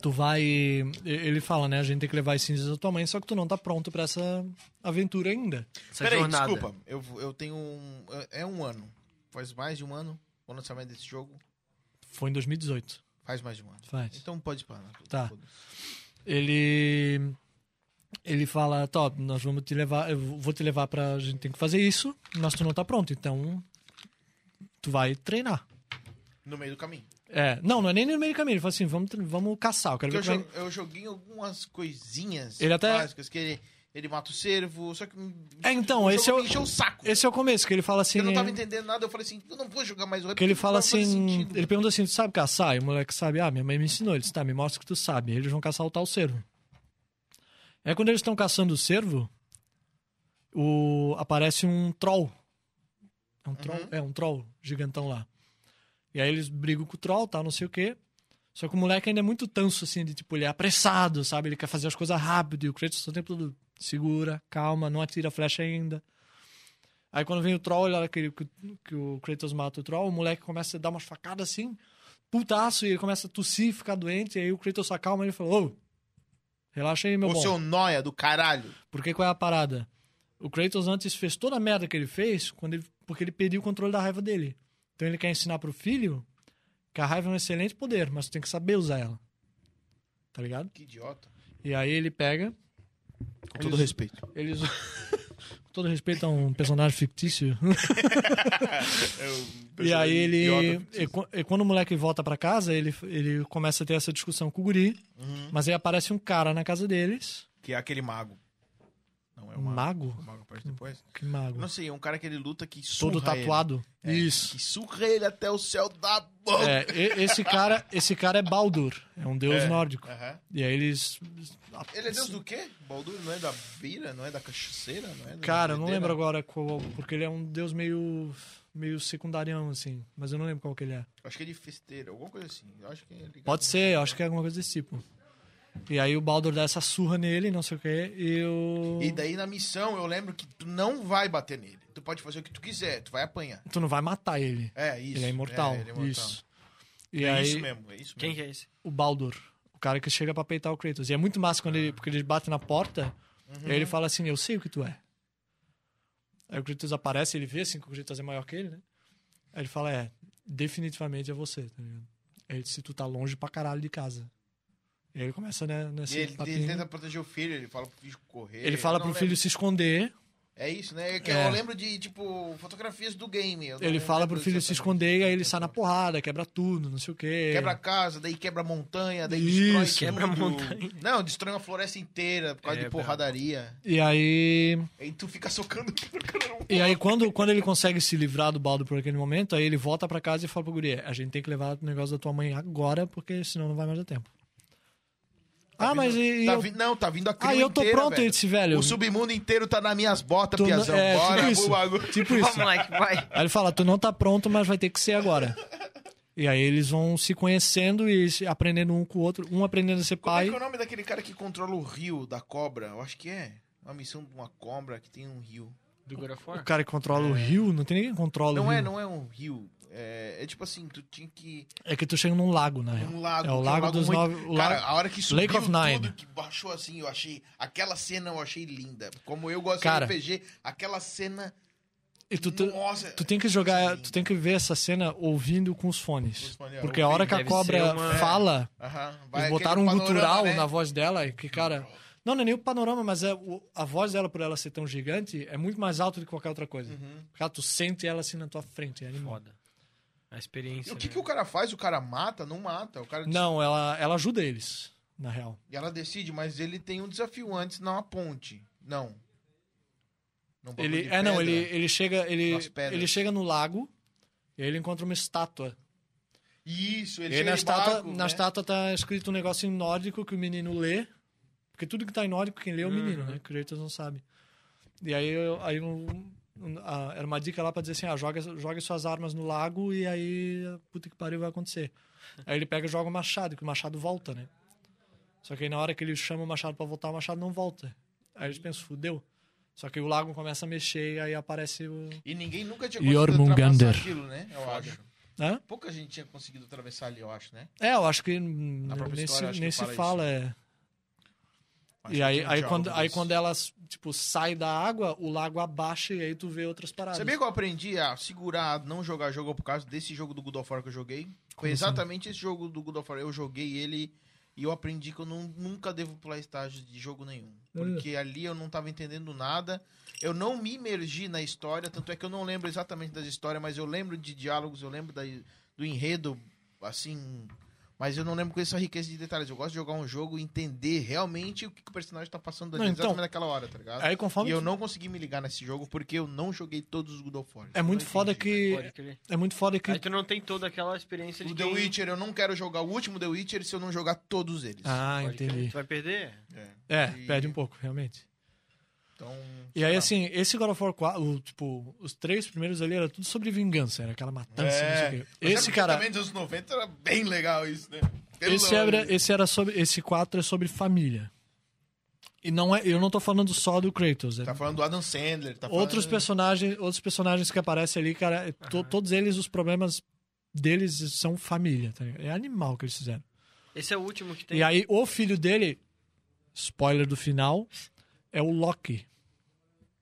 S4: Tu vai. e- Ele fala, né? A gente tem que levar as cinzas da tua mãe, só que tu não tá pronto pra essa aventura ainda.
S1: Pô,
S2: Essa
S1: peraí,
S2: jornada.
S1: desculpa. Eu, eu tenho um. É um ano. Faz mais de um ano o lançamento desse jogo.
S4: Foi em 2018.
S1: Faz mais de um ano.
S4: Faz.
S1: Então pode parar.
S4: Tá. Ele. Ele fala, Tó, nós vamos te levar. Eu vou te levar pra. A gente tem que fazer isso, mas tu não tá pronto, então. Tu vai treinar.
S1: No meio do caminho.
S4: É. Não, não é nem no meio do caminho. Ele fala assim, vamos, tre- vamos caçar. Eu quero
S1: Porque
S4: ver
S1: eu,
S4: como é
S1: jo- eu joguei algumas coisinhas
S4: Ele até-
S1: básicas que ele, ele mata o cervo, só que.
S4: É, então,
S1: o
S4: esse
S1: jogo
S4: é o-
S1: me encheu o saco.
S4: que- Esse é o começo, que ele fala assim.
S1: eu não tava
S4: é-
S1: entendendo nada, eu falei assim, eu não vou jogar mais o
S4: Que ele fala assim. Ele pergunta assim: tu sabe caçar? E o moleque sabe, ah, minha mãe me ensinou. Ele disse, tá, me mostra que tu sabe. Aí Eles vão caçar o tal cervo. É quando eles estão caçando o cervo, o... aparece um troll. É um troll, é um troll gigantão lá. E aí eles brigam com o troll, tal, não sei o quê. Só que o moleque ainda é muito tanso, assim, de tipo, ele é apressado, sabe? Ele quer fazer as coisas rápido. E o Kratos tá o tempo todo segura, calma, não atira a flecha ainda. Aí quando vem o troll, olha que, ele- que, que o Kratos mata o troll, o moleque começa a dar umas facadas assim, putaço, e ele começa a tossir, ficar doente, e aí o Kratos só calma ele fala, ô, relaxa aí, meu
S1: Ô,
S4: bom.
S1: seu noia do caralho.
S4: Porque qual é a parada? O Kratos antes fez toda a merda que ele fez quando ele, porque ele perdeu o controle da raiva dele. Então ele quer ensinar pro filho que a raiva é um excelente poder, mas tu tem que saber usar ela. Tá ligado?
S1: Que idiota.
S4: E aí ele pega,
S1: Com todo respeito.
S4: eles... Com todo respeito a um personagem fictício...
S1: É um
S4: E aí ele. E, quan- e quando o moleque volta pra casa, ele, ele começa a ter essa discussão com o guri.
S1: Uhum.
S4: Mas aí aparece um cara na casa deles.
S1: Que é aquele mago. Não, é
S4: Um
S1: um mago. O
S4: mago?
S1: mago aparece depois.
S4: Que mago.
S1: Não sei, é um cara que ele luta que surra
S4: Todo tatuado.
S1: ele. um É,
S4: Isso.
S1: Que surra ele até o céu da boca.
S4: É, e- esse cara, esse cara é Baldur, é um deus nórdico.
S1: Aham.
S4: E aí eles
S1: Ele é deus do quê? Baldur não é da bira? Não é da cachaceira? Não é da
S4: Cara, eu não
S1: bebedeira?
S4: lembro agora qual, porque ele é um deus meio meio secundarião assim, mas eu não lembro qual que ele é.
S1: Acho que é de festeira, alguma coisa assim. Eu acho que é ligado
S4: Pode
S1: com-
S4: ser, eu acho que é alguma coisa desse tipo. E aí o Baldur dá essa surra nele, não sei o quê, e o
S1: E daí na missão eu lembro que tu não vai bater nele. Tu pode fazer o que tu quiser, tu vai apanhar.
S4: tu não vai matar ele.
S1: É, isso.
S4: Ele é imortal.
S1: ele é imortal.
S4: Isso. E
S1: É
S4: aí,
S1: isso mesmo, é isso
S2: Quem que
S1: mesmo.
S2: é esse?
S4: o Baldur, o cara que chega pra peitar o Kratos. E é muito massa quando ele. Porque ele bate na porta
S1: Uhum.
S4: e aí ele fala assim: Eu sei o que tu é. Aí o Kratos aparece, ele vê assim que o Kratos é maior que ele, né? Aí ele fala: É, definitivamente é você, tá ligado? Aí ele disse: Tu tá longe pra caralho de casa. E ele começa, né,
S1: E
S4: nesse
S1: ele, ele
S4: papinho.
S1: tenta proteger o filho, ele fala pro filho correr.
S4: Ele fala
S1: Eu
S4: pro
S1: não
S4: filho
S1: lembro.
S4: se esconder,
S1: É isso, né? É que
S4: É.
S1: Eu lembro de, tipo, fotografias do game. eu não
S4: ele
S1: lembro
S4: fala pro
S1: do
S4: filho se
S1: exatamente.
S4: esconder, aí ele sai na porrada, quebra tudo, não sei o quê.
S1: Quebra a casa, daí quebra a montanha, daí
S4: Isso.
S1: destrói
S2: Quebra a
S1: tudo.
S2: montanha.
S1: Não, destrói uma floresta inteira por causa
S2: É,
S1: de porradaria.
S4: E aí.
S1: E tu fica socando.
S4: Ah, E aí, quando, quando ele consegue se livrar do baldo por aquele momento, aí ele volta pra casa e fala pro guria: a gente tem que levar o negócio da tua mãe agora, porque senão não vai mais dar tempo. ah, mas e. e
S1: Tá
S4: eu-
S1: vindo- Não, tá vindo a cria
S4: Ah, eu tô
S1: inteira,
S4: pronto,
S1: velho.
S4: esse velho.
S1: O submundo inteiro tá nas minhas botas,
S4: Tu não-
S1: piazão.
S4: é,
S1: Bora,
S4: tipo
S1: pro
S4: isso.
S1: bagulho.
S4: Tipo
S2: Vamos,
S4: isso.
S2: moleque, vai.
S4: Aí ele fala: tu não tá pronto, mas vai ter que ser agora. E aí eles vão se conhecendo e se aprendendo um com o outro, um aprendendo a ser
S1: Como é
S4: pai.
S1: que é o nome daquele cara que controla o rio da cobra? Eu acho que é. Uma missão de uma cobra que tem um rio.
S2: Do God of
S4: O cara que controla o rio, não tem ninguém que controla o
S1: Não
S4: rio.
S1: é, não é um rio. É, é tipo assim, tu tinha que.
S4: É que tu chega num lago, na real.
S1: Um lago.
S4: é o
S1: que
S4: lago, dos
S1: muito-
S4: nove. o
S1: Cara,
S4: lago-
S1: a hora que subiu
S4: Lake of Nine.
S1: tudo, que baixou assim, eu achei... Aquela cena eu achei linda. Como eu gosto
S4: Cara.
S1: de RPG, aquela cena...
S4: E tu, tu,
S1: nossa...
S4: tu tem que jogar, tu tem que ver essa cena ouvindo com os
S1: Os
S4: fones.
S1: fones,
S4: Porque a hora que a
S2: Deve ser
S4: cobra
S2: uma-
S4: fala,
S1: Aham, vai
S4: eles
S1: aquele
S4: botaram um
S1: panorama,
S4: gutural
S1: né?
S4: na voz dela, e que, cara. Não, não é nem o panorama, mas é o- a voz dela, por ela ser tão gigante, é muito mais alta do que qualquer outra coisa.
S1: Uhum.
S4: Cara, tu sente ela assim na tua frente, é animal.
S2: Foda. A
S1: E
S2: experiência.
S1: o que,
S2: né?
S1: que o cara faz? O cara mata? Não mata? O cara...
S4: Não, ela, ela ajuda eles, na real.
S1: E ela decide, mas ele tem um desafio antes, não a ponte. Não. Não bagulho
S4: Ele,
S1: de
S4: é, não,
S1: pedra.
S4: ele, ele chega, ele,
S1: Nas pedras.
S4: ele chega no lago e aí ele encontra uma estátua.
S1: Isso, ele
S4: e aí
S1: chega
S4: na,
S1: de
S4: estátua,
S1: barco,
S4: na
S1: né?
S4: estátua tá escrito um negócio em nórdico que o menino lê. Porque tudo que tá em nórdico, quem lê é o menino,
S1: Uhum.
S4: né? Que o Kratos não sabe. E aí, eu- aí um, um- a- era uma dica lá pra dizer assim, ah, joga, joga suas armas no lago e aí, puta que pariu, vai acontecer. Aí ele pega e joga o machado, que o machado volta, né? Só que aí na hora que ele chama o machado pra voltar, o machado não volta. Aí eles pensam, fudeu. Só que aí o lago começa a mexer e aí aparece o...
S1: E ninguém nunca tinha conseguido
S4: Jormungandr.
S1: atravessar aquilo, né? Eu acho.
S4: Hã?
S1: Pouca gente tinha conseguido atravessar ali, eu acho, né?
S4: É, eu acho que hum,
S1: Na própria
S4: nem
S1: história,
S4: se,
S1: acho
S4: nem
S1: que
S4: se
S1: fala
S4: fala, é...
S1: Acho
S4: E
S1: que
S4: aí,
S1: tinha um
S4: aí,
S1: diálogo
S4: quando, aí
S1: disso.
S4: quando ela, tipo, sai da água, o lago abaixa e aí tu vê outras paradas.
S1: Sabia que eu aprendi a segurar, não jogar jogo por causa desse jogo do God of War que eu joguei? Foi
S4: assim?
S1: exatamente esse jogo do God of War. Eu joguei ele e eu aprendi que eu não- nunca devo pular estágio de jogo nenhum.
S4: É.
S1: Porque ali eu não tava entendendo nada. Eu não me imergi na história, tanto é que eu não lembro exatamente das histórias, mas eu lembro de diálogos, eu lembro da- do enredo, assim. Mas eu não lembro com essa riqueza de detalhes. Eu gosto de jogar um jogo e entender realmente o que, que o personagem tá passando ali,
S4: Não, então-
S1: exatamente naquela hora, tá ligado?
S4: Aí conforme.
S1: E eu
S4: tu-
S1: não consegui me ligar nesse jogo porque eu não joguei todos os God of War.
S4: É muito
S1: Não
S4: foda
S1: entendi, né?
S4: que.
S2: Pode crer.
S4: É muito foda que.
S2: Aí tu não tem toda aquela experiência de
S1: O The
S2: quem-
S1: Witcher, eu não quero jogar o último The Witcher se eu não jogar todos eles.
S4: Ah,
S2: Pode crer.
S4: entendi.
S2: Tu vai perder?
S1: É.
S4: É,
S1: E-
S4: perde um pouco, realmente.
S1: Então.
S4: E aí, assim, esse God of War 4, o, tipo, os três primeiros ali era tudo sobre vingança, era aquela matança, assim,
S1: É.
S4: não sei o quê. Esse, cara.
S1: Também dos anos 90 era bem legal isso, né? Pelo
S4: Esse é
S1: amor de
S4: era, esse era sobre. Esse 4 é sobre família. E não é. Eu não tô falando só do Kratos. é-
S1: Deus. Tá falando do Adam Sandler, tá falando.
S4: outros personagens outros personagens que aparecem ali cara é to- todos eles os problemas deles são família tá ligado? é animal que eles fizeram
S2: Esse é o último que tem.
S4: e aí o filho dele spoiler do final é o Loki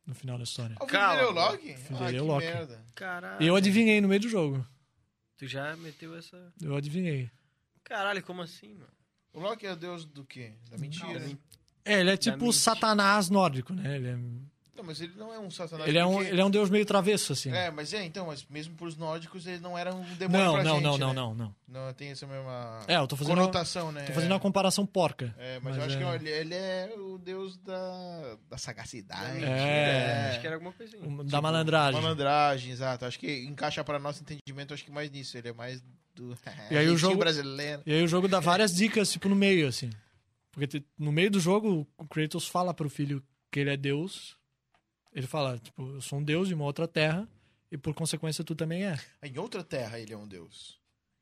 S4: no final da história
S1: Ah, O
S2: Calma.
S1: filho dele é o Loki?
S4: filho
S1: ah,
S4: dele
S1: que
S4: é o Loki.
S1: merda.
S2: Caralho.
S4: e eu adivinhei no meio do jogo
S2: Tu já meteu essa.
S4: eu adivinhei
S2: Caralho, como assim, mano?
S1: O Loki é o deus do quê? Da mentira. Não,
S4: é, ele é tipo o
S2: mente.
S4: satanás nórdico né ele é,
S1: mas ele não é um satanás.
S4: ele é um,
S1: porque-
S4: ele é um deus meio travesso assim
S1: É, mas é, então, mas mesmo pros nórdicos ele não era um demônio
S4: não
S1: pra
S4: não
S1: gente,
S4: não não
S1: né?
S4: não não
S1: Não, tem essa mesma
S4: é eu tô fazendo uma,
S1: conotação, né?
S4: tô fazendo
S1: É.
S4: uma comparação porca
S1: É, mas, eu acho que ele, ele é o deus da, da
S4: Ah,
S1: sagacidade. né?
S4: É.
S2: né? Acho que era alguma assim. coisinha.
S4: um-
S1: Tipo,
S4: da malandragem
S1: Malandragem, exato. ah, tá. Acho que encaixa para nosso entendimento, acho que mais nisso. Ele é mais do.
S4: E aí o
S1: jeitinho
S4: jogo-
S1: brasileiro.
S4: E aí o jogo dá várias dicas, tipo, no meio, assim. Porque te- no meio do jogo, o Kratos fala pro filho que ele é Deus. Ele fala, tipo, eu sou um Deus de uma outra terra, e por consequência tu também é.
S1: Em outra terra ele é um deus.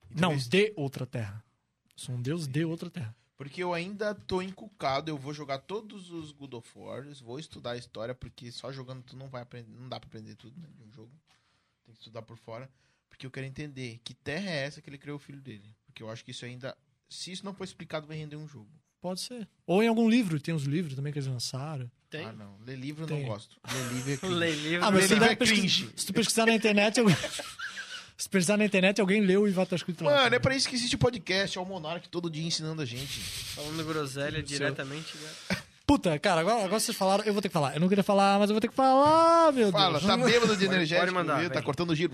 S1: Então, E
S4: Não,
S1: talvez-
S4: de outra terra. Eu sou um Deus de outra terra.
S1: Porque eu ainda tô encucado, eu vou jogar todos os God of Wars, vou estudar a história, porque só jogando tu não vai aprender, não dá pra aprender tudo né, de um jogo. Tem que estudar por fora, porque eu quero entender que terra é essa que ele criou o filho dele. Porque eu acho que isso ainda, se isso não for explicado, vai render um jogo.
S4: Pode ser. Ou em algum livro, tem uns livros também que eles lançaram.
S2: Tem.
S1: Ah, não. Ler livro eu
S4: Tem.
S1: não gosto. Ler livro é
S2: O
S1: cringe.
S2: Lei livre.
S4: Ah, mas se tu,
S1: livro
S4: der
S1: é
S4: pesquisa-
S1: cringe.
S4: se tu pesquisar na internet, eu... Se precisar na internet, alguém leu e vai estar escrito lá.
S1: Mano, é pra isso que existe podcast, é o Monark todo dia ensinando a gente.
S2: Falando groselha diretamente, né?
S4: Puta, cara, agora, agora vocês falaram, eu vou ter que falar. Eu não queria falar, mas eu vou ter que falar, meu
S1: Fala,
S4: Deus.
S1: tá bêbado de energético,
S2: mandar,
S1: viu? tá
S2: vem.
S1: cortando o giro.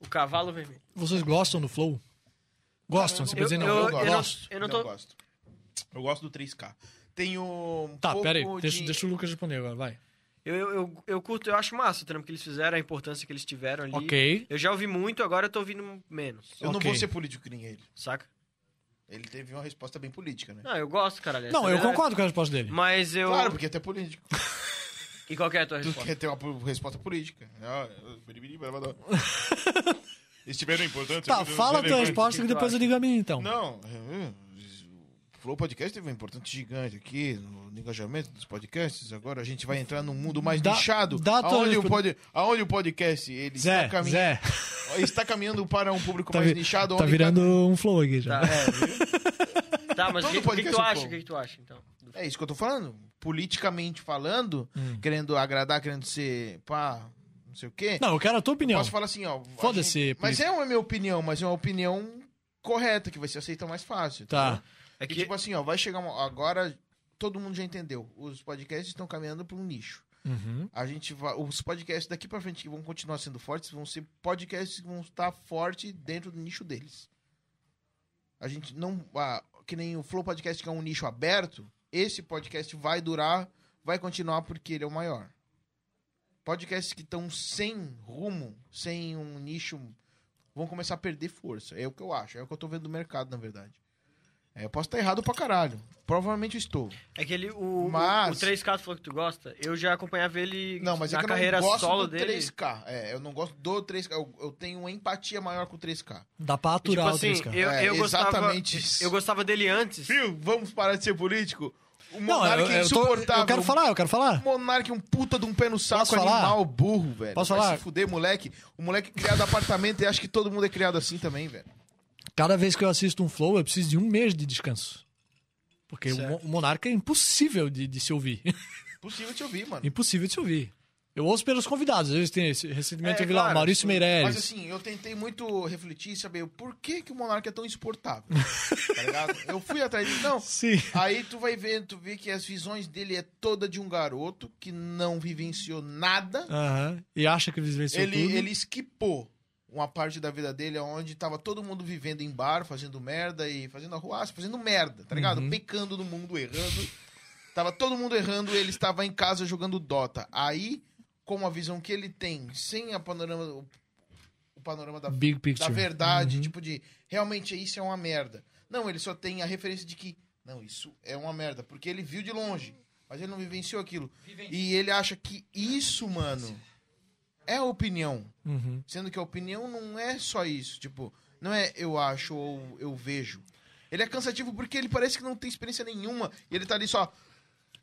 S2: O cavalo vermelho.
S4: Vocês gostam do Flow? Gostam, você pode
S2: Eu-
S4: dizer não.
S2: eu-
S1: gosto.
S2: eu não tô-
S1: gosto. Eu gosto do 3K. Tenho um
S4: Tá,
S1: pouco
S4: pera aí,
S1: de-
S4: deixa, deixa o Lucas responder agora, vai.
S2: Eu, eu, eu, eu curto, eu acho massa o trampo que eles fizeram, a importância que eles tiveram ali.
S4: Ok.
S2: Eu já ouvi muito, agora eu tô ouvindo menos,
S1: Eu não
S4: Ok.
S1: vou ser político que nem ele.
S2: saca?
S1: Ele teve uma resposta bem política, né?
S2: Não, eu gosto, caralho.
S4: Não,
S2: essa
S4: eu
S2: galera-
S4: concordo com a resposta dele.
S2: Mas eu.
S1: Claro, porque até político.
S2: E qual que é a tua
S1: Tu
S2: resposta?
S1: quer ter uma po- resposta política. Ah, eu- biribiri, babadó. Estiveram importantes.
S4: Tá, fala a tua resposta
S2: que
S4: que
S2: tu
S4: depois eu digo a minha, então.
S1: Não, eh, o Flow Podcast teve um importante gigante aqui no, no engajamento dos podcasts. Agora a gente vai entrar num mundo mais
S4: Dá-
S1: nichado.
S4: dá a tua
S1: aonde, o
S4: respo-
S1: pod, aonde o podcast ele
S4: Zé,
S1: está, cami-
S4: Zé,
S1: está caminhando para um público
S4: Tá
S1: mais
S4: vi-
S1: nichado.
S4: tá
S1: onde
S4: virando um Flow aqui já.
S2: Tá, é, viu? tá, mas o
S1: Todo
S2: que, o que que
S1: podcast
S2: tu
S1: é um
S2: acha?
S1: pouco.
S2: O que, que tu acha, então?
S1: É isso que eu tô falando. Politicamente falando,
S4: Hum.
S1: querendo agradar, querendo ser pá, não sei o quê.
S4: Não, eu quero a tua opinião.
S1: Posso falar assim, ó. a
S4: Foda-se,
S1: gente- Mas
S4: política.
S1: é uma minha opinião, mas é uma opinião correta, que vai ser aceita mais fácil. entendeu?
S4: Tá.
S2: É
S1: Que,
S2: que,
S1: tipo assim, ó, vai chegar uma- agora todo mundo já entendeu. Os podcasts estão caminhando para um nicho.
S4: Uhum.
S1: A gente vai, os podcasts daqui para frente que vão continuar sendo fortes, vão ser podcasts que vão estar forte dentro do nicho deles. A gente não, ah, que nem o Flow Podcast que é um nicho aberto, esse podcast vai durar, vai continuar porque ele é o maior. Podcasts que estão sem rumo, sem um nicho, vão começar a perder força. É o que eu acho, é o que eu tô vendo do mercado, na verdade. É, eu posso estar errado pra caralho. Provavelmente eu estou.
S2: é que ele, o,
S1: Mas-
S2: o 3K tu falou que tu gosta, eu já acompanhava ele
S1: Não, mas
S2: na
S1: é que eu
S2: carreira
S1: não gosto
S2: solo
S1: do
S2: dele. tipo
S1: 3K. É, eu não gosto do 3K. Eu, eu tenho uma empatia maior com o 3K.
S4: Dá pra
S2: Tipo
S4: aturar
S2: assim,
S4: o 3K.
S2: eu,
S1: É,
S2: eu gostava,
S1: exatamente isso.
S2: Eu gostava dele antes.
S1: Viu? Vamos parar de ser político? O
S4: Não, eu,
S1: Monark é
S4: eu tô-
S1: insuportável.
S4: eu quero falar, eu quero falar.
S1: O Monark é um puta de um pé no saco
S4: Posso falar?
S1: animal burro, velho.
S4: Posso
S1: Vai
S4: falar?
S1: se fuder, moleque. O moleque é criado apartamento e acha que todo mundo é criado assim também, velho.
S4: Cada vez que eu assisto um Flow, eu preciso de um mês de descanso. Porque o,
S2: Certo.
S4: Mo- o Monarca é impossível de, de se ouvir.
S1: Possível te ouvir, mano.
S4: impossível de se ouvir. Eu ouço pelos convidados. Às vezes tem esse- recentemente
S2: É,
S4: eu vi lá
S2: claro,
S4: o Maurício Meirelles.
S1: Mas assim, eu tentei muito refletir e saber por que, que o Monark é tão insuportável. tá ligado? Eu fui atrás dele. Não,
S4: Sim.
S1: Aí tu vai ver, tu vê que as visões dele é toda de um garoto que não vivenciou nada.
S4: Aham. E acha que eles venceu
S1: Ele,
S4: tudo.
S1: ele esquipou uma parte da vida dele onde tava todo mundo vivendo em bar, fazendo merda e fazendo arruaça, fazendo merda, tá ligado? Pecando no mundo, errando. Tava todo mundo errando, ele estava em casa jogando Dota. Aí, com a visão que ele tem, sem a panorama, o, o panorama da
S4: Big Picture.
S1: da verdade,
S4: Uhum.
S1: tipo de realmente isso é uma merda. Não, ele só tem a referência de que não, isso é uma merda, porque ele viu de longe, mas ele não vivenciou aquilo. E ele acha que isso, mano, é a opinião,
S4: Uhum.
S1: sendo que a opinião não é só isso, tipo, não é eu acho ou eu vejo. Ele é cansativo porque ele parece que não tem experiência nenhuma e ele tá ali só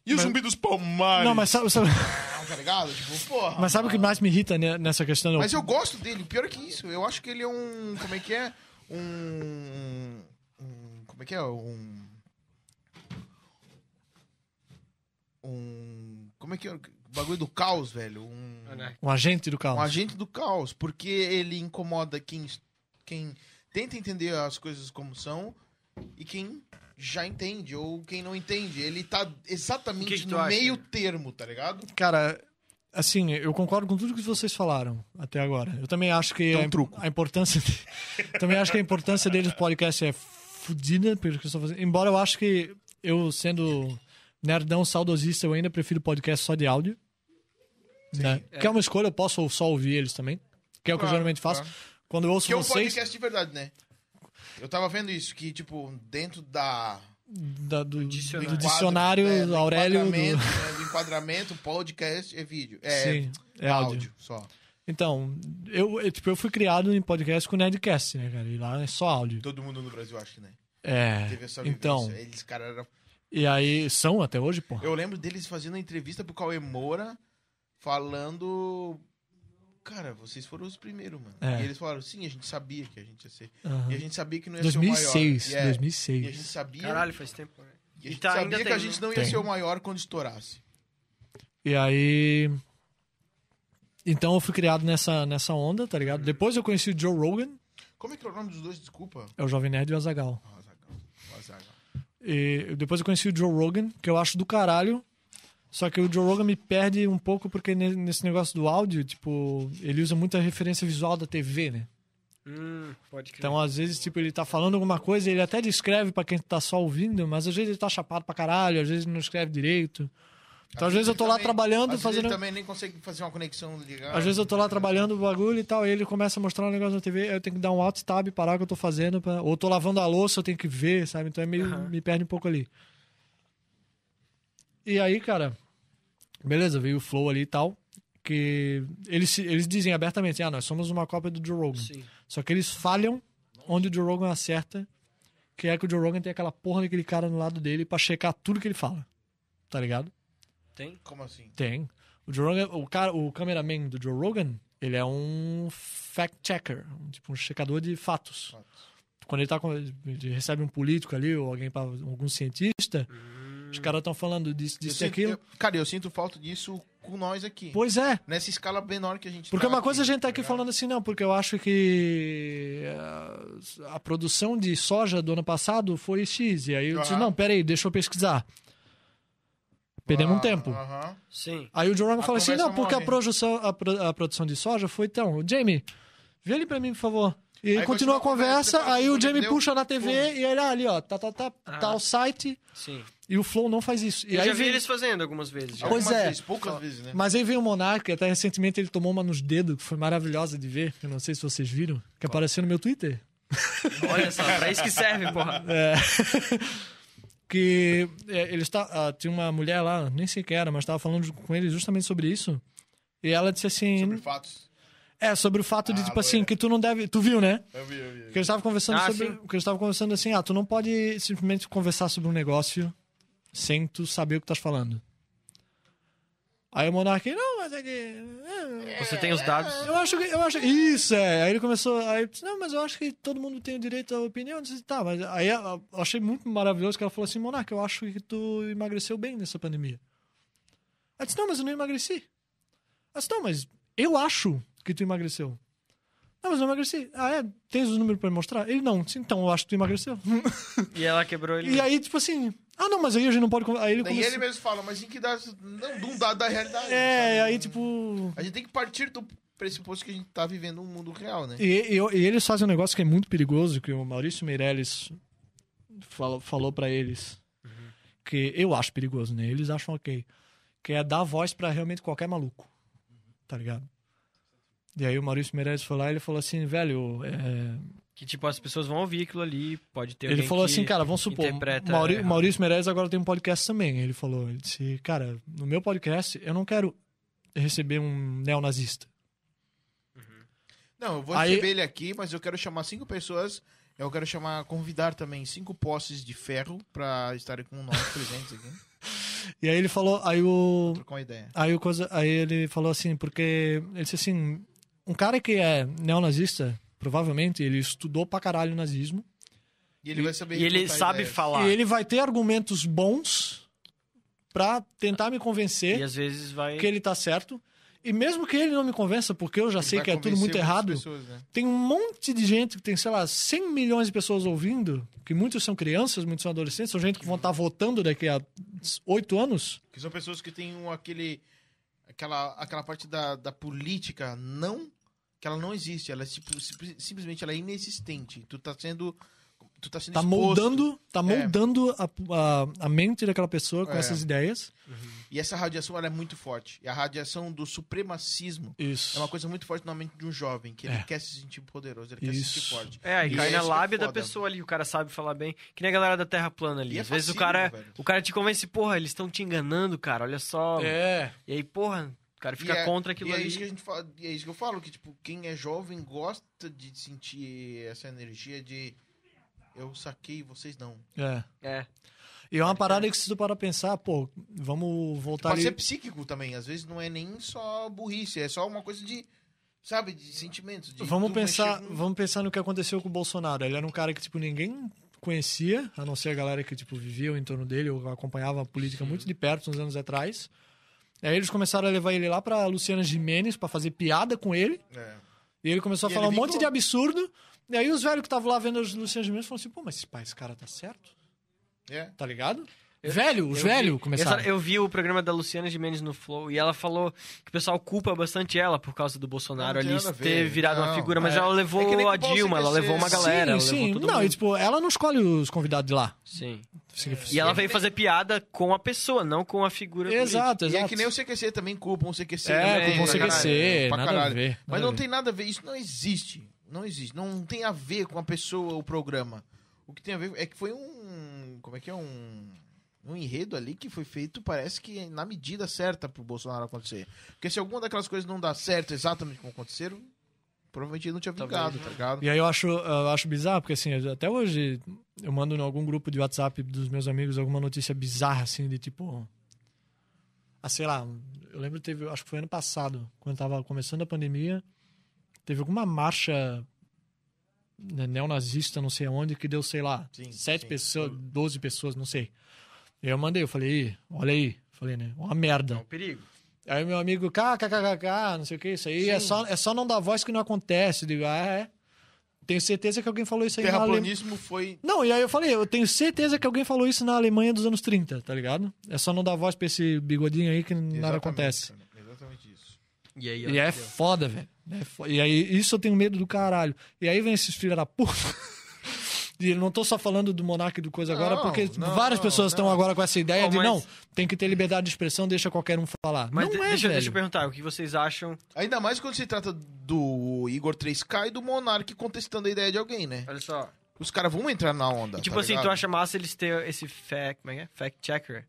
S1: e o zumbi dos palmares,
S4: Não, mas sabe, sabe-
S1: tá ligado? Tipo, porra.
S4: mas sabe o que mais me irrita ne- nessa questão?
S1: Mas eu gosto dele, pior que isso. Eu acho que ele é um. Como é que é? Um. um- como é que é? Um. Um. Como é que é? O bagulho do caos, velho. Um,
S2: Monark.
S4: Um agente do caos.
S1: um agente do caos. Porque ele incomoda quem, quem tenta entender as coisas como são e quem já entende ou quem não entende. Ele tá exatamente
S2: O que que tu
S1: no
S2: acha?
S1: meio termo, tá ligado?
S4: Cara, assim, eu concordo com tudo que vocês falaram até agora. Eu também acho que
S1: Tem um
S4: a, im-
S1: truco.
S4: a importância também acho que a importância deles no podcast é fodida pelo que eu estou fazendo. Embora eu acho que eu sendo nerdão saudosista, eu ainda prefiro podcast só de áudio. Né? Que é uma escolha, eu posso só ouvir eles também. Que é o que eu
S1: Claro,
S4: geralmente faço.
S1: claro.
S4: Quando eu ouço
S1: Que é um
S4: vocês
S1: podcast de verdade, né? Eu tava vendo isso, que, tipo, dentro da.
S4: da- do, do dicionário,
S2: dicionário.
S1: é, do
S4: Aurélio. do-
S1: Enquadramento, né, do enquadramento, podcast é vídeo. É,
S4: Sim, é
S1: áudio.
S4: áudio.
S1: só.
S4: Então, eu, eu, tipo, eu fui criado em podcast com Nerdcast, né, cara? E lá é só áudio.
S1: Todo mundo no Brasil, acho que, né?
S4: É.
S1: Teve essa vivência.
S4: Então,
S1: Eles, cara, era...
S4: e aí são até hoje, porra.
S1: Eu lembro deles fazendo uma entrevista pro Cauê Moura, falando. Cara, vocês foram os primeiros, mano.
S4: É.
S1: E eles falaram, sim, a gente sabia que a gente ia ser.
S4: Aham.
S1: E a gente sabia que não ia ser
S4: 2006,
S1: o maior. E é, E a gente
S4: 2006.
S1: sabia,
S2: Caralho, faz tempo. né?
S1: e a gente
S2: e tá, ainda
S1: sabia que a
S2: tem,
S1: gente
S2: né?
S1: não ia
S4: Tem.
S1: ser o maior quando estourasse.
S4: E aí Então eu fui criado nessa, nessa onda, tá ligado? Depois eu conheci o Joe Rogan,
S1: Como é que é o nome dos dois? Desculpa.
S4: é o Jovem Nerd e o Azagal.
S1: Ah, Azaghal. O Azaghal.
S4: E depois eu conheci o Joe Rogan, que eu acho do caralho. Só que o Joe Rogan me perde um pouco porque ne- nesse negócio do áudio, tipo, ele usa muita referência visual da TV, né?
S2: Hum, pode crer.
S4: Então, às vezes, tipo, ele tá falando alguma coisa, ele até descreve pra quem tá só ouvindo, mas às vezes ele tá chapado pra caralho, às vezes ele não escreve direito. Então, às vezes eu tô lá
S1: Também-
S4: trabalhando,
S1: às vezes
S4: fazendo.
S1: Ele também nem consegue fazer uma conexão ligada.
S4: Às vezes eu tô lá trabalhando o bagulho e tal, e ele começa a mostrar um negócio na TV, aí eu tenho que dar um alt tab, parar o que eu tô fazendo, pra- ou tô lavando a louça, eu tenho que ver, sabe? Então é meio.
S2: Aham.
S4: me perde um pouco ali. E aí, cara, beleza, veio o Flow ali e tal, que eles, se- eles dizem abertamente, ah, nós somos uma cópia do Joe Rogan.
S2: Sim.
S4: Só que eles falham onde o Joe Rogan acerta, que é que o Joe Rogan tem aquela porra daquele cara no lado dele pra checar tudo que ele fala. Tá ligado?
S2: Tem?
S1: Como assim?
S4: Tem. O Joe Rogan, o, cara, o cameraman do Joe Rogan, ele é um fact-checker, um, tipo um checador de fatos. Quando ele, tá com, ele recebe um político ali, ou alguém pra, algum cientista, os caras estão falando disso,
S1: Eu
S4: disso e
S1: sinto-
S4: aquilo.
S1: eu- cara, eu sinto falta disso com nós aqui.
S4: Pois é.
S1: Nessa escala menor que a gente
S4: Porque
S1: tá
S4: uma coisa a gente tá
S1: tá
S4: aqui
S1: ligado?
S4: falando assim, não, porque eu acho que eh, a produção de soja do ano passado foi X. E aí eu disse,
S1: Aham.
S4: não, peraí, deixa eu pesquisar. Perdemos um
S1: Ah,
S4: tempo.
S1: aham.
S2: Sim.
S4: Aí o Joe Rogan
S1: A
S4: fala assim:
S1: conversa é
S4: não, porque a
S1: morre.
S4: produção, a, pro- a produção de soja foi tão. Jamie, vê ali pra mim, por favor. E
S1: Aí
S4: continua a conversa,
S1: depois
S4: aí o
S1: quando
S4: Jamie
S1: deu,
S4: puxa na TV
S1: pum.
S4: e ele, ah, ali, ó, tá, tá, tá, tá
S2: Ah.
S4: o site.
S2: Sim.
S4: E o Flow não faz isso. E
S2: eu
S4: aí
S2: já vi
S4: vem-
S2: eles fazendo algumas vezes. Já.
S4: Pois
S1: Algumas
S4: é.
S1: vezes, poucas vezes, né?
S4: Mas aí veio o Monark, até recentemente ele tomou uma nos dedos, que foi maravilhosa de ver, que eu não sei se vocês viram, que apareceu no meu Twitter.
S2: Olha só, pra isso que serve, porra.
S4: É. que é, ele está, ah, tinha uma mulher lá, nem sei quem era, mas estava falando com ele justamente sobre isso. E ela disse assim:
S1: Sobre fatos.
S4: É, sobre o fato de,
S1: Ah,
S4: tipo
S1: loira.
S4: assim, que tu não deve. Tu viu, né?
S1: Eu vi, eu vi. eu vi.
S4: Que eles estavam conversando
S2: Ah,
S4: sobre.
S2: sim.
S4: Que eles estavam conversando assim, ah, tu não pode simplesmente conversar sobre um negócio sem tu saber o que estás falando. Aí o Monark, não, mas é que. é,
S2: Você tem os dados.
S4: Eu acho que. Eu acho, isso, é. Aí ele começou. Aí eu disse, não, mas eu acho que todo mundo tem o direito à opinião. Eu disse, tá, mas aí eu eu achei muito maravilhoso que ela falou assim, Monark, eu acho que tu emagreceu bem nessa pandemia. Ela disse, não, mas eu não emagreci. Ela disse, não, mas eu acho que tu emagreceu. Não, mas eu emagreci. Ah, é? Tens os números pra me mostrar? Ele, não. Disse, então, eu acho que tu emagreceu.
S2: E ela quebrou ele.
S4: e aí, tipo assim... Ah, não, mas aí a gente não pode... conver- Aí ele
S1: Daí
S4: começou...
S1: ele mesmo fala, mas em que dado. Não, de um dado da realidade.
S4: É, e
S1: sabe?
S4: aí, tipo...
S1: A gente tem que partir do pressuposto que a gente tá vivendo um mundo real, né?
S4: E, e- e eles fazem um negócio que é muito perigoso, que o Maurício Meirelles falou, falou para eles. Que eu acho perigoso, né? Eles acham ok. Que é dar voz pra realmente qualquer maluco. Tá ligado? E aí o Maurício Meirelles foi lá e ele falou assim, velho, é,
S2: Que tipo, as pessoas vão ouvir aquilo ali, pode ter
S4: ele
S2: alguém
S4: falou
S2: que
S4: assim, cara, vamos supor,
S2: interpreta
S4: Mauri-
S2: errado.
S4: Maurício Meirelles agora tem um podcast também. Ele falou, ele disse, cara, no meu podcast eu não quero receber um neonazista.
S1: Não, eu vou
S4: Aí-
S1: receber ele aqui, mas eu quero chamar cinco pessoas. Eu quero chamar, convidar também cinco posses de ferro pra estarem com nós presentes aqui.
S4: E aí ele falou, aí o
S1: Trocar uma ideia.
S4: Aí, o coisa, aí ele falou assim, porque ele disse assim, um cara que é neonazista, provavelmente, ele estudou pra caralho o nazismo,
S1: E ele vai saber.
S2: E ele
S1: recrutar
S2: sabe
S1: ideias.
S2: falar.
S4: e ele vai ter argumentos bons pra tentar me
S2: E
S4: convencer
S2: às vezes vai.
S1: assim-
S4: que ele tá certo. E mesmo que ele não me convença, porque eu já
S1: Ele
S4: sei
S1: vai
S4: que é tudo
S1: convencer
S4: muito
S1: muitas
S4: errado,
S1: pessoas, né?
S4: tem um monte de gente que tem, sei lá, 100 milhões de pessoas ouvindo, que muitos são crianças, muitos são adolescentes, são gente que vão estar votando daqui a oito anos.
S1: Que são pessoas que têm um, aquele. Aquela, aquela parte da, da política não. Que ela não existe. Ela é, tipo, sim- simplesmente ela é inexistente. Tu tá sendo. Tu tá sendo
S4: Tá
S1: exposto.
S4: moldando, tá
S1: É.
S4: moldando a, a, a mente daquela pessoa com
S1: É.
S4: essas ideias.
S1: E essa radiação ela é muito forte. E a radiação do supremacismo
S4: Isso.
S1: é uma coisa muito forte na mente de um jovem, que ele
S4: É.
S1: quer se sentir poderoso, ele quer se
S4: Isso.
S1: sentir forte.
S2: É, e
S1: E
S2: cai
S1: é
S2: na
S1: isso que é
S2: lábia da
S1: foda.
S2: pessoa ali, o cara sabe falar bem. Que nem a galera da Terra plana ali.
S1: E é
S2: Às vezes o
S1: fascismo,
S2: cara,
S1: velho.
S2: o cara te convence, porra, eles estão te enganando, cara, olha só.
S4: É.
S2: E aí, porra, o cara fica
S1: E é-
S2: contra aquilo
S1: e é
S2: ali.
S1: Isso que a gente fala, e é isso que eu falo, que tipo, quem é jovem gosta de sentir essa energia de eu saquei vocês não.
S4: É.
S2: É.
S4: E é uma parada que se tu para pensar, pô, vamos voltar
S1: Tá Pode
S4: Tá ali.
S1: ser psíquico também, às vezes não é nem só burrice, é só uma coisa de, sabe, de sentimentos. de
S4: Vamos
S1: tu
S4: pensar,
S1: mexer com-
S4: vamos pensar no que aconteceu com o Bolsonaro. Ele era um cara que tipo ninguém conhecia, a não ser a galera que tipo vivia em torno dele ou acompanhava a política muito de perto uns anos atrás. Aí eles começaram a levar ele lá pra Luciana Jimenez pra fazer piada com ele.
S1: É.
S4: E ele começou a
S1: E
S4: falar um
S1: ele
S4: monte
S1: vingou.
S4: de absurdo. E aí os velhos que estavam lá vendo as Luciana Jimenez falaram assim: pô, mas esse pai, esse cara tá certo?
S1: É.
S4: Tá ligado? velho, os velhos começaram.
S2: Essa- eu vi o programa da Luciana Gimenez no Flow e ela falou que o pessoal culpa bastante ela por causa do Bolsonaro
S1: Não tem
S2: ali
S1: nada a
S2: ter
S1: ver.
S2: virado uma
S1: Não,
S2: figura, mas
S1: é.
S2: ela levou
S1: É que nem
S2: a
S1: culpar o
S2: Dilma, ela
S1: CQC.
S2: levou uma
S1: Sim,
S2: galera,
S4: sim,
S2: ela
S4: sim.
S2: levou todo
S4: não,
S2: mundo.
S4: e tipo, ela não escolhe os convidados de lá.
S2: Sim.
S1: É.
S4: Se-
S2: E ela veio fazer piada com a pessoa, não com a figura política.
S4: Exato,
S1: E
S4: exato.
S1: é que nem o CQC também culpam o CQC.
S4: É,
S1: né?
S2: culpam o
S1: Pra
S4: CQC,
S1: pra
S4: nada a
S1: caralho.
S4: ver,
S1: Mas
S4: nada a
S2: Hum.
S1: não
S4: ver.
S1: tem nada a ver, isso não existe. Não existe. Não tem a ver com a pessoa, o programa. O que tem a ver é que foi um. Como é que é? Um. Um enredo ali que foi feito, parece que na medida certa pro Bolsonaro acontecer. Porque se alguma daquelas coisas não dá certo exatamente como aconteceram, provavelmente ele não tinha vingado,
S2: né?
S1: tá ligado?
S4: E aí eu acho, eu acho bizarro, porque assim, até hoje eu mando em algum grupo de WhatsApp dos meus amigos alguma notícia bizarra, assim, de tipo. Ah, sei lá, eu lembro que teve, acho que foi ano passado, quando tava começando a pandemia, teve alguma marcha né, neonazista, não sei aonde, que deu, sei lá,
S1: Sim,
S4: sete
S1: sim.
S4: pessoas, doze pessoas, não sei. E aí eu mandei, eu falei, "Ih, olha aí, falei, né? Uma merda.
S2: É um perigo.
S4: Aí meu amigo, kkkk, não sei o que, isso aí é só, é só não dar voz que não acontece. Eu Digo, ah, é. Tenho certeza que alguém falou isso aí na Alemanha.
S1: Terraplanismo foi.
S4: Não, e aí eu falei, eu tenho certeza que alguém falou isso na Alemanha dos anos 30, tá ligado? É só não dar voz pra esse bigodinho aí que nada
S1: Exatamente,
S4: acontece.
S1: cara. Exatamente isso.
S2: E aí, ó,
S4: E é
S2: deu.
S4: foda, velho. É fo- E aí, isso eu tenho medo do caralho. E aí vem esses filha da puta. E não tô só falando do Monark e do coisa agora,
S1: Não,
S4: porque
S1: não,
S4: várias
S1: não,
S4: pessoas estão
S1: não.
S4: agora com essa ideia
S2: Não,
S4: de
S2: mas-
S4: não, tem que ter liberdade de expressão, deixa qualquer um falar.
S2: Mas
S4: não
S2: de-
S4: é,
S2: deixa,
S4: velho.
S2: deixa eu perguntar, o que vocês acham?
S1: Ainda mais quando se trata do Igor 3K e do Monark contestando a ideia de alguém, né?
S2: Olha só.
S1: Os caras vão entrar na onda.
S2: E, tipo
S1: tá
S2: assim,
S1: ligado?
S2: tu acha massa eles terem esse fact, como é que é? fact checker?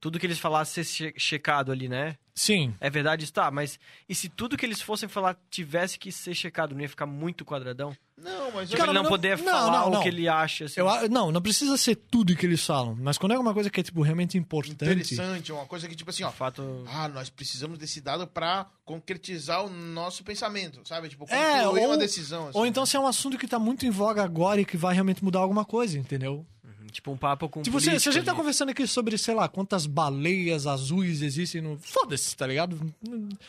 S2: Tudo que eles falassem ser che- checado ali, né?
S4: Sim.
S2: É verdade, está, mas e se tudo que eles fossem falar tivesse que ser checado, não ia ficar muito quadradão?
S1: Não, mas.
S2: Tipo,
S4: Cara,
S2: ele não
S4: mas não-
S2: poder
S4: não,
S2: falar
S4: não,
S2: o
S4: não.
S2: que ele acha, assim.
S4: Eu, a- não, não precisa ser tudo que eles falam, mas quando é alguma coisa que é, tipo, realmente importante.
S1: Interessante, uma coisa que, tipo assim,
S2: De
S1: ó.
S2: fato.
S1: Ah, nós precisamos desse dado pra concretizar o nosso pensamento, sabe? Tipo,
S4: É,
S1: concluir
S4: ou-
S1: uma decisão. assim.
S4: Ou então se é um assunto que tá muito em voga agora e que vai realmente mudar alguma coisa, entendeu?
S2: Tipo um papo com. um
S4: tipo, se, se a
S2: político
S4: gente
S1: né?
S4: tá
S2: ali.
S4: conversando aqui sobre, sei lá, quantas baleias azuis existem no. Foda-se, tá ligado?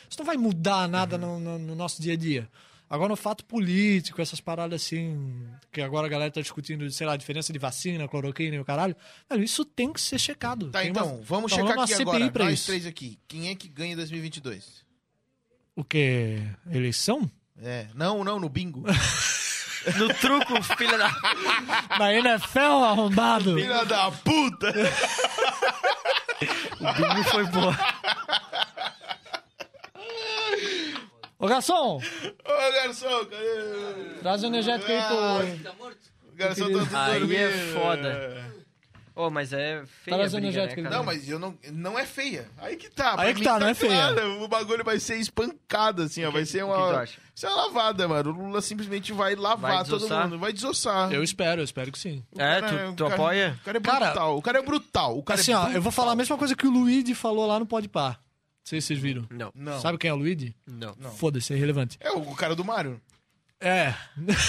S4: Isso não vai mudar nada
S1: Uhum.
S4: no, no- no nosso dia a dia. Agora, no fato político, essas paradas assim, que agora a galera tá discutindo, sei lá, a diferença de vacina, cloroquina e o caralho, velho, isso tem que ser checado.
S1: Tá,
S4: Tem
S1: então,
S4: uma-
S1: vamos
S4: tá
S1: checar
S4: rolando
S1: aqui
S4: uma CPI
S1: agora,
S4: pra
S1: nós
S4: isso.
S1: três aqui. Quem é que ganha em 2022?
S4: O quê? Eleição?
S1: É, não, não, no bingo.
S2: No truco, filha da.
S4: Na NFL, arrombado.
S1: Filha da puta!
S2: O bingo foi boa.
S4: Ô, garçom,
S1: Ô, garçom, cadê?
S4: traz o energético aí pro...
S8: Tá morto?
S1: O garçom tá tudo
S2: Aí é
S1: dormindo.
S2: foda. Ô, mas é feia a
S4: Tá
S2: briga, né,
S4: energético,
S2: cara?
S1: Não, mas eu não, não é feia. Aí que tá. pra
S4: Aí que
S1: mim
S4: tá, não é
S1: O bagulho vai ser espancado, assim, ó. Vai ser
S2: O que tu
S1: uma.
S2: acha?
S1: Isso é uma lavada, mano. O Lula simplesmente vai lavar
S2: Vai
S1: todo
S2: desossar?
S1: mundo. Vai desossar.
S4: Eu espero, eu espero que sim.
S1: O
S2: É,
S1: cara-
S2: tu,
S1: o
S2: tu
S1: cara-
S2: apoia?
S1: O cara é
S4: Cara-
S1: brutal. o cara é brutal. O cara
S4: Assim,
S1: é
S4: ó,
S1: brutal.
S4: eu vou falar a mesma coisa que o Luigi falou lá no Podpah. Não sei se vocês viram.
S2: Não.
S1: Não.
S4: Sabe quem é o Luigi?
S2: Não.
S1: Não.
S4: Foda-se, é irrelevante.
S1: É o cara do Mario.
S4: É,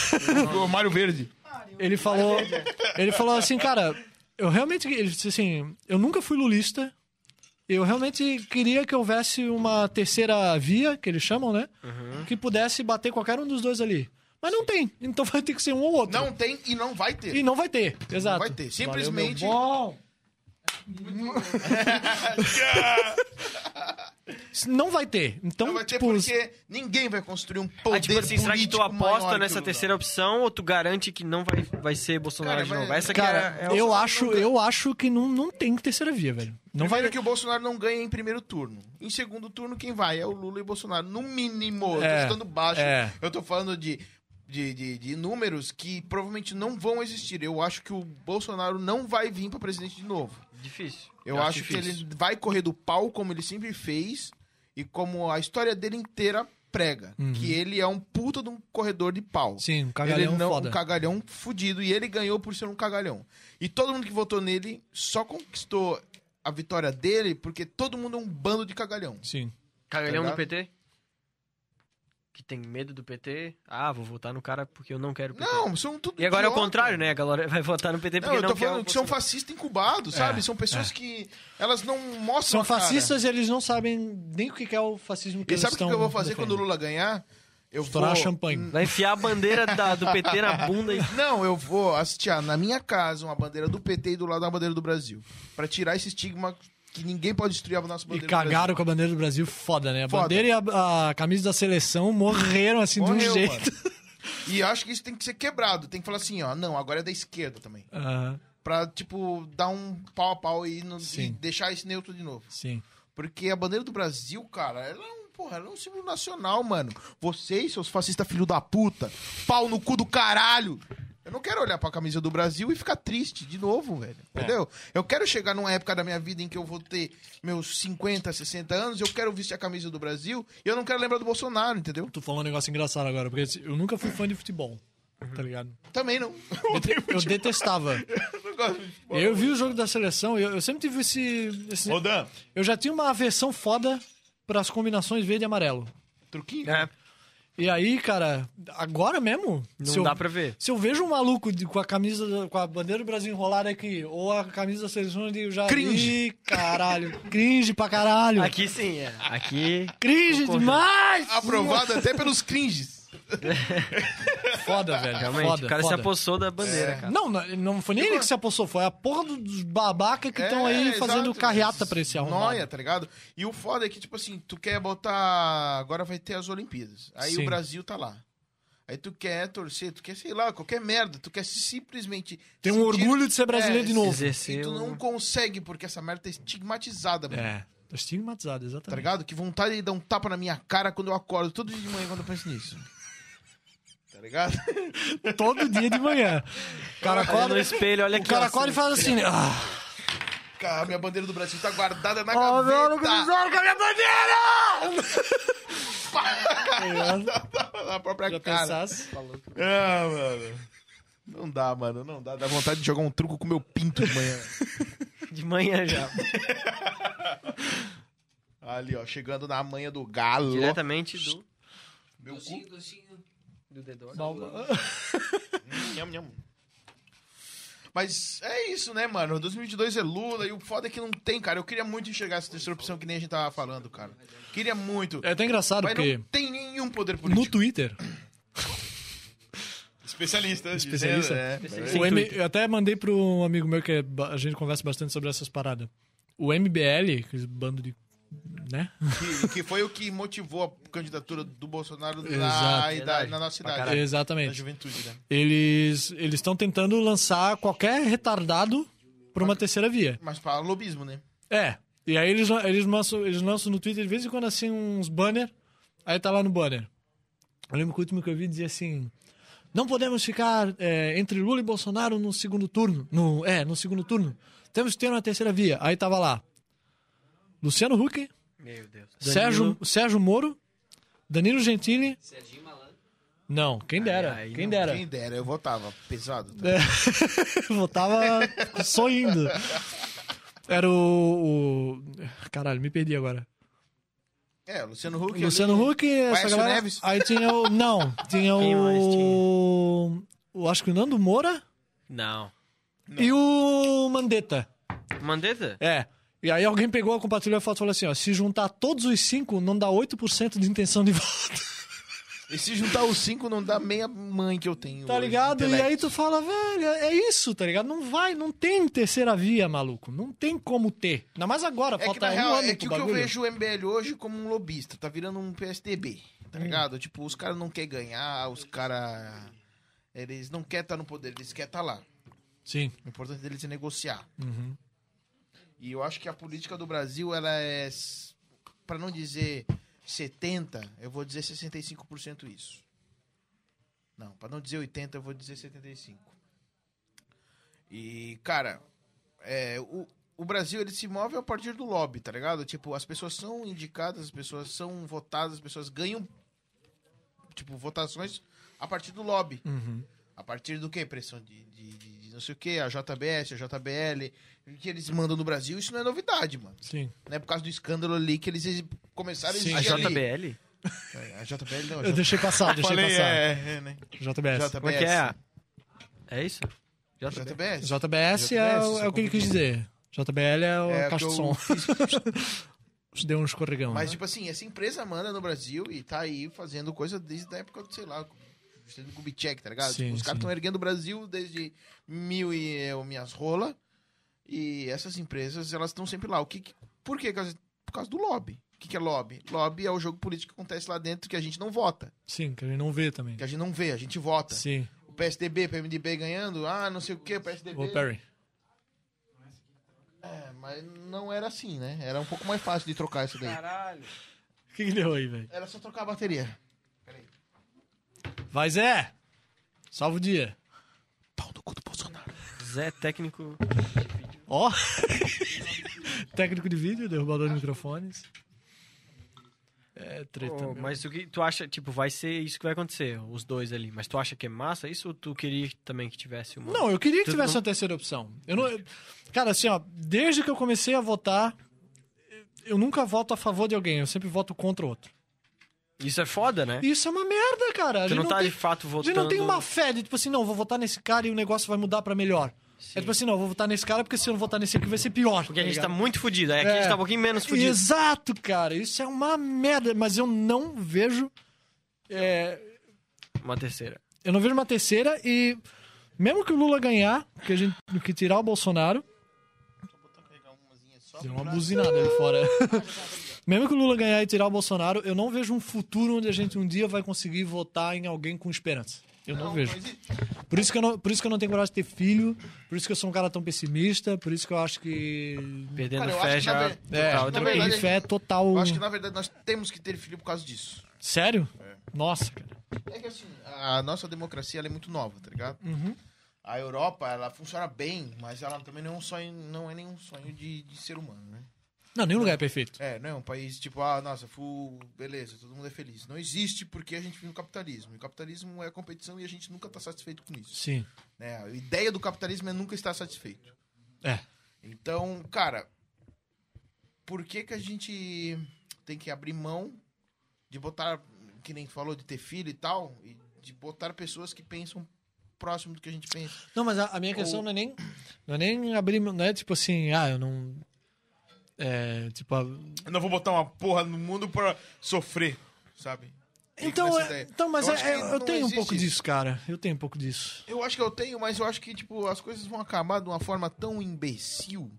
S1: o Mario Verde.
S4: ele falou... Ele falou assim, cara, eu realmente... Ele disse assim, eu nunca fui lulista. Eu realmente queria que houvesse uma terceira via, que eles chamam, né?
S1: Uhum.
S4: Que pudesse bater qualquer um dos dois ali. Mas não tem, então vai ter que ser um ou outro.
S1: Não tem e não vai ter.
S4: E não vai ter, exato.
S1: vai ter, simplesmente-
S4: Valeu, meu bom. não vai ter. Então,
S1: Não vai ter
S4: tipo,
S1: porque ninguém vai construir um poder
S2: Ah, tipo assim, será que tu
S1: político maior que
S2: aposta
S1: o
S2: nessa
S1: Lula?
S2: terceira opção ou tu garante que não vai, vai ser Bolsonaro
S1: Cara,
S2: de novo?
S1: mas-
S2: Essa que
S4: cara,
S2: é, é
S4: eu
S2: o-
S4: acho, eu acho que não, não tem terceira via, velho. Não vai
S1: Primeiro que o Bolsonaro não ganha em primeiro turno. Em segundo turno, quem vai é o Lula e o Bolsonaro. No mínimo, eu tô
S4: É,
S1: estando baixo.
S4: é.
S1: Eu tô falando de, de, de, de números que provavelmente não vão existir. Eu acho que o Bolsonaro não vai vir pra presidente de novo.
S2: Difícil.
S1: Eu, acho, que
S2: difícil.
S1: ele vai correr do pau, como ele sempre fez, e como a história dele inteira prega. Que ele é um puta de um corredor de pau.
S4: Sim, um cagalhão
S1: ele não,
S4: foda.
S1: Um cagalhão fudido. E ele ganhou por ser um cagalhão. E todo mundo que votou nele só conquistou a vitória dele porque todo mundo é um bando de cagalhão.
S4: Sim.
S2: Cagalhão
S1: Tá
S2: no PT? que tem medo do PT. Ah, vou votar no cara porque eu não quero PT.
S1: Não, são tudo.
S2: E agora é o
S1: idiota.
S2: contrário, né? A galera vai votar no
S1: Não,
S2: PT porque
S1: eu
S2: não,
S1: tô
S2: quer o
S1: falando que são
S2: Bolsonaro.
S1: fascistas encubados, sabe? são pessoas que. Elas não mostram.
S4: É, São
S1: a cara.
S4: fascistas e eles não sabem nem o que que é o fascismo
S1: E
S4: que eles
S1: sabe o que
S4: estão
S1: eu vou fazer quando o
S4: defendendo.
S1: Lula ganhar? Eu
S4: Estourar
S1: vou.
S4: champanhe.
S2: Vai enfiar a bandeira da- do PT na bunda e.
S1: Não, eu vou hastear na minha casa uma bandeira do PT e do lado uma bandeira do Brasil. Pra tirar esse estigma que ninguém pode destruir a nossa
S4: E
S1: bandeira. do
S4: cagaram com a bandeira do Brasil, foda, né? A
S1: Foda.
S4: bandeira e a, a camisa da seleção morreram assim de
S1: Morreu,
S4: um jeito.
S1: Brasil. E eu acho que isso tem que ser quebrado. Tem que falar assim, ó, não, agora é da esquerda também.
S4: Aham,
S1: Pra, tipo, dar um pau a pau e, no-
S4: Sim.
S1: e deixar isso neutro de novo.
S4: sim.
S1: Porque a bandeira do Brasil, cara, ela é um, porra, ela é um símbolo nacional, mano. Vocês, seus fascistas filho da puta, pau no cu do caralho. Eu não quero olhar pra camisa do Brasil e ficar triste de novo, velho. Entendeu? Eu quero chegar numa época da minha vida em que eu vou ter meus 50, 60 anos, eu quero vestir a camisa do Brasil e eu não quero lembrar do Bolsonaro, entendeu?
S4: Tu falou um negócio engraçado agora, porque assim, eu nunca fui fã de futebol,
S1: Uhum.
S4: tá ligado?
S1: Também não.
S4: Eu detestava.
S1: não gosto de futebol.
S4: Eu vi o jogo da seleção, eu, eu sempre tive esse, esse-
S1: Ô, Dan,
S4: Eu já tinha uma aversão foda pras combinações verde e amarelo.
S1: truquinho?
S2: É,
S4: E aí, cara, agora mesmo.
S2: não
S4: se eu-
S2: dá pra ver.
S4: Se eu vejo um maluco de- com a camisa, da- com a bandeira do Brasil enrolada aqui, ou a camisa da seleção, eu já.
S1: Cringe.
S4: Ih, caralho. Cringe pra caralho.
S2: Aqui sim, é. Aqui.
S4: Cringe
S2: Concordo.
S4: demais!
S1: Aprovado até pelos cringes.
S4: Foda, velho.
S2: Realmente,
S4: foda,
S2: o cara
S4: foda.
S2: se apossou da bandeira,
S1: É.
S2: cara.
S4: Não, não, não foi nem ele que se apossou, foi a porra dos babaca que estão
S1: É,
S4: aí fazendo
S1: exato.
S4: carreata pra esse arrombado.
S1: Noia, tá ligado? E o foda é que, tipo assim, tu quer botar. Agora vai ter as Olimpíadas. Aí
S4: Sim.
S1: o Brasil tá lá. Aí tu quer torcer, tu quer, sei lá, qualquer merda. Tu quer simplesmente.
S4: Tem um
S1: sentir-
S4: orgulho de ser brasileiro
S1: É,
S4: de novo.
S2: Exerceu. um
S1: E tu não consegue, porque essa merda é estigmatizada, mano.
S4: É, tô estigmatizado,
S1: Tá
S4: exatamente.
S1: ligado? Que vontade de dar um tapa na minha cara quando eu acordo todo dia de manhã quando eu penso nisso. Tá ligado?
S4: Todo dia de manhã. O cara
S2: Olha no
S4: acorda,
S2: espelho, olha
S4: o
S2: aqui.
S4: cara
S2: ó,
S4: acorda e
S2: assim.
S4: faz assim, né? ah,
S1: Cara, minha bandeira do Brasil tá guardada na
S4: ó, meu
S1: gaveta.
S4: amigo, fizeram com a minha bandeira!
S1: na própria
S4: Já
S1: cara.
S4: pensasse?
S1: Ah, mano. Não dá, mano, não dá. Dá vontade de jogar um truco com meu pinto de manhã.
S2: De manhã já.
S1: Ali, ó, chegando na manha do galo.
S2: Diretamente do.
S1: Meu cu.
S8: Docinho, docinho.
S2: Do dedo.
S1: Nham, nham. Mas é isso, né, mano? 2022 é Lula e o foda é que não tem, cara. Eu queria muito enxergar essa disrupção que nem a gente tava falando, cara. Queria muito.
S4: É até engraçado,
S1: Mas
S4: porque
S1: não tem nenhum poder
S4: no
S1: político.
S4: Twitter,
S1: Especialista.
S4: Especialista?
S1: dizendo, é.
S4: o M... eu até mandei para um amigo meu que é ba- a gente conversa bastante sobre essas paradas. O MBL, aquele bando de. né?
S1: Que, que foi o que motivou a candidatura do Bolsonaro na,
S4: Exato.
S1: idade, na nossa idade. Na
S4: Exatamente.
S1: juventude, né?
S4: Eles eles estão tentando lançar qualquer retardado pra uma terceira via.
S1: Mas pra lobismo, né?
S4: É. E aí eles, lan- eles, lançam, eles lançam no Twitter de vez em quando assim uns banner. Aí tá lá no banner. Eu lembro que o último que eu vi dizia assim. Não podemos ficar é, entre Lula e Bolsonaro no segundo turno. No, é, no segundo turno. Temos que ter uma terceira via. Aí tava lá. Luciano Huck,
S2: Meu Deus.
S4: Sérgio, Sérgio Moro, Danilo Gentili.
S8: Serginho Malandro.
S4: Não, quem dera.
S2: ai,
S4: quem
S2: não,
S4: dera.
S1: Quem dera, eu votava pesado. tá?
S4: Voltava sorrindo. Era o, o- Caralho, me perdi agora.
S1: É, Luciano Huck.
S4: Luciano
S1: ali-
S4: Huck, essa
S1: Aécio
S4: galera. Ah.
S1: Neves?
S4: Aí tinha o. Não, tinha
S2: Quem mais
S4: o. o acho que o Nando Moura
S2: Não.
S4: e o Mandetta.
S2: Mandetta?
S4: É. E aí alguém pegou, compartilhou a foto e falou assim: ó, se juntar todos os cinco, não dá 8% de intenção de voto.
S1: E se juntar os cinco, não dá meia mãe que eu tenho.
S4: Tá
S1: hoje,
S4: ligado? E
S1: intelecto.
S4: aí tu fala, velho, é isso, tá ligado? Não vai, não tem terceira via, maluco. Não tem como ter. Ainda mais agora,
S1: É que,
S4: falta
S1: na
S4: um
S1: real,
S4: ano
S1: é
S4: pro
S1: que o que eu
S4: bagulho.
S1: vejo o MBL hoje como um lobista. Tá virando um PSDB, tá
S4: Hum.
S1: ligado? Tipo, os caras não querem ganhar, os caras... Eles não querem estar no poder, eles querem estar lá.
S4: Sim. uhum,
S1: O importante deles é negociar. E eu acho que a política do Brasil, ela é... s- Pra não dizer 70, eu vou dizer 65% isso. Não, pra não dizer 80, eu vou dizer 75. E, cara, é, o, o Brasil ele se move a partir do lobby, tá ligado? Tipo, as pessoas são indicadas, as pessoas são votadas, as pessoas ganham, tipo, votações a partir do lobby. A partir do quê? Pressão de, de- de- de não sei o quê, a JBS, a JBL, que eles mandam no Brasil, isso não é novidade, mano.
S4: Sim.
S1: Não é por causa do escândalo ali que eles exi- começaram a
S4: Sim.
S1: exigir
S2: A
S1: ali.
S2: JBL?
S1: É, A JBL não, a
S4: Eu
S1: JBL.
S4: deixei passar, deixei
S1: Falei,
S4: passar.
S1: é, é, né?
S4: JBS.
S2: Como é que é? É isso?
S1: JBS.
S4: JBS, é, o- é o que ele quis dizer. JBL é o
S1: É,
S4: caixa de
S1: que
S4: som.
S1: eu
S4: Deu um escorregão.
S1: Mas,
S4: né?
S1: tipo assim, essa empresa manda no Brasil e tá aí fazendo coisa desde a época do, sei lá, do Kubitschek, tá ligado?
S4: Sim,
S1: Tipo, os caras
S4: sim.
S1: estão erguendo o Brasil desde mil e eu, minhas rola. E essas empresas, elas estão sempre lá. O que, que- por quê? Por causa do lobby. O que, que é lobby? Lobby é o jogo político que acontece lá dentro que a gente não vota.
S4: Sim, que a gente não vê também.
S1: Que a gente não vê, a gente vota.
S4: Sim.
S1: O PSDB, PMDB ganhando, ah, não sei o quê, o PSDB.
S4: Ô, Perry.
S1: É, mas não era assim, né? Era um pouco mais fácil de trocar isso daí.
S7: Caralho.
S4: O que, que deu aí, velho?
S1: Era só trocar a bateria.
S4: Vai, Zé! Salve o dia.
S1: Pau no cu do Bolsonaro.
S2: Zé é técnico.
S4: Ó! Técnico de vídeo, derrubador de microfones. É, treta.
S2: Ô,
S4: meu.
S2: mas o que tu acha, tipo, vai ser isso que vai acontecer, os dois ali. Mas tu acha que é massa isso ou tu queria também que tivesse uma.
S4: Não, eu queria que
S2: Tudo
S4: tivesse
S2: bom.
S4: uma terceira opção. Eu não, eu- cara, assim, ó, desde que eu comecei a votar, eu nunca voto a favor de alguém, eu sempre voto contra o outro.
S2: Isso é foda, né?
S4: Isso é uma merda, cara. A
S2: Tu
S4: gente
S2: não
S4: não,
S2: tá
S4: tem,
S2: de fato
S4: a
S2: votando.
S4: gente não tem uma fé de, tipo assim, não, vou votar nesse cara e o negócio vai mudar pra melhor. É tipo assim, não, vou votar nesse cara porque se eu não votar nesse aqui vai ser pior.
S2: Porque a gente tá
S4: ligado?
S2: muito fudido. Aí aqui a gente
S4: É.
S2: tá um pouquinho menos fudido.
S4: Exato, cara. Isso é uma merda, mas eu não vejo. é,
S2: Uma terceira.
S4: eu não vejo uma terceira e. Mesmo que o Lula ganhar, que a gente que tirar o Bolsonaro. Deu uma buzinada ali fora. Mesmo que o Lula ganhar e tirar o Bolsonaro, eu não vejo um futuro onde a gente um dia vai conseguir votar em alguém com esperança. Eu
S1: Então,
S4: não, vejo. Por isso, que eu não, por isso que eu não tenho coragem de ter filho, por isso que eu sou um cara tão pessimista, por isso que eu acho que.
S2: Perdendo
S1: Cara, eu
S2: fé
S1: acho que tá na
S2: já.
S1: ver-
S4: É,
S2: total,
S1: na
S2: outra-
S1: verdade,
S4: perdi fé total.
S1: Eu acho que, na verdade, nós temos que ter filho por causa disso.
S4: Sério? Nossa, cara.
S1: É que, assim, a nossa democracia ela é muito nova, tá ligado? A Europa, ela funciona bem, mas ela também não é, um sonho, não é nenhum sonho de, de ser humano, né?
S4: Não, nenhum lugar é perfeito.
S1: É, não é um país tipo, ah, nossa, full, beleza, todo mundo é feliz. Não existe porque a gente vive no capitalismo. E o capitalismo é competição e a gente nunca tá satisfeito com isso.
S4: Sim.
S1: né? A ideia do capitalismo é nunca estar satisfeito.
S4: É.
S1: Então, cara, por que que a gente tem que abrir mão de botar, que nem tu falou, de ter filho e tal, e de botar pessoas que pensam próximo do que a gente pensa?
S4: Não, mas a, a minha questão não é nem. Não é nem abrir. mão- Não é tipo assim, ah, eu não. É, tipo. a-
S1: Eu não vou botar uma porra no mundo pra sofrer, sabe?
S4: Então, é- então, mas
S1: Eu
S4: é-
S1: acho que
S4: é- eu
S1: não
S4: tenho um
S1: existe
S4: pouco
S1: isso.
S4: disso, cara. Eu tenho um pouco disso.
S1: Eu acho que eu tenho, mas eu acho que, tipo, as coisas vão acabar de uma forma tão imbecil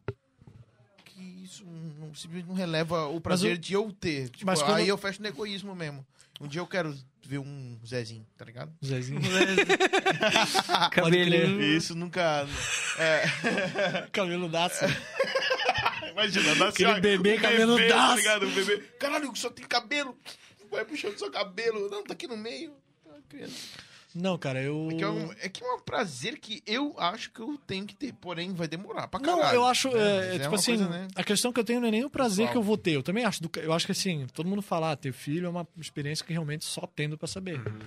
S1: que isso não, simplesmente não releva o prazer
S4: eu-
S1: de eu ter. Tipo,
S4: Mas quando-
S1: aí eu fecho no egoísmo mesmo. Um dia eu quero ver um Zezinho, tá ligado?
S4: Zezinho. Ah,
S2: Cabelinho.
S1: E isso nunca. É,
S4: Cabeludaço.
S1: imagina, nasce
S4: Aquele
S1: uma- um
S4: bebê cabeludaço.
S1: tá ligado? Um bebê. Caralho, só tem cabelo. Vai puxando só cabelo. Não, tá aqui no meio. Tá uma criança.
S4: Não, cara, eu.
S1: É que é, um, é que é um prazer que eu acho que eu tenho que ter, porém vai demorar pra caralho.
S4: Não, eu acho.
S1: né? Mas
S4: É,
S1: é
S4: tipo
S1: uma
S4: assim,
S1: coisa, né?
S4: a questão que eu tenho não é nem o prazer
S1: Pessoal.
S4: que eu vou ter. Eu também acho. do ca- eu acho que assim, todo mundo fala, ah, ter filho é uma experiência que realmente só tendo pra saber.
S1: Uhum.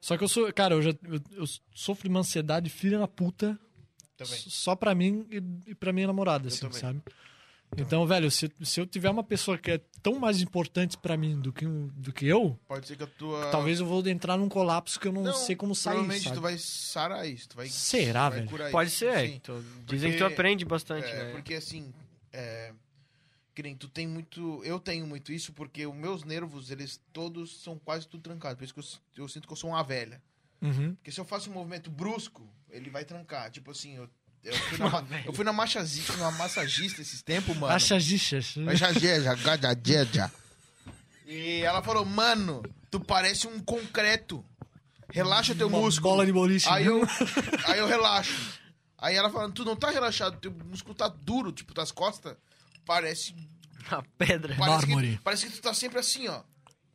S4: Só que eu sou. Cara, eu já. Eu, eu sofro de uma ansiedade filha na puta
S1: Também.
S4: s- só pra mim e, e pra minha namorada, assim,
S1: também.
S4: sabe? Então, velho, se, se eu tiver uma pessoa que é tão mais importante pra mim do que, um- do que eu,
S1: Pode ser que a tua.
S4: talvez eu vou entrar num colapso que eu não, sei como sair.
S1: Ah. Provavelmente
S4: sabe?
S1: tu vai sarar isso. Tu vai,
S4: Será,
S1: vai
S4: velho?
S1: curar
S2: Pode
S1: isso,
S2: ser, é.
S1: sim.
S2: Então, dizem que tu
S1: Porque-
S2: aprende bastante,
S1: É,
S2: né?
S1: Porque assim. É, que nem tu tem muito. Eu tenho muito isso porque os meus nervos, eles todos são quase tudo trancados. Por isso que eu, s- eu sinto que eu sou uma velha.
S4: Uhum.
S1: Porque se eu faço um movimento brusco, ele vai trancar. Tipo assim, eu, eu fui na, ma- eu fui na machazi- numa massagista esses tempos, mano.
S4: Acha gichas.
S1: Mas já, já, já, já, já, já, já. E ela falou, mano, tu parece um concreto. Relaxa teu
S4: Uma
S1: músculo.
S4: bola de boliche. né?
S1: Aí eu, aí eu relaxo. Aí ela falando, tu não tá relaxado, teu músculo tá duro, tipo, das costas. Parece.
S2: A pedra.
S1: Parece que,
S4: Mármore.
S1: parece que tu tá sempre assim, ó.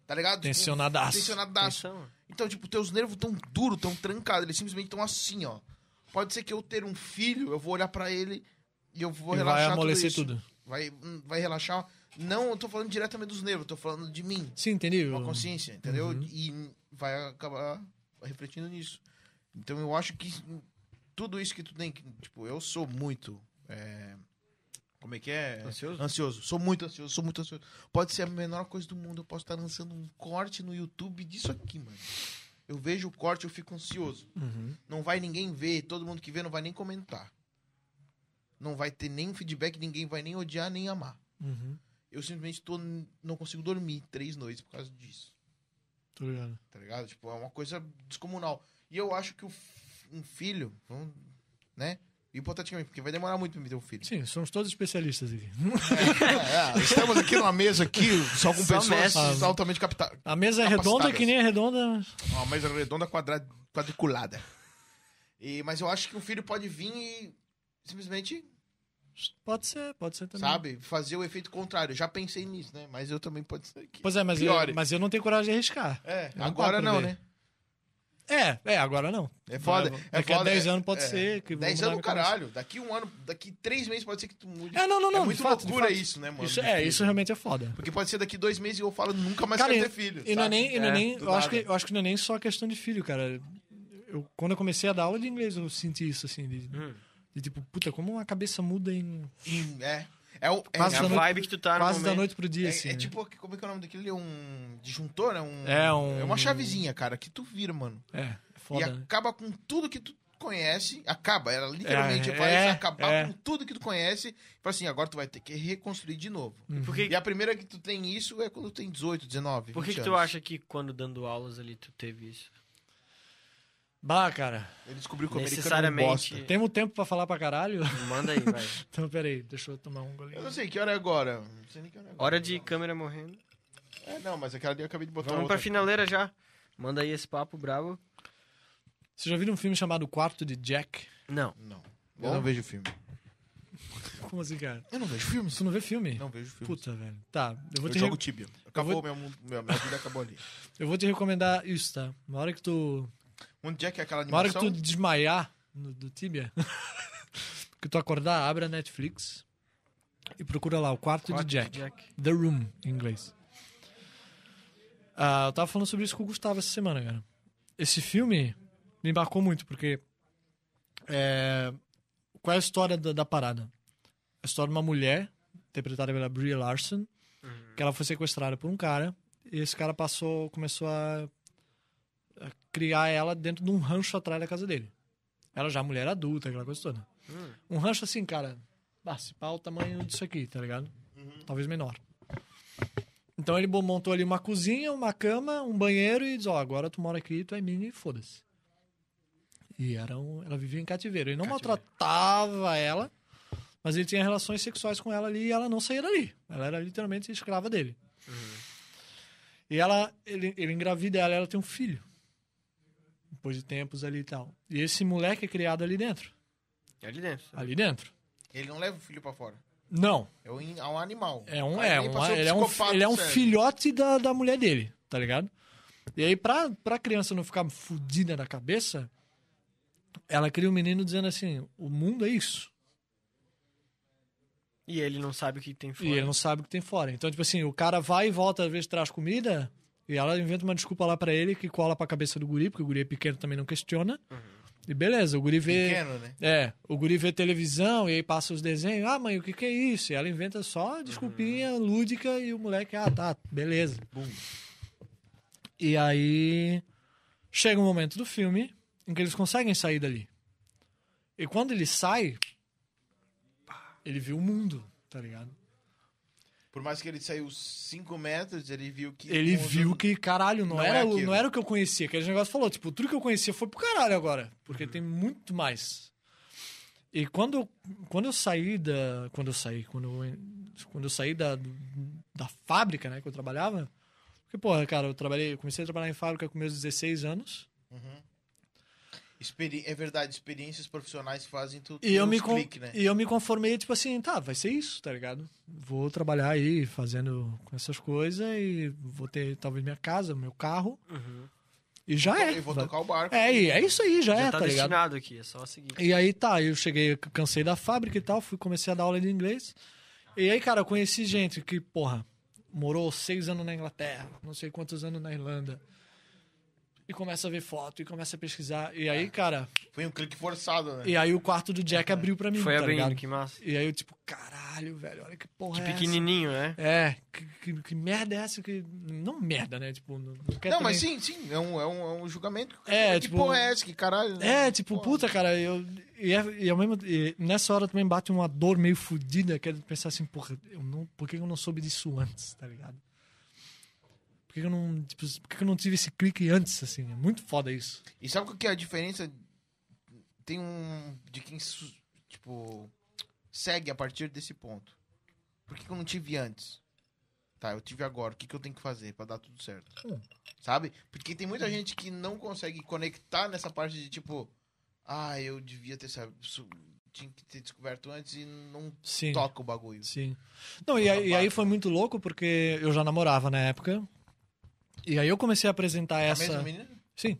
S1: Tá ligado?
S4: Tensionadaço.
S1: Tensionadaço.
S2: Atenção.
S1: Então, tipo, teus nervos tão duros, tão trancados, eles simplesmente tão assim, ó. Pode ser que eu ter um filho, eu vou olhar pra ele e eu vou
S4: E
S1: relaxar
S4: vai amolecer
S1: tudo. isso.
S4: tudo.
S1: Vai, hum, vai relaxar. Não, eu tô falando diretamente dos nervos, eu tô falando de mim,
S4: Sim, entendi.
S1: uma
S4: Eu-
S1: consciência, entendeu? E vai acabar refletindo nisso. Então eu acho que tudo isso que tu tem, que, tipo, eu sou muito. é, Como é que é?
S2: Ansioso?
S1: Ansioso. Sou muito ansioso, sou muito ansioso. Pode ser a menor coisa do mundo. Eu posso estar lançando um corte no YouTube disso aqui, mano. Eu vejo o corte, eu fico ansioso.
S4: Uhum,
S1: Não vai ninguém ver, todo mundo que vê não vai nem comentar. Não vai ter nenhum feedback, ninguém vai nem odiar, nem amar.
S4: Uhum.
S1: Eu simplesmente tô, não consigo dormir três noites por causa disso
S4: Tô ligado.
S1: tá ligado? Tipo, é uma coisa descomunal. E eu acho que o f- um filho, vamos, né? Hipoteticamente, porque vai demorar muito pra me ter um filho.
S4: Sim, somos todos especialistas aqui.
S1: É, é, estamos aqui numa mesa aqui, só com
S2: Só
S1: pessoas
S2: mestres.
S1: altamente capital.
S4: A mesa é redonda
S1: Capacitadas.
S4: que nem é redonda. mas-
S1: Uma mesa redonda quadra- quadriculada. E, mas eu acho que um filho pode vir e simplesmente,
S4: Pode ser, pode ser também.
S1: sabe, fazer o efeito contrário. Eu Já pensei nisso, né? Mas eu também pode ser que.
S4: Pois é, mas eu,
S1: Piore.
S4: mas eu não tenho coragem de arriscar.
S1: É,
S4: não
S1: agora
S4: dá pra
S1: não,
S4: ver.
S1: né?
S4: É, é, agora não.
S1: É foda.
S4: Daqui
S1: é
S4: a
S1: foda,
S4: 10
S1: é-
S4: anos pode
S1: é.
S4: ser. Que
S1: 10
S4: vou mudar
S1: anos,
S4: minha cabeça.
S1: caralho. Daqui um ano, daqui três meses pode ser que tu mude.
S4: É, não, não, não.
S1: é muito
S4: de fato, de
S1: loucura
S4: fato.
S1: isso, né, mano?
S4: Isso, é, isso realmente é foda.
S1: Porque pode ser daqui dois meses e eu falo, nunca mais
S4: Cara,
S1: quero ter
S4: e-
S1: filho.
S4: E não é
S1: sabe?
S4: nem. e não é
S2: É,
S4: nem-
S1: do
S4: eu, acho
S1: nada.
S4: que, eu acho que não é nem só questão de filho, cara. Eu, quando eu comecei a dar aula de inglês, eu senti isso, assim. De, de tipo, puta, como uma cabeça muda em.
S1: Hum, É. É, o- é,
S4: Quase
S2: É
S1: é,
S2: a
S4: da
S2: vibe que tu tá no
S4: quase da
S2: momento.
S4: noite pro dia,
S1: é-
S4: assim.
S1: é
S4: né?
S1: tipo, como é que é o nome daquele? É um disjuntor, né? Um,
S4: É um-
S1: É uma chavezinha, cara, que tu vira, mano.
S4: É, é
S1: e
S4: foda. né?
S1: acaba com tudo que tu conhece. Acaba, ela literalmente
S4: É,
S1: vai
S4: é,
S1: acabar
S4: é.
S1: com tudo que tu conhece. E fala assim, agora tu vai ter que reconstruir de novo.
S2: Por que,
S1: E a primeira que tu tem isso é quando tu tem 18, 19,
S2: por que,
S1: 20
S2: que
S1: anos.
S2: tu acha que quando dando aulas ali tu teve isso?
S4: Bah, cara.
S1: Ele descobriu que o americano é um
S2: Necessariamente.
S1: bosta.
S4: Temos tempo pra falar pra caralho?
S2: Manda aí, vai.
S4: Então, peraí, deixa eu tomar um
S1: Eu
S4: golinho.
S1: não sei, que hora é agora? Não sei nem que hora é agora.
S2: Hora de câmera morrendo.
S1: É, não, mas aquela ali eu acabei de botar
S2: Vamos
S1: outra.
S2: pra finaleira já. Manda aí esse papo brabo.
S4: Vocês já viram um filme chamado Quarto de Jack?
S2: Não.
S1: Não. Eu
S2: Bom.
S1: não vejo filme.
S4: Como assim, cara?
S1: Eu não vejo filme?
S4: Tu não vê filme?
S1: Não vejo filme.
S4: Puta, velho. Tá, eu vou,
S1: eu
S4: te
S1: jogo
S4: re-
S1: Tibia. Acabou,
S4: vou-
S1: meu, mundo- minha, minha vida acabou ali.
S4: eu vou te recomendar isso, tá? Na hora que tu
S1: Onde é que é aquela
S4: Na hora que
S1: animação?
S4: tu desmaiar no- do Tibia, que tu acordar, abre a Netflix e procura lá o quarto, de Jack. The Room, em inglês. Ah, eu tava falando sobre isso com o Gustavo essa semana, cara. Esse filme me marcou muito, porque. é, qual é a história da, da parada? A história de uma mulher, interpretada pela Brie Larson, que ela foi sequestrada por um cara, e esse cara passou, começou a criar ela dentro de um rancho atrás da casa dele. Ela já é mulher adulta, aquela coisa toda. Um rancho assim, cara, ah, se pá, o tamanho disso aqui, tá ligado? Talvez menor. Então ele bo- montou ali uma cozinha, uma cama, um banheiro e diz, ó, agora tu mora aqui, tu é minha e foda-se. E era um, ela vivia em cativeiro. Ele não maltratava ela, mas ele tinha relações sexuais com ela ali e ela não saía dali. Ela era literalmente escrava dele. E ela, ele, ele engravida ela e ela tem um filho depois de tempos ali e tal. E esse moleque é criado ali dentro.
S2: Ali É dentro.
S4: Ali dentro?
S1: Ele não leva o filho pra fora.
S4: Não.
S1: É um, é um animal.
S4: É um,
S1: Aí
S4: é
S1: ele
S4: um,
S1: passou
S4: ele é um,
S1: psicopata,
S4: ele é um
S1: sério.
S4: filhote da, da mulher dele, tá ligado? E aí, pra, pra criança não ficar fudida na cabeça, ela cria um menino dizendo assim: o mundo é isso.
S2: E ele não sabe o que tem fora.
S4: E ele não sabe o que tem fora. Então, tipo assim, o cara vai e volta, às vezes traz comida, e ela inventa uma desculpa lá pra ele que cola pra cabeça do guri, porque o guri é pequeno também não questiona. E beleza, o guri vê.
S1: Uhum. Pequeno, né?
S4: É, o guri vê televisão e aí passa os desenhos. Ah, mãe, o que, que é isso? E ela inventa só desculpinha lúdica e o moleque, ah, tá, beleza. E aí chega um momento do filme em que eles conseguem sair dali. E quando ele sai, ele vê o mundo, tá ligado?
S1: Por mais que ele saiu 5 metros, ele viu que...
S4: Ele
S1: não-
S4: viu que, caralho, não,
S1: Não é
S4: era, o,
S1: aquilo.
S4: não era o que eu conhecia. Aquele negócio falou, tipo, tudo que eu conhecia foi pro caralho agora. Porque
S1: Uhum.
S4: tem muito mais. E quando, eu- quando eu saí da. Quando eu saí, quando eu, quando eu saí da, do- da fábrica, né, que eu trabalhava. Porque, porra, cara, eu trabalhei, eu comecei a trabalhar em fábrica com meus 16 anos.
S1: Experi- É verdade, experiências profissionais fazem tudo.
S4: E eu, me con-
S1: clique, né?
S4: e eu me conformei, tipo assim, tá, vai ser isso, tá ligado? Vou trabalhar aí fazendo com essas coisas e vou ter talvez minha casa, meu carro. E já é.
S1: Eu vou
S4: vai-
S1: tocar o barco.
S4: É, e é isso aí, já,
S2: Uhum. Já
S4: é,
S2: tá,
S4: tá ligado?
S2: destinado aqui, é só seguir.
S4: E aí tá, eu cheguei, cansei da fábrica e tal, fui comecei a dar aula de inglês. E aí, cara, eu conheci gente que, porra, morou seis anos na Inglaterra, não sei quantos anos na Irlanda. E começa a ver foto, e começa a pesquisar. E
S2: É.
S4: aí, cara,
S1: Foi um clique forçado, né?
S4: e aí o quarto do Jack abriu pra mim.
S2: Foi
S4: tá
S2: abrindo,
S4: ligado?
S2: que massa.
S4: E aí eu, tipo, caralho. caralho, velho, olha que porra
S2: Que
S4: é
S2: pequenininho, né?
S4: essa. É, que, que- que merda é essa que... Não merda, né? Tipo, não, não quer
S1: Não, mas
S4: também-
S1: sim, sim, é um, é um, é um julgamento. que o cara
S4: É,
S1: fala,
S4: tipo-
S1: Que porra é essa? Que caralho.
S4: É, tipo,
S1: Porra.
S4: puta, cara, eu... E, é, e ao mesmo e nessa hora também bate uma dor meio fodida, que é de pensar assim, porra, eu não, por que eu não soube disso antes, tá ligado? Por que eu não, tipo, por que eu não tive esse clique antes, assim? É muito foda isso.
S1: E sabe qual que é a diferença? Tem um. De quem, su- tipo. Segue a partir desse ponto. Por que, que eu não tive antes? Tá, eu tive agora. O que, que eu tenho que fazer pra dar tudo certo?
S4: Hum.
S1: Sabe? Porque tem muita gente que não consegue conectar nessa parte de tipo. Ah, eu devia ter sabido. Tinha que ter descoberto antes e não
S4: Sim.
S1: toca o bagulho.
S4: Sim. Não, e, aí- e aí foi muito louco porque eu já namorava na época. E aí eu comecei a apresentar
S1: É A mesma
S4: essa.
S1: menina?
S4: Sim.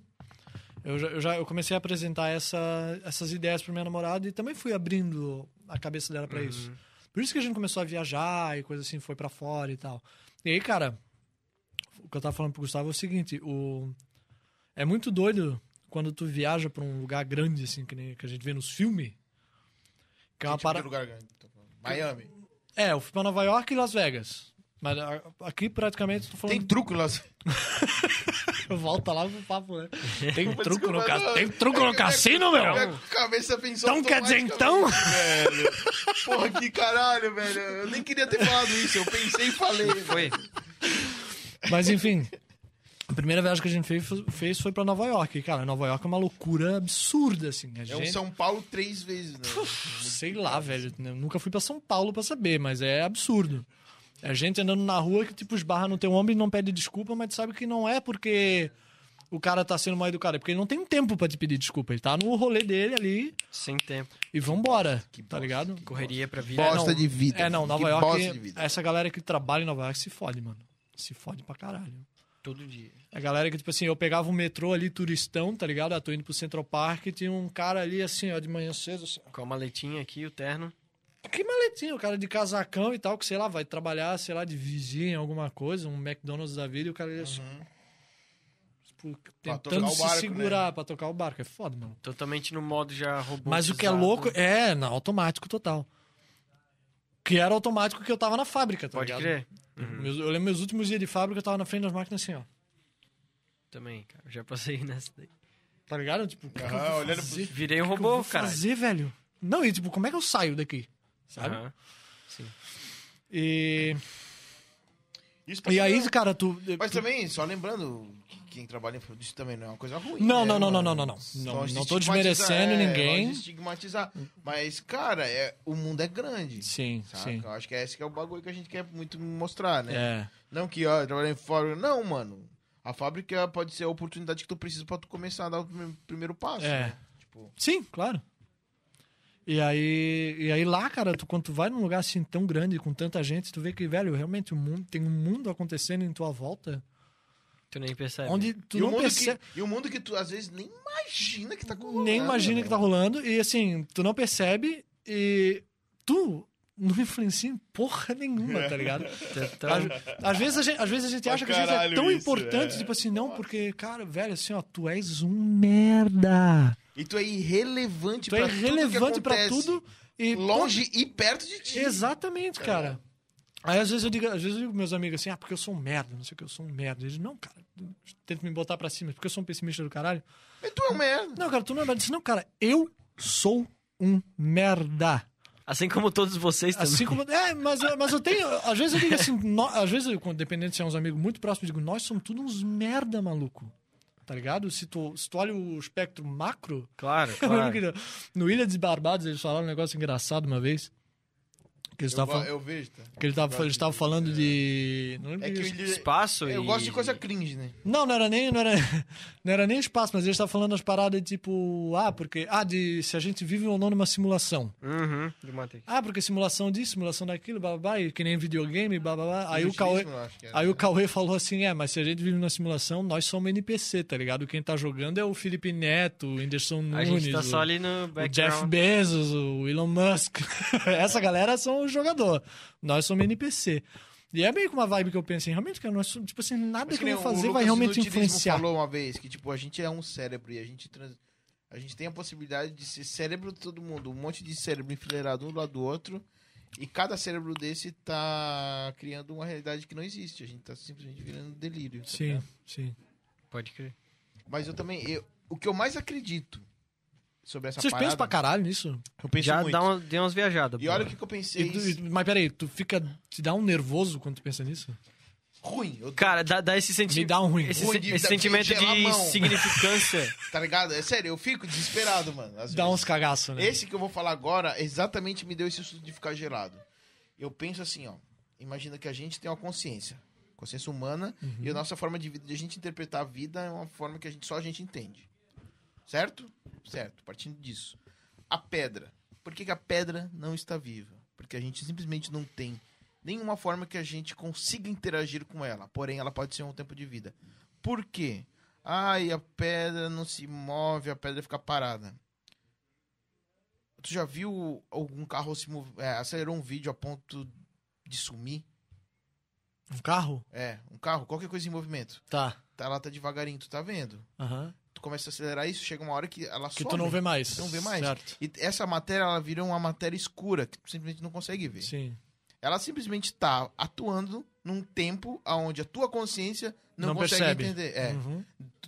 S4: Eu já, eu já eu comecei a apresentar essa, essas ideias para minha namorada e também fui abrindo a cabeça dela para
S1: Uhum.
S4: isso. Por isso que a gente começou a viajar e coisa assim, foi para fora e tal. E aí, cara, o que eu tava falando pro Gustavo é o seguinte, o é muito doido quando tu viaja para um lugar grande assim, que nem que a gente vê nos filmes. Que é uma
S1: Que tipo de
S4: parada
S1: lugar grande? Miami.
S4: é, eu fui pra Nova York e Las Vegas. Mas a- aqui praticamente tô
S1: Tem
S4: falando.
S1: truco lá.
S4: Volta lá pro papo, né? Tem truco no,
S1: desculpa,
S4: ca...
S1: não.
S4: Tem truco no cassino, meu?
S1: É, Minha cabeça pensou
S4: Então quer dizer, então?
S1: automaticamente, Velho. Porra, que caralho, velho. Eu nem queria ter falado isso. Eu pensei e falei. É
S2: Foi.
S4: Mas enfim. A primeira viagem que a gente fez, fez foi pra Nova York. E, cara, Nova York é uma loucura absurda, assim. A
S1: É um
S4: gente,
S1: São Paulo três vezes, né?
S4: Sei lá, velho. né? Eu nunca fui pra São Paulo pra saber, mas é absurdo. É gente andando na rua que, tipo, esbarra no teu ombro e não pede desculpa, mas tu sabe que não é porque o cara tá sendo mal educado. É porque ele não tem tempo pra te pedir desculpa. Ele tá no rolê dele ali
S2: Sem tempo.
S4: e vambora.
S1: que
S4: tá
S1: bosta,
S4: ligado?
S2: Correria pra vida.
S1: Bosta
S4: não,
S1: de vida.
S4: É, não, Nova
S1: que
S4: York.
S1: Bosta de vida.
S4: Essa galera que trabalha em Nova York se fode, mano. Se fode pra caralho.
S2: Todo dia.
S4: A galera que, tipo assim, eu pegava o metrô ali, turistão, tá ligado? Ah, tô indo pro Central Park e tinha um cara ali, assim, ó, de manhã cedo, assim.
S2: Com a maletinha aqui, o terno.
S4: Que maletinho, o cara de casacão e tal, que sei lá, vai trabalhar, sei lá, de vigia em alguma coisa, um McDonald's da vida, e o cara ali, assim,
S1: Uhum.
S4: tipo,
S1: Pra
S4: tentando
S1: tocar o
S4: se
S1: barco, né?
S4: segurar pra tocar o barco. É foda, mano.
S2: Totalmente no modo já robô.
S4: Mas o que é louco
S1: né?
S4: é, não, automático total. Que era automático que eu tava na fábrica, tá
S2: Pode
S4: ligado?
S2: crer. Uhum.
S4: Meus- eu lembro meus últimos dias de fábrica, eu tava na frente das máquinas assim, ó.
S2: Também, cara. Já passei nessa daí.
S4: Tá ligado? Tipo, o que que eu
S1: Ah,
S4: vou
S1: olhando
S4: fazer? O
S2: Virei um
S4: que que eu
S2: robô,
S4: vou
S2: cara.
S4: fazer, velho? Não, e tipo, como é que eu saio daqui? Sabe?
S2: Aham.
S4: E,
S1: Isso
S4: e aí,
S1: também-
S4: cara, tu.
S1: Mas também, só lembrando, que quem trabalha em produto também não é uma coisa ruim.
S4: Não,
S1: né,
S4: não, não,
S1: mano?
S4: não, não, não, não. Não,
S1: Longe de
S4: não tô
S1: estigmatizar,
S4: desmerecendo
S1: é,
S4: ninguém.
S1: longe de estigmatizar. Mas, cara, é, o mundo é grande.
S4: Sim,
S1: Saca?
S4: sim.
S1: Eu acho que esse que é o bagulho que a gente quer muito mostrar, né?
S4: É.
S1: Não que, ó, trabalhar em fábrica. Não, mano. A fábrica pode ser a oportunidade que tu precisa pra tu começar a dar o prime- primeiro passo.
S4: É.
S1: né? Tipo,
S4: Sim, claro. E aí, e aí lá, cara, tu, quando tu vai num lugar assim tão grande, com tanta gente, tu vê que, velho, realmente o mundo, tem um mundo acontecendo em tua volta.
S2: Tu nem percebe.
S4: onde tu
S1: É. e, o
S4: não
S1: mundo
S4: percebe.
S1: que, e o mundo que tu às vezes nem imagina que tá rolando.
S4: nem imagina que tá
S1: né?
S4: rolando. E assim, tu não percebe e tu não influencia em porra nenhuma, tá ligado?
S2: Tu é tão-
S4: Às, às vezes a gente, às vezes a gente
S1: Pra
S4: acha que a gente é
S1: caralho
S4: tão
S1: isso,
S4: importante,
S1: é.
S4: tipo assim, não, porque, cara, velho, assim, ó, tu és um merda.
S1: E tu é irrelevante
S4: Tu
S1: Tipo, pra
S4: é
S1: tudo. que
S4: relevante pra
S1: acontece,
S4: tudo e pô,
S1: Longe e perto de ti. tá
S4: Exatamente, cara. Aí às vezes eu digo, às vezes eu digo pros meus amigos assim, ah, porque eu sou um merda, não sei o que, eu sou um merda. Eles, não, cara, tenta me botar pra cima, porque eu sou um pessimista do caralho.
S1: Mas tu é um merda.
S4: Não, cara, tu não é merda. Eu disse, não, cara, eu sou um merda.
S2: Assim como todos vocês também.
S4: Assim como. É, mas, eu- mas eu tenho. Às vezes eu digo assim, nó- às vezes, eu, quando- dependendo se é uns amigos muito próximos, eu digo, nós somos tudo uns merda, maluco. Tá ligado? Se tu, se tu olha o espectro macro,
S2: Claro,
S4: eu lembro
S2: claro.
S4: que no, no Ilha dos Barbados eles falaram um negócio engraçado uma vez. Que eles
S1: Eu,
S4: estavam
S1: go-
S4: falando.
S1: eu vejo, tá?
S4: Que ele tava,
S1: Gosto
S4: eles estavam
S1: de-
S4: falando de. Não, lembro
S1: É que
S4: que-
S1: ele-
S2: Espaço
S1: Eu
S2: e-
S1: gosto de coisa cringe, né?
S4: não, não era nem. Não era, não era nem espaço, mas eles estavam falando as paradas tipo. Ah, porque. Ah, de se a gente vive ou não numa simulação.
S2: Uhum, do Matrix.
S4: Ah, porque simulação disso, simulação daquilo, blá blá blá, e que nem videogame, blá blá blá. Aí o Cauê.
S1: Inutilismo, eu acho que era,
S4: Aí
S1: né?
S4: o Cauê falou assim: é, mas se a gente vive numa simulação, nós somos NPC, tá ligado? Quem tá jogando é o Felipe Neto, o Whindersson
S2: A
S4: Nunes.
S2: gente tá só
S4: o-
S2: ali no
S4: o Jeff
S2: background.
S4: Bezos, o Elon Musk. Essa galera são o jogador. Nós somos NPC. E é meio que uma vibe que eu pensei, realmente, cara, nós somos, tipo assim, nada
S1: Mas
S4: que
S1: nem
S4: eu
S1: o
S4: vou fazer
S1: Lucas
S4: vai realmente
S1: Inutilismo
S4: influenciar.
S1: falou uma vez que, tipo, a gente é um cérebro e a gente trans... A gente tem a possibilidade de ser cérebro de todo mundo, um monte de cérebro enfileirado um do lado do outro, E cada cérebro desse tá criando uma realidade que não existe. A gente tá simplesmente virando delírio. tá
S4: Sim,
S1: ligado?
S4: sim.
S2: Pode crer.
S1: Mas eu também. eu- o que eu mais acredito sobre essa
S4: Vocês
S1: parada.
S4: pensam pra caralho nisso?
S1: Eu penso
S2: Já
S1: muito.
S2: dá um uma, deu umas viajadas.
S1: E
S2: pô.
S1: olha o que, que eu
S4: E
S1: pensei.
S4: tu- e- mas peraí, tu fica. Te dá um nervoso quando tu pensa nisso?
S1: Ruim. Eu,
S2: Cara, dá, dá esse
S4: Me
S2: sentimento.
S4: dá um ruim.
S2: Esse,
S1: Ruim
S2: sen-
S1: de-
S2: esse
S1: de
S2: sentimento
S1: gelar a
S2: de
S1: mão.
S2: significância.
S1: tá ligado? É sério, eu fico desesperado, mano. às
S4: Dá
S1: vezes.
S4: uns cagaços, né?
S1: Esse que eu vou falar agora exatamente me deu esse susto de ficar gelado. Eu penso assim, ó. Imagina que a gente tem uma consciência. Consciência humana e a nossa forma de vida, de a gente interpretar a vida é uma forma que a gente, só a gente entende. Certo? Certo. Partindo disso. A pedra. Por que, que a pedra não está viva? Porque a gente simplesmente não tem nenhuma forma que a gente consiga interagir com ela. Porém, ela pode ser um tempo de vida. Por quê? Ai, a pedra não se move, a pedra fica parada. Tu já viu algum carro se mov... é, acelerou um vídeo a ponto de sumir?
S4: Um carro?
S1: É, um carro, qualquer coisa em movimento.
S4: Tá.
S1: Tá, ela tá devagarinho, tu tá vendo.
S4: Aham.
S1: Tu começa a acelerar isso, chega uma hora que ela
S4: Que
S1: some.
S4: tu não vê mais.
S1: Tu não vê mais.
S4: Certo.
S1: E essa matéria, ela vira uma matéria escura, que tu simplesmente não consegue ver.
S4: Sim.
S1: Ela simplesmente tá atuando num tempo onde a tua consciência não,
S4: Não
S1: consegue
S4: percebe.
S1: entender. É.
S4: Uhum.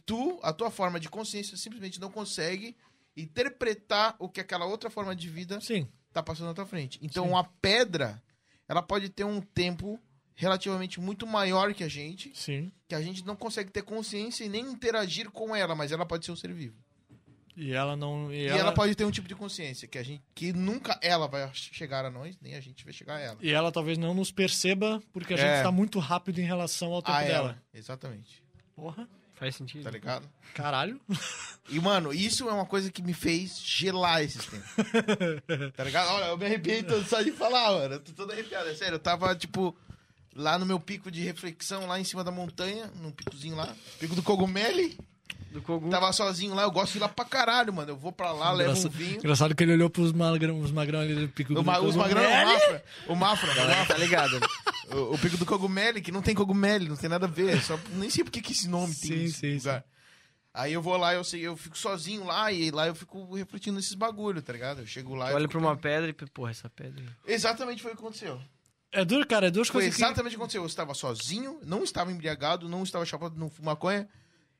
S1: tu, a tua forma de consciência, simplesmente não consegue interpretar o que aquela outra forma de vida
S4: Sim.
S1: tá passando na tua frente. Então,
S4: Sim.
S1: uma pedra, ela pode ter um tempo relativamente muito maior que a gente,
S4: Sim.
S1: que a gente não consegue ter consciência e nem interagir com ela, mas ela pode ser um ser vivo.
S4: E ela não. E,
S1: E, ela... pode ter um tipo de consciência que a gente que nunca ela vai chegar a nós, nem a gente vai chegar a ela.
S4: E ela talvez não nos perceba, porque a
S1: É. Ah,
S4: gente tá muito rápido em relação ao tempo
S1: A
S4: dela.
S1: ela, exatamente.
S4: Porra.
S2: Faz sentido.
S1: Tá ligado?
S4: Caralho.
S1: E mano, isso é uma coisa que me fez gelar esses tempos. tá ligado? Olha, eu me arrependo só de falar, mano. Eu tô todo arrepiado, é sério. Eu tava tipo lá no meu pico de reflexão, lá em cima da montanha, num picozinho lá, pico do Cogumeli.
S2: Do Kogu.
S4: Hum.
S1: Tava sozinho lá, eu gosto de ir lá pra caralho, mano. Eu vou pra lá, levo um
S4: Engraçado-
S1: vinho.
S4: Engraçado que ele olhou pros magrão, os magrão ali do pico
S1: O
S4: do
S1: ma, os
S4: Cogumelo.
S1: magrão, é Ah! o Mafra. O Mafra, né? o
S2: Galera,
S1: Mafra.
S2: tá ligado?
S1: O, o pico do cogumelo, que não tem cogumelo, não tem nada a ver. é Só, nem sei porque que esse nome tem.
S4: Sim,
S1: nesse
S4: sim,
S1: lugar. Aí eu vou lá, eu sei, eu fico sozinho lá, e lá eu fico refletindo nesses bagulho, tá ligado? Eu chego lá. eu
S2: Olha
S1: fico
S2: pra uma pedra e, porra, essa pedra.
S4: Tá
S1: pensando. Exatamente foi o que aconteceu.
S4: É duro, cara. É duas
S1: Foi
S4: coisas que...
S1: exatamente o que aconteceu. Eu estava sozinho, não estava embriagado, não estava chapado, não fumo maconha.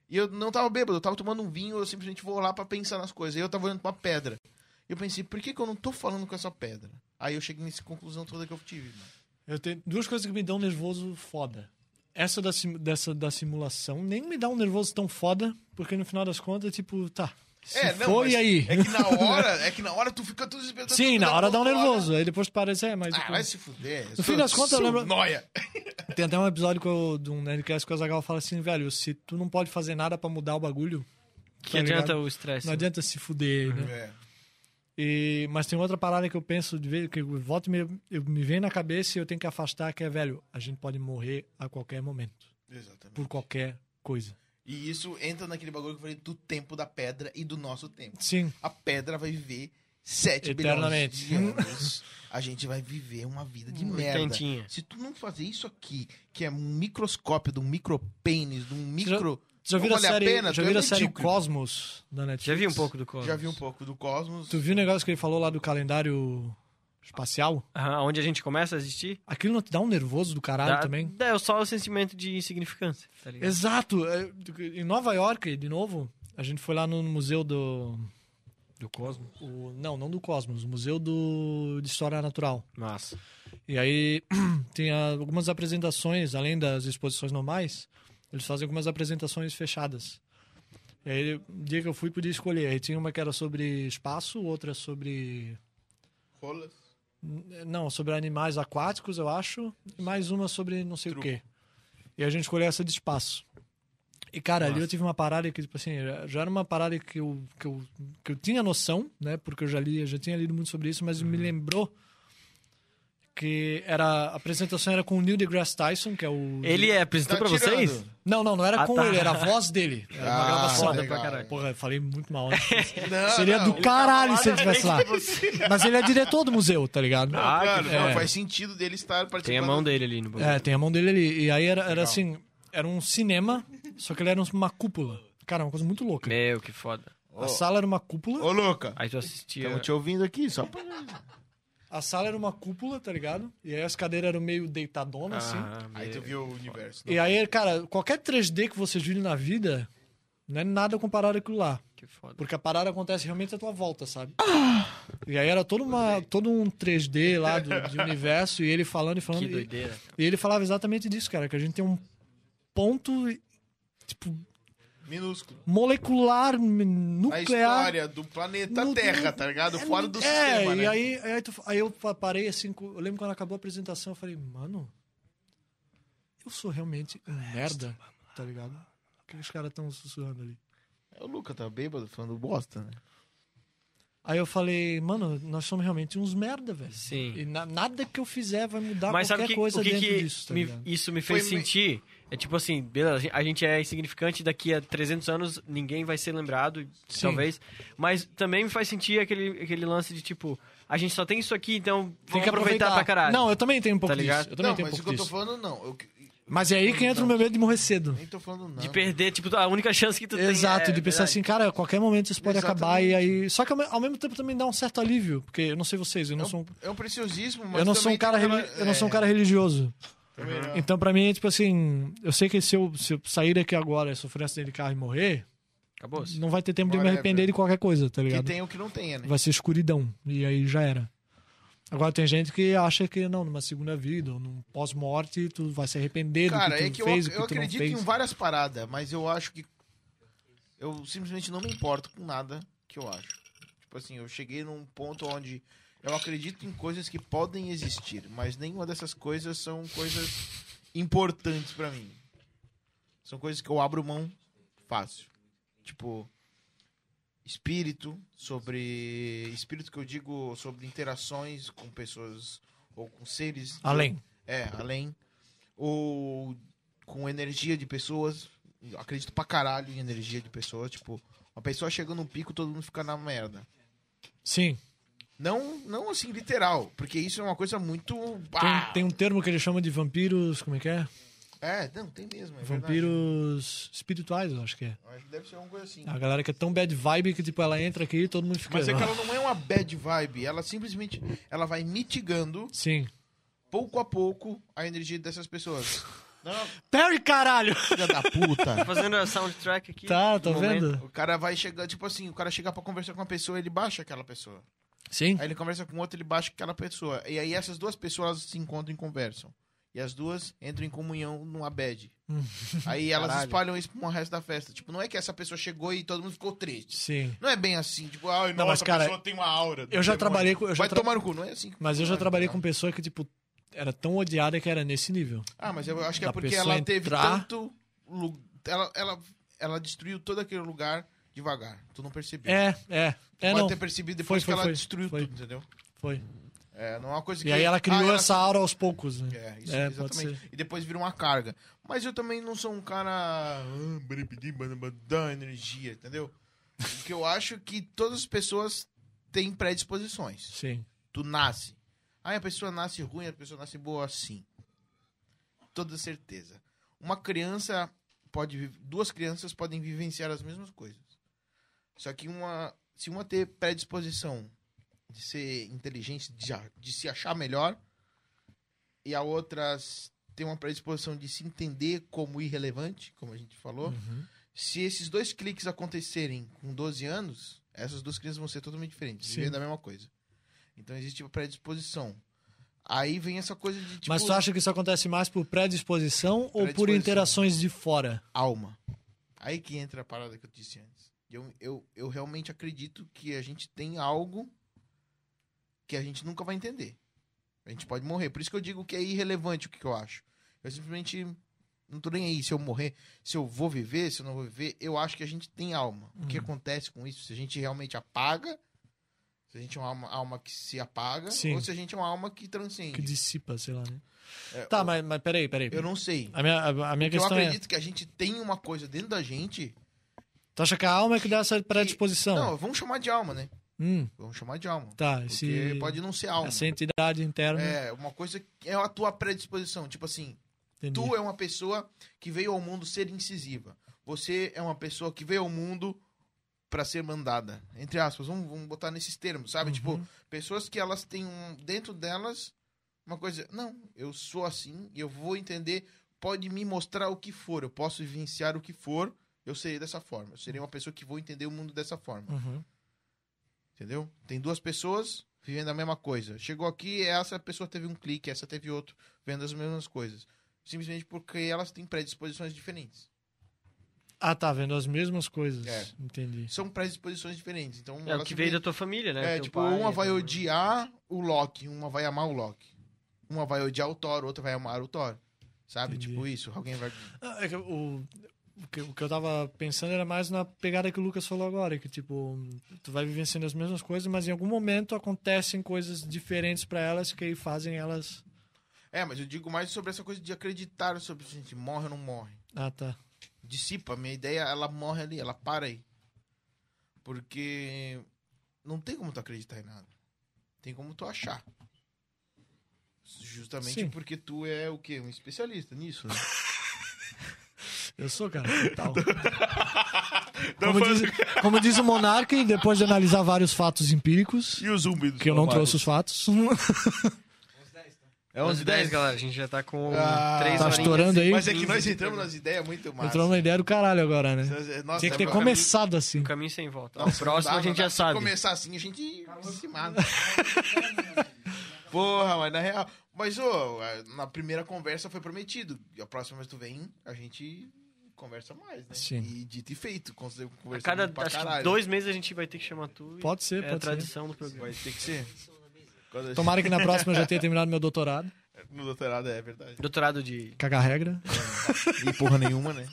S1: E eu não estava bêbado, eu estava tomando um vinho, eu simplesmente vou lá para pensar nas coisas. E eu estava olhando pra uma pedra. E eu pensei, por que, que eu não tô falando com essa pedra? Aí eu cheguei nessa conclusão toda que eu tive, mano.
S4: Eu tenho duas coisas que me dão um nervoso foda. Essa da, sim- dessa da simulação nem me dá um nervoso tão foda, porque no final das contas, tipo, tá. Se for,
S1: É, mas
S4: e aí?
S1: É que na hora, é que na hora tu fica tudo desesperado.
S4: Sim,
S1: tudo
S4: na hora dá um
S1: foda.
S4: nervoso. Aí depois tu parece, é, mas.
S1: Ah,
S4: tipo,
S1: vai se fuder.
S4: No fim das contas, eu lembro-
S1: Noia.
S4: Tem até um episódio que eu, de um Nerdcast que o Azagal fala assim, velho, se tu não pode fazer nada pra mudar o bagulho,
S2: Que
S4: Tá
S2: adianta
S4: ligado?
S2: o estresse.
S4: não adianta se fuder,
S2: Uhum.
S4: né?
S1: É.
S4: E, mas tem outra parada que eu penso de ver, que eu volto e me, eu, me vem na cabeça e eu tenho que afastar, que é, velho, a gente pode morrer a qualquer momento,
S1: Exatamente.
S4: por qualquer coisa.
S1: E isso entra naquele bagulho que eu falei do tempo da pedra e do nosso tempo.
S4: Sim,
S1: A pedra vai viver 7 bilhões de
S4: Eternamente.
S1: anos. A gente vai viver uma vida de
S2: Uma
S1: Hum, merda.
S2: tentinha.
S1: Se tu não fazer isso aqui, que é um microscópio de um micropênis, de um micro...
S4: já
S1: Não
S4: viram a
S1: vale a
S4: série,
S1: pena,
S4: já
S1: tu é
S4: viram a série
S1: medíocre.
S4: Cosmos da Netflix?
S2: Então Já vi um pouco do Cosmos.
S1: Já vi um pouco do cosmos.
S4: Tu viu o negócio que ele falou lá do calendário espacial?
S2: Aham, onde a gente começa a existir.
S4: Aquilo não te dá um nervoso do caralho
S2: dá,
S4: também?
S2: dá- é só o sentimento de insignificância, tá ligado?
S4: Exato. É, Em Nova York, de novo, a gente foi lá no museu do.
S2: Do Cosmos.
S4: o- não, não do Cosmos, o Museu do, de História Natural.
S2: Massa.
S4: E aí tinha algumas apresentações, além das exposições normais, eles fazem algumas apresentações fechadas. E aí, o dia que eu fui, podia escolher. Aí tinha uma que era sobre espaço, outra sobre.
S1: Rolas.
S4: N- Não, sobre animais aquáticos, eu acho. E mais uma sobre não sei
S1: Truco.
S4: o quê. E a gente escolheu essa de espaço. E, cara, ali
S2: Massa.
S4: eu tive uma parada que, tipo assim, já- já era uma parada que eu, que eu, que eu tinha noção, né? Porque eu já li, eu já tinha lido muito sobre isso, mas
S2: Uhum.
S4: me lembrou que era, a apresentação era com o Neil deGrasse Tyson, que é o...
S2: Ele é, apresentou
S1: Tá
S2: pra
S1: tirando.
S2: vocês?
S4: Não, não, não era
S2: Ah,
S4: com
S2: tá.
S4: ele, era a voz dele. Era É uma
S1: Ah,
S4: gravação.
S1: foda pra caralho.
S4: Porra, eu falei muito mal. né?
S1: Não,
S4: Seria
S1: não,
S4: do caralho se ele estivesse lá. Mas ele é diretor do museu, tá ligado?
S2: Ah, que
S1: Claro, não,
S4: é.
S1: faz sentido dele estar participando.
S2: Tem a mão dele ali no bagulho.
S4: É, tem a mão dele ali. E aí era, era assim, era um cinema, só que ele era um, uma cúpula. Cara, uma coisa muito louca.
S2: Meu, que foda.
S4: A sala era uma cúpula.
S1: Ô, Luca.
S4: Então,
S2: Aí tu assistia.
S1: Estamos te ouvindo aqui, só pra...
S4: A sala era uma cúpula, tá ligado? E aí as cadeiras eram meio deitadonas, assim.
S2: Ah,
S1: Aí tu viu o universo. né?
S4: E aí, cara, qualquer 3D que vocês viram na vida, não é nada comparado àquilo lá.
S2: Que foda.
S4: Porque a parada acontece realmente à tua volta, sabe? E aí era todo, uma, todo um 3D lá do, de universo, e ele falando e falando.
S2: Que
S4: E,
S2: doideira.
S4: e ele falava exatamente disso, cara, que a gente tem um ponto, tipo,
S1: Minúsculo.
S4: molecular, m-
S1: A
S4: nuclear.
S1: história do planeta
S4: No-
S1: Terra, tá ligado? Fora do
S4: é,
S1: sistema,
S4: e
S1: né?
S4: aí, aí, tu- aí eu pa- parei assim, co- eu lembro quando acabou a apresentação, eu falei, mano, eu sou realmente um merda, tá ligado? O que os caras estão sussurrando ali?
S1: O Luca tá bêbado, falando bosta, né?
S4: Aí eu falei, mano, nós somos realmente uns merda, velho.
S2: Sim.
S4: E na- nada que eu fizer vai mudar
S2: Mas sabe
S4: qualquer
S2: o que,
S4: coisa
S2: o que,
S4: dentro
S2: que
S4: disso, tá
S2: me-
S4: ligado?
S2: isso me fez
S1: Foi me-
S2: sentir? É tipo assim, beleza, a gen- a gente é insignificante, daqui a 300 anos ninguém vai ser lembrado,
S4: Sim.
S2: talvez. Mas também me faz sentir aquele, aquele lance de tipo, a gente só tem isso aqui, então tem
S4: Vamos
S2: que aproveitar, pra caralho.
S4: Não, eu também tenho um pouco
S2: Tá
S4: disso.
S2: ligado?
S4: Eu também
S1: Não,
S4: tenho um
S1: mas o que
S4: pouco
S1: eu tô
S4: disso.
S1: falando, não. Eu que-
S4: Mas é aí que entra o meu medo de morrer cedo.
S1: nem tô falando, não.
S2: de perder, tipo, a única chance que tu tem.
S4: Exato,
S2: é-
S4: de
S2: é
S4: pensar assim, cara, a qualquer momento isso pode
S1: Exatamente.
S4: acabar e aí. Só que ao me- ao mesmo tempo também dá um certo alívio, porque eu não sei vocês, eu não
S1: É um-
S4: sou um.
S1: É um preciosismo, mas
S4: Eu não, sou um
S1: também tem
S4: cara
S1: aquela-
S4: reli- eu não sou um
S1: é, Ah.
S4: cara religioso.
S1: também não.
S4: Então, pra mim, é tipo assim, eu sei que se eu, se eu sair daqui agora e sofrer um acidente de carro e morrer,
S2: Acabou.
S4: não vai ter tempo de me
S1: Whatever.
S4: arrepender de qualquer coisa, tá
S1: Que
S4: ligado?
S1: tem o que não tenha, né?
S4: vai ser escuridão. E aí já era. Agora tem gente que acha que não, numa segunda vida, ou num pós-morte, tu vai se arrepender
S1: Cara,
S4: do que tu
S1: é que eu, ac-
S4: fez, do que
S1: eu
S4: tu não
S1: acredito
S4: fez.
S1: em várias paradas, mas eu acho que. Eu simplesmente não me importo com nada que eu acho. Tipo assim, eu cheguei num ponto onde eu acredito em coisas que podem existir, mas nenhuma dessas coisas são coisas importantes pra mim. São coisas que eu abro mão fácil. Tipo, espírito, sobre. Espírito que eu digo sobre interações com pessoas ou com seres.
S4: Além.
S1: É, além. Ou com energia de pessoas. Eu acredito pra caralho em energia de pessoas. Tipo, uma pessoa chega num pico, todo mundo fica na merda.
S4: Sim.
S1: Não, não assim, literal. Porque isso é uma coisa muito.
S4: Tem,
S1: Bah!
S4: tem um termo que eles chamam de vampiros. Como é que é?
S1: É, não, tem mesmo. É verdade.
S4: Vampiros espirituais, eu acho que é.
S1: Acho que Deve ser alguma coisa assim.
S4: A galera que é tão bad vibe que, tipo, ela entra aqui e todo mundo fica. "Ah,
S1: Mas é que ela não é uma bad vibe. Ela simplesmente ela vai mitigando,
S4: Sim.
S1: pouco a pouco, a energia dessas pessoas. Não,
S4: Perry, caralho!
S1: filha da puta.
S2: Fazendo a soundtrack aqui.
S4: Tá, tá
S2: no momento. É,
S4: vendo?
S1: O cara vai chegar, tipo assim, o cara chega pra conversar com uma pessoa, ele baixa aquela pessoa.
S4: Sim.
S1: Aí ele conversa com outra, ele baixa aquela pessoa. E aí essas duas pessoas elas se encontram e conversam. E as duas entram em comunhão numa bad. aí elas espalham isso pro resto da festa. Tipo, não é que essa pessoa chegou e todo mundo ficou triste.
S4: Sim.
S1: Não é bem assim, tipo, ai,
S4: Não,
S1: não,
S4: mas,
S1: essa
S4: cara,
S1: pessoa tem uma aura. do
S4: eu já
S1: demônio.
S4: trabalhei com- eu já
S1: Vai
S4: tra-
S1: tomar no cu, não é assim. que
S4: Mas eu já
S1: funciona,
S4: trabalhei
S1: tá?
S4: com pessoa que, tipo, era tão odiada que era nesse nível.
S1: Ah, mas eu acho que é
S4: da
S1: porque
S4: pessoa
S1: ela teve
S4: entrar-
S1: tanto. lu- Ela, ela, ela destruiu todo aquele lugar devagar. Tu não percebeu.
S4: É, é. É,
S1: Pode
S4: não.
S1: ter percebido depois
S4: Foi, foi,
S1: que ela
S4: foi.
S1: destruiu
S4: Foi.
S1: tudo, entendeu?
S4: Foi.
S1: É, não é uma coisa que.
S4: E aí ela criou
S1: Ah,
S4: essa aura aos poucos, né?
S1: É, isso,
S4: É, pode
S1: exatamente. E depois vira uma carga. Mas eu também não sou um cara. ah, baribidi, barabadá, energia, entendeu? Porque eu acho que todas as pessoas têm predisposições.
S4: Sim.
S1: Tu nasce. Ah, a pessoa nasce ruim, a pessoa nasce boa assim. Toda certeza. Uma criança pode. vi- Duas crianças podem vivenciar as mesmas coisas. Só que uma. Se uma ter predisposição de ser inteligente, de, a- de se achar melhor, e a outra s- tem uma predisposição de se entender como irrelevante, como a gente falou, se esses dois cliques acontecerem com 12 anos, essas duas crianças vão ser totalmente diferentes,
S4: Sim.
S1: vivendo a mesma coisa. Então existe uma predisposição. Aí vem essa coisa de tipo
S4: Mas tu acha que isso acontece mais por predisposição, ou por
S1: Predisposição.
S4: interações de fora?
S1: alma. Aí que entra a parada que eu disse antes. Eu, eu, eu realmente acredito que a gente tem algo que a gente nunca vai entender. A gente pode morrer. Por isso que eu digo que é irrelevante o que que eu acho. Eu simplesmente não tô nem aí se eu morrer, se eu vou viver, se eu não vou viver. Eu acho que a gente tem alma. O que
S4: Uhum.
S1: acontece com isso? Se a gente realmente apaga, se a gente é uma alma, alma que se apaga,
S4: Sim.
S1: ou se a gente é uma alma que transcende.
S4: Que dissipa, sei lá, né?
S1: É,
S4: Tá, mas, mas peraí, peraí.
S1: Eu não sei.
S4: A minha, a, a minha
S1: Eu
S4: questão é...
S1: acredito que a gente tem uma coisa dentro da gente.
S4: Tu acha que a alma é que dá essa predisposição?
S1: Não, vamos chamar de alma, né?
S4: Hum,
S1: Vamos chamar de alma.
S4: tá,
S1: Porque
S4: esse, é né?
S1: pode não ser alma.
S4: essa entidade interna...
S1: É, uma coisa que é a tua predisposição. Tipo assim,
S4: entendi.
S1: tu é uma pessoa que veio ao mundo ser incisiva. Você é uma pessoa que veio ao mundo pra ser mandada. Entre aspas, vamos, vamos botar nesses termos, sabe? Tipo, pessoas que elas têm um, dentro delas uma coisa. Não, eu sou assim e eu vou entender. Pode me mostrar o que for, eu posso vivenciar o que for, eu serei dessa forma. Eu serei uma pessoa que vou entender o mundo dessa forma.
S4: Uhum.
S1: Entendeu? Tem duas pessoas vivendo a mesma coisa. Chegou aqui, essa pessoa teve um clique, essa teve outro, vendo as mesmas coisas. Simplesmente porque elas têm predisposições diferentes.
S4: Ah, tá, vendo as mesmas coisas.
S1: É.
S4: Entendi.
S1: São predisposições diferentes. Então,
S2: É o
S1: elas
S2: que veio da
S1: simplesmente-
S2: tua família, né?
S1: É,
S2: Teu
S1: tipo,
S4: um
S2: pai,
S1: uma vai
S2: tua mãe.
S1: odiar o Loki, uma vai amar o Loki. Uma vai odiar o Thor, outra vai amar o Thor. Sabe?
S4: Entendi.
S1: Tipo isso. Alguém vai.
S4: Ah, é que o, o, que, o que eu tava pensando era mais na pegada que o Lucas falou agora, que tipo, tu vai vivenciando as mesmas coisas, mas em algum momento acontecem coisas diferentes pra elas que aí fazem elas.
S1: É, mas eu digo mais sobre essa coisa de acreditar sobre gente, morre ou não morre.
S4: Ah, tá.
S1: dissipa. Minha ideia, ela morre ali, ela para aí. Porque não tem como tu acreditar em nada. Tem como tu achar. Justamente
S4: Sim.
S1: porque tu é o quê? Um especialista nisso. Né?
S4: Eu sou, cara. Tal. como, diz, como diz o Monark, depois de analisar vários fatos empíricos,
S1: E os zumbidos?
S4: que eu não trouxe os fatos.
S1: É
S2: 11
S1: 11
S2: h
S1: 10,
S2: 10,
S1: galera.
S2: galera. A gente já tá com
S1: Ah,
S2: 3
S4: tá estourando aí?
S1: Mas é que nós entramos nas ideias muito mais.
S4: Entrou numa ideia do caralho agora, né?
S1: Nossa, é
S4: Tinha que ter
S1: agora-
S4: começado assim.
S2: Um caminho sem volta.
S1: Nossa,
S2: o
S1: não
S2: próximo
S1: dá,
S2: a gente
S1: não dá.
S2: já
S1: Se
S2: sabe.
S1: começar assim, a gente se mata. Porra, mas na real. Mas, ô, na primeira conversa foi prometido. E a próxima vez que tu vem, a gente conversa mais, né?
S4: Sim.
S1: E dito e feito. Conversamos
S2: A cada
S1: né? pra
S2: acho que
S1: caralho.
S2: dois meses a gente vai ter que chamar tu. e
S4: Pode ser,
S2: É a
S4: pode ser.
S2: tradição do programa.
S1: Vai ter que ser. Quando-
S4: Tomara que na próxima eu já tenha terminado meu doutorado.
S1: No doutorado, é verdade.
S2: Doutorado de.
S4: Cagar regra.
S1: E porra nenhuma, né?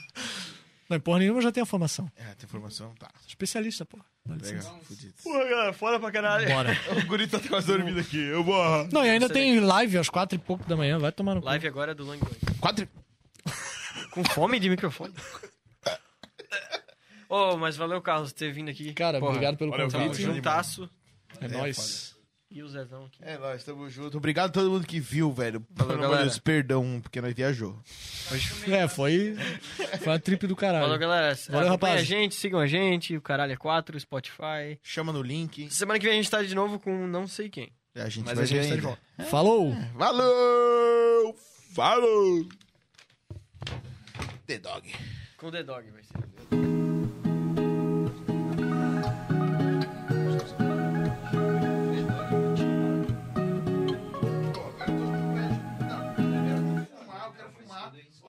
S4: Não, em porra nenhuma eu já tenho a formação.
S1: É, tem informação, tá.
S4: Sou Especialista, porra. Dá licença.
S1: Legal, fudido.
S2: Pô, galera, fora pra caralho.
S4: Bora.
S1: O guri tá quase dormindo aqui. Eu vou.
S4: Não, e ainda
S2: Excelente.
S4: tem live às quatro e pouco da manhã, vai tomar no cu.
S2: Live agora do Lang Lang.
S1: Quatro.
S2: Com fome de microfone? Ô, mas valeu, Carlos, por ter vindo aqui.
S4: Cara,
S2: é Porra,
S4: obrigado pelo
S1: Olha, eu
S4: convite.
S1: tava junto.
S2: Juntasso
S4: É, nóis.
S2: e o Zezão aqui.
S1: É, nós estamos juntos. Obrigado a todo mundo que viu, velho. Pelo amor de
S2: galera.
S1: Deus, perdão, porque nós viajou.
S4: É, foi, foi uma trip
S2: Falou,
S4: do caralho.
S2: galera. Acompanhem
S4: É. rapaz.
S2: a gente, sigam a gente, o Caralho é 4, Spotify.
S1: Chama no link.
S2: Semana que vem a gente tá de novo com não sei quem.
S1: A gente
S2: Mas
S1: vai
S2: a gente
S1: ver
S2: tá de
S1: ainda.
S2: volta.
S4: Falou!
S1: Valeu! Falou! The Dog.
S2: Com o The Dog vai ser.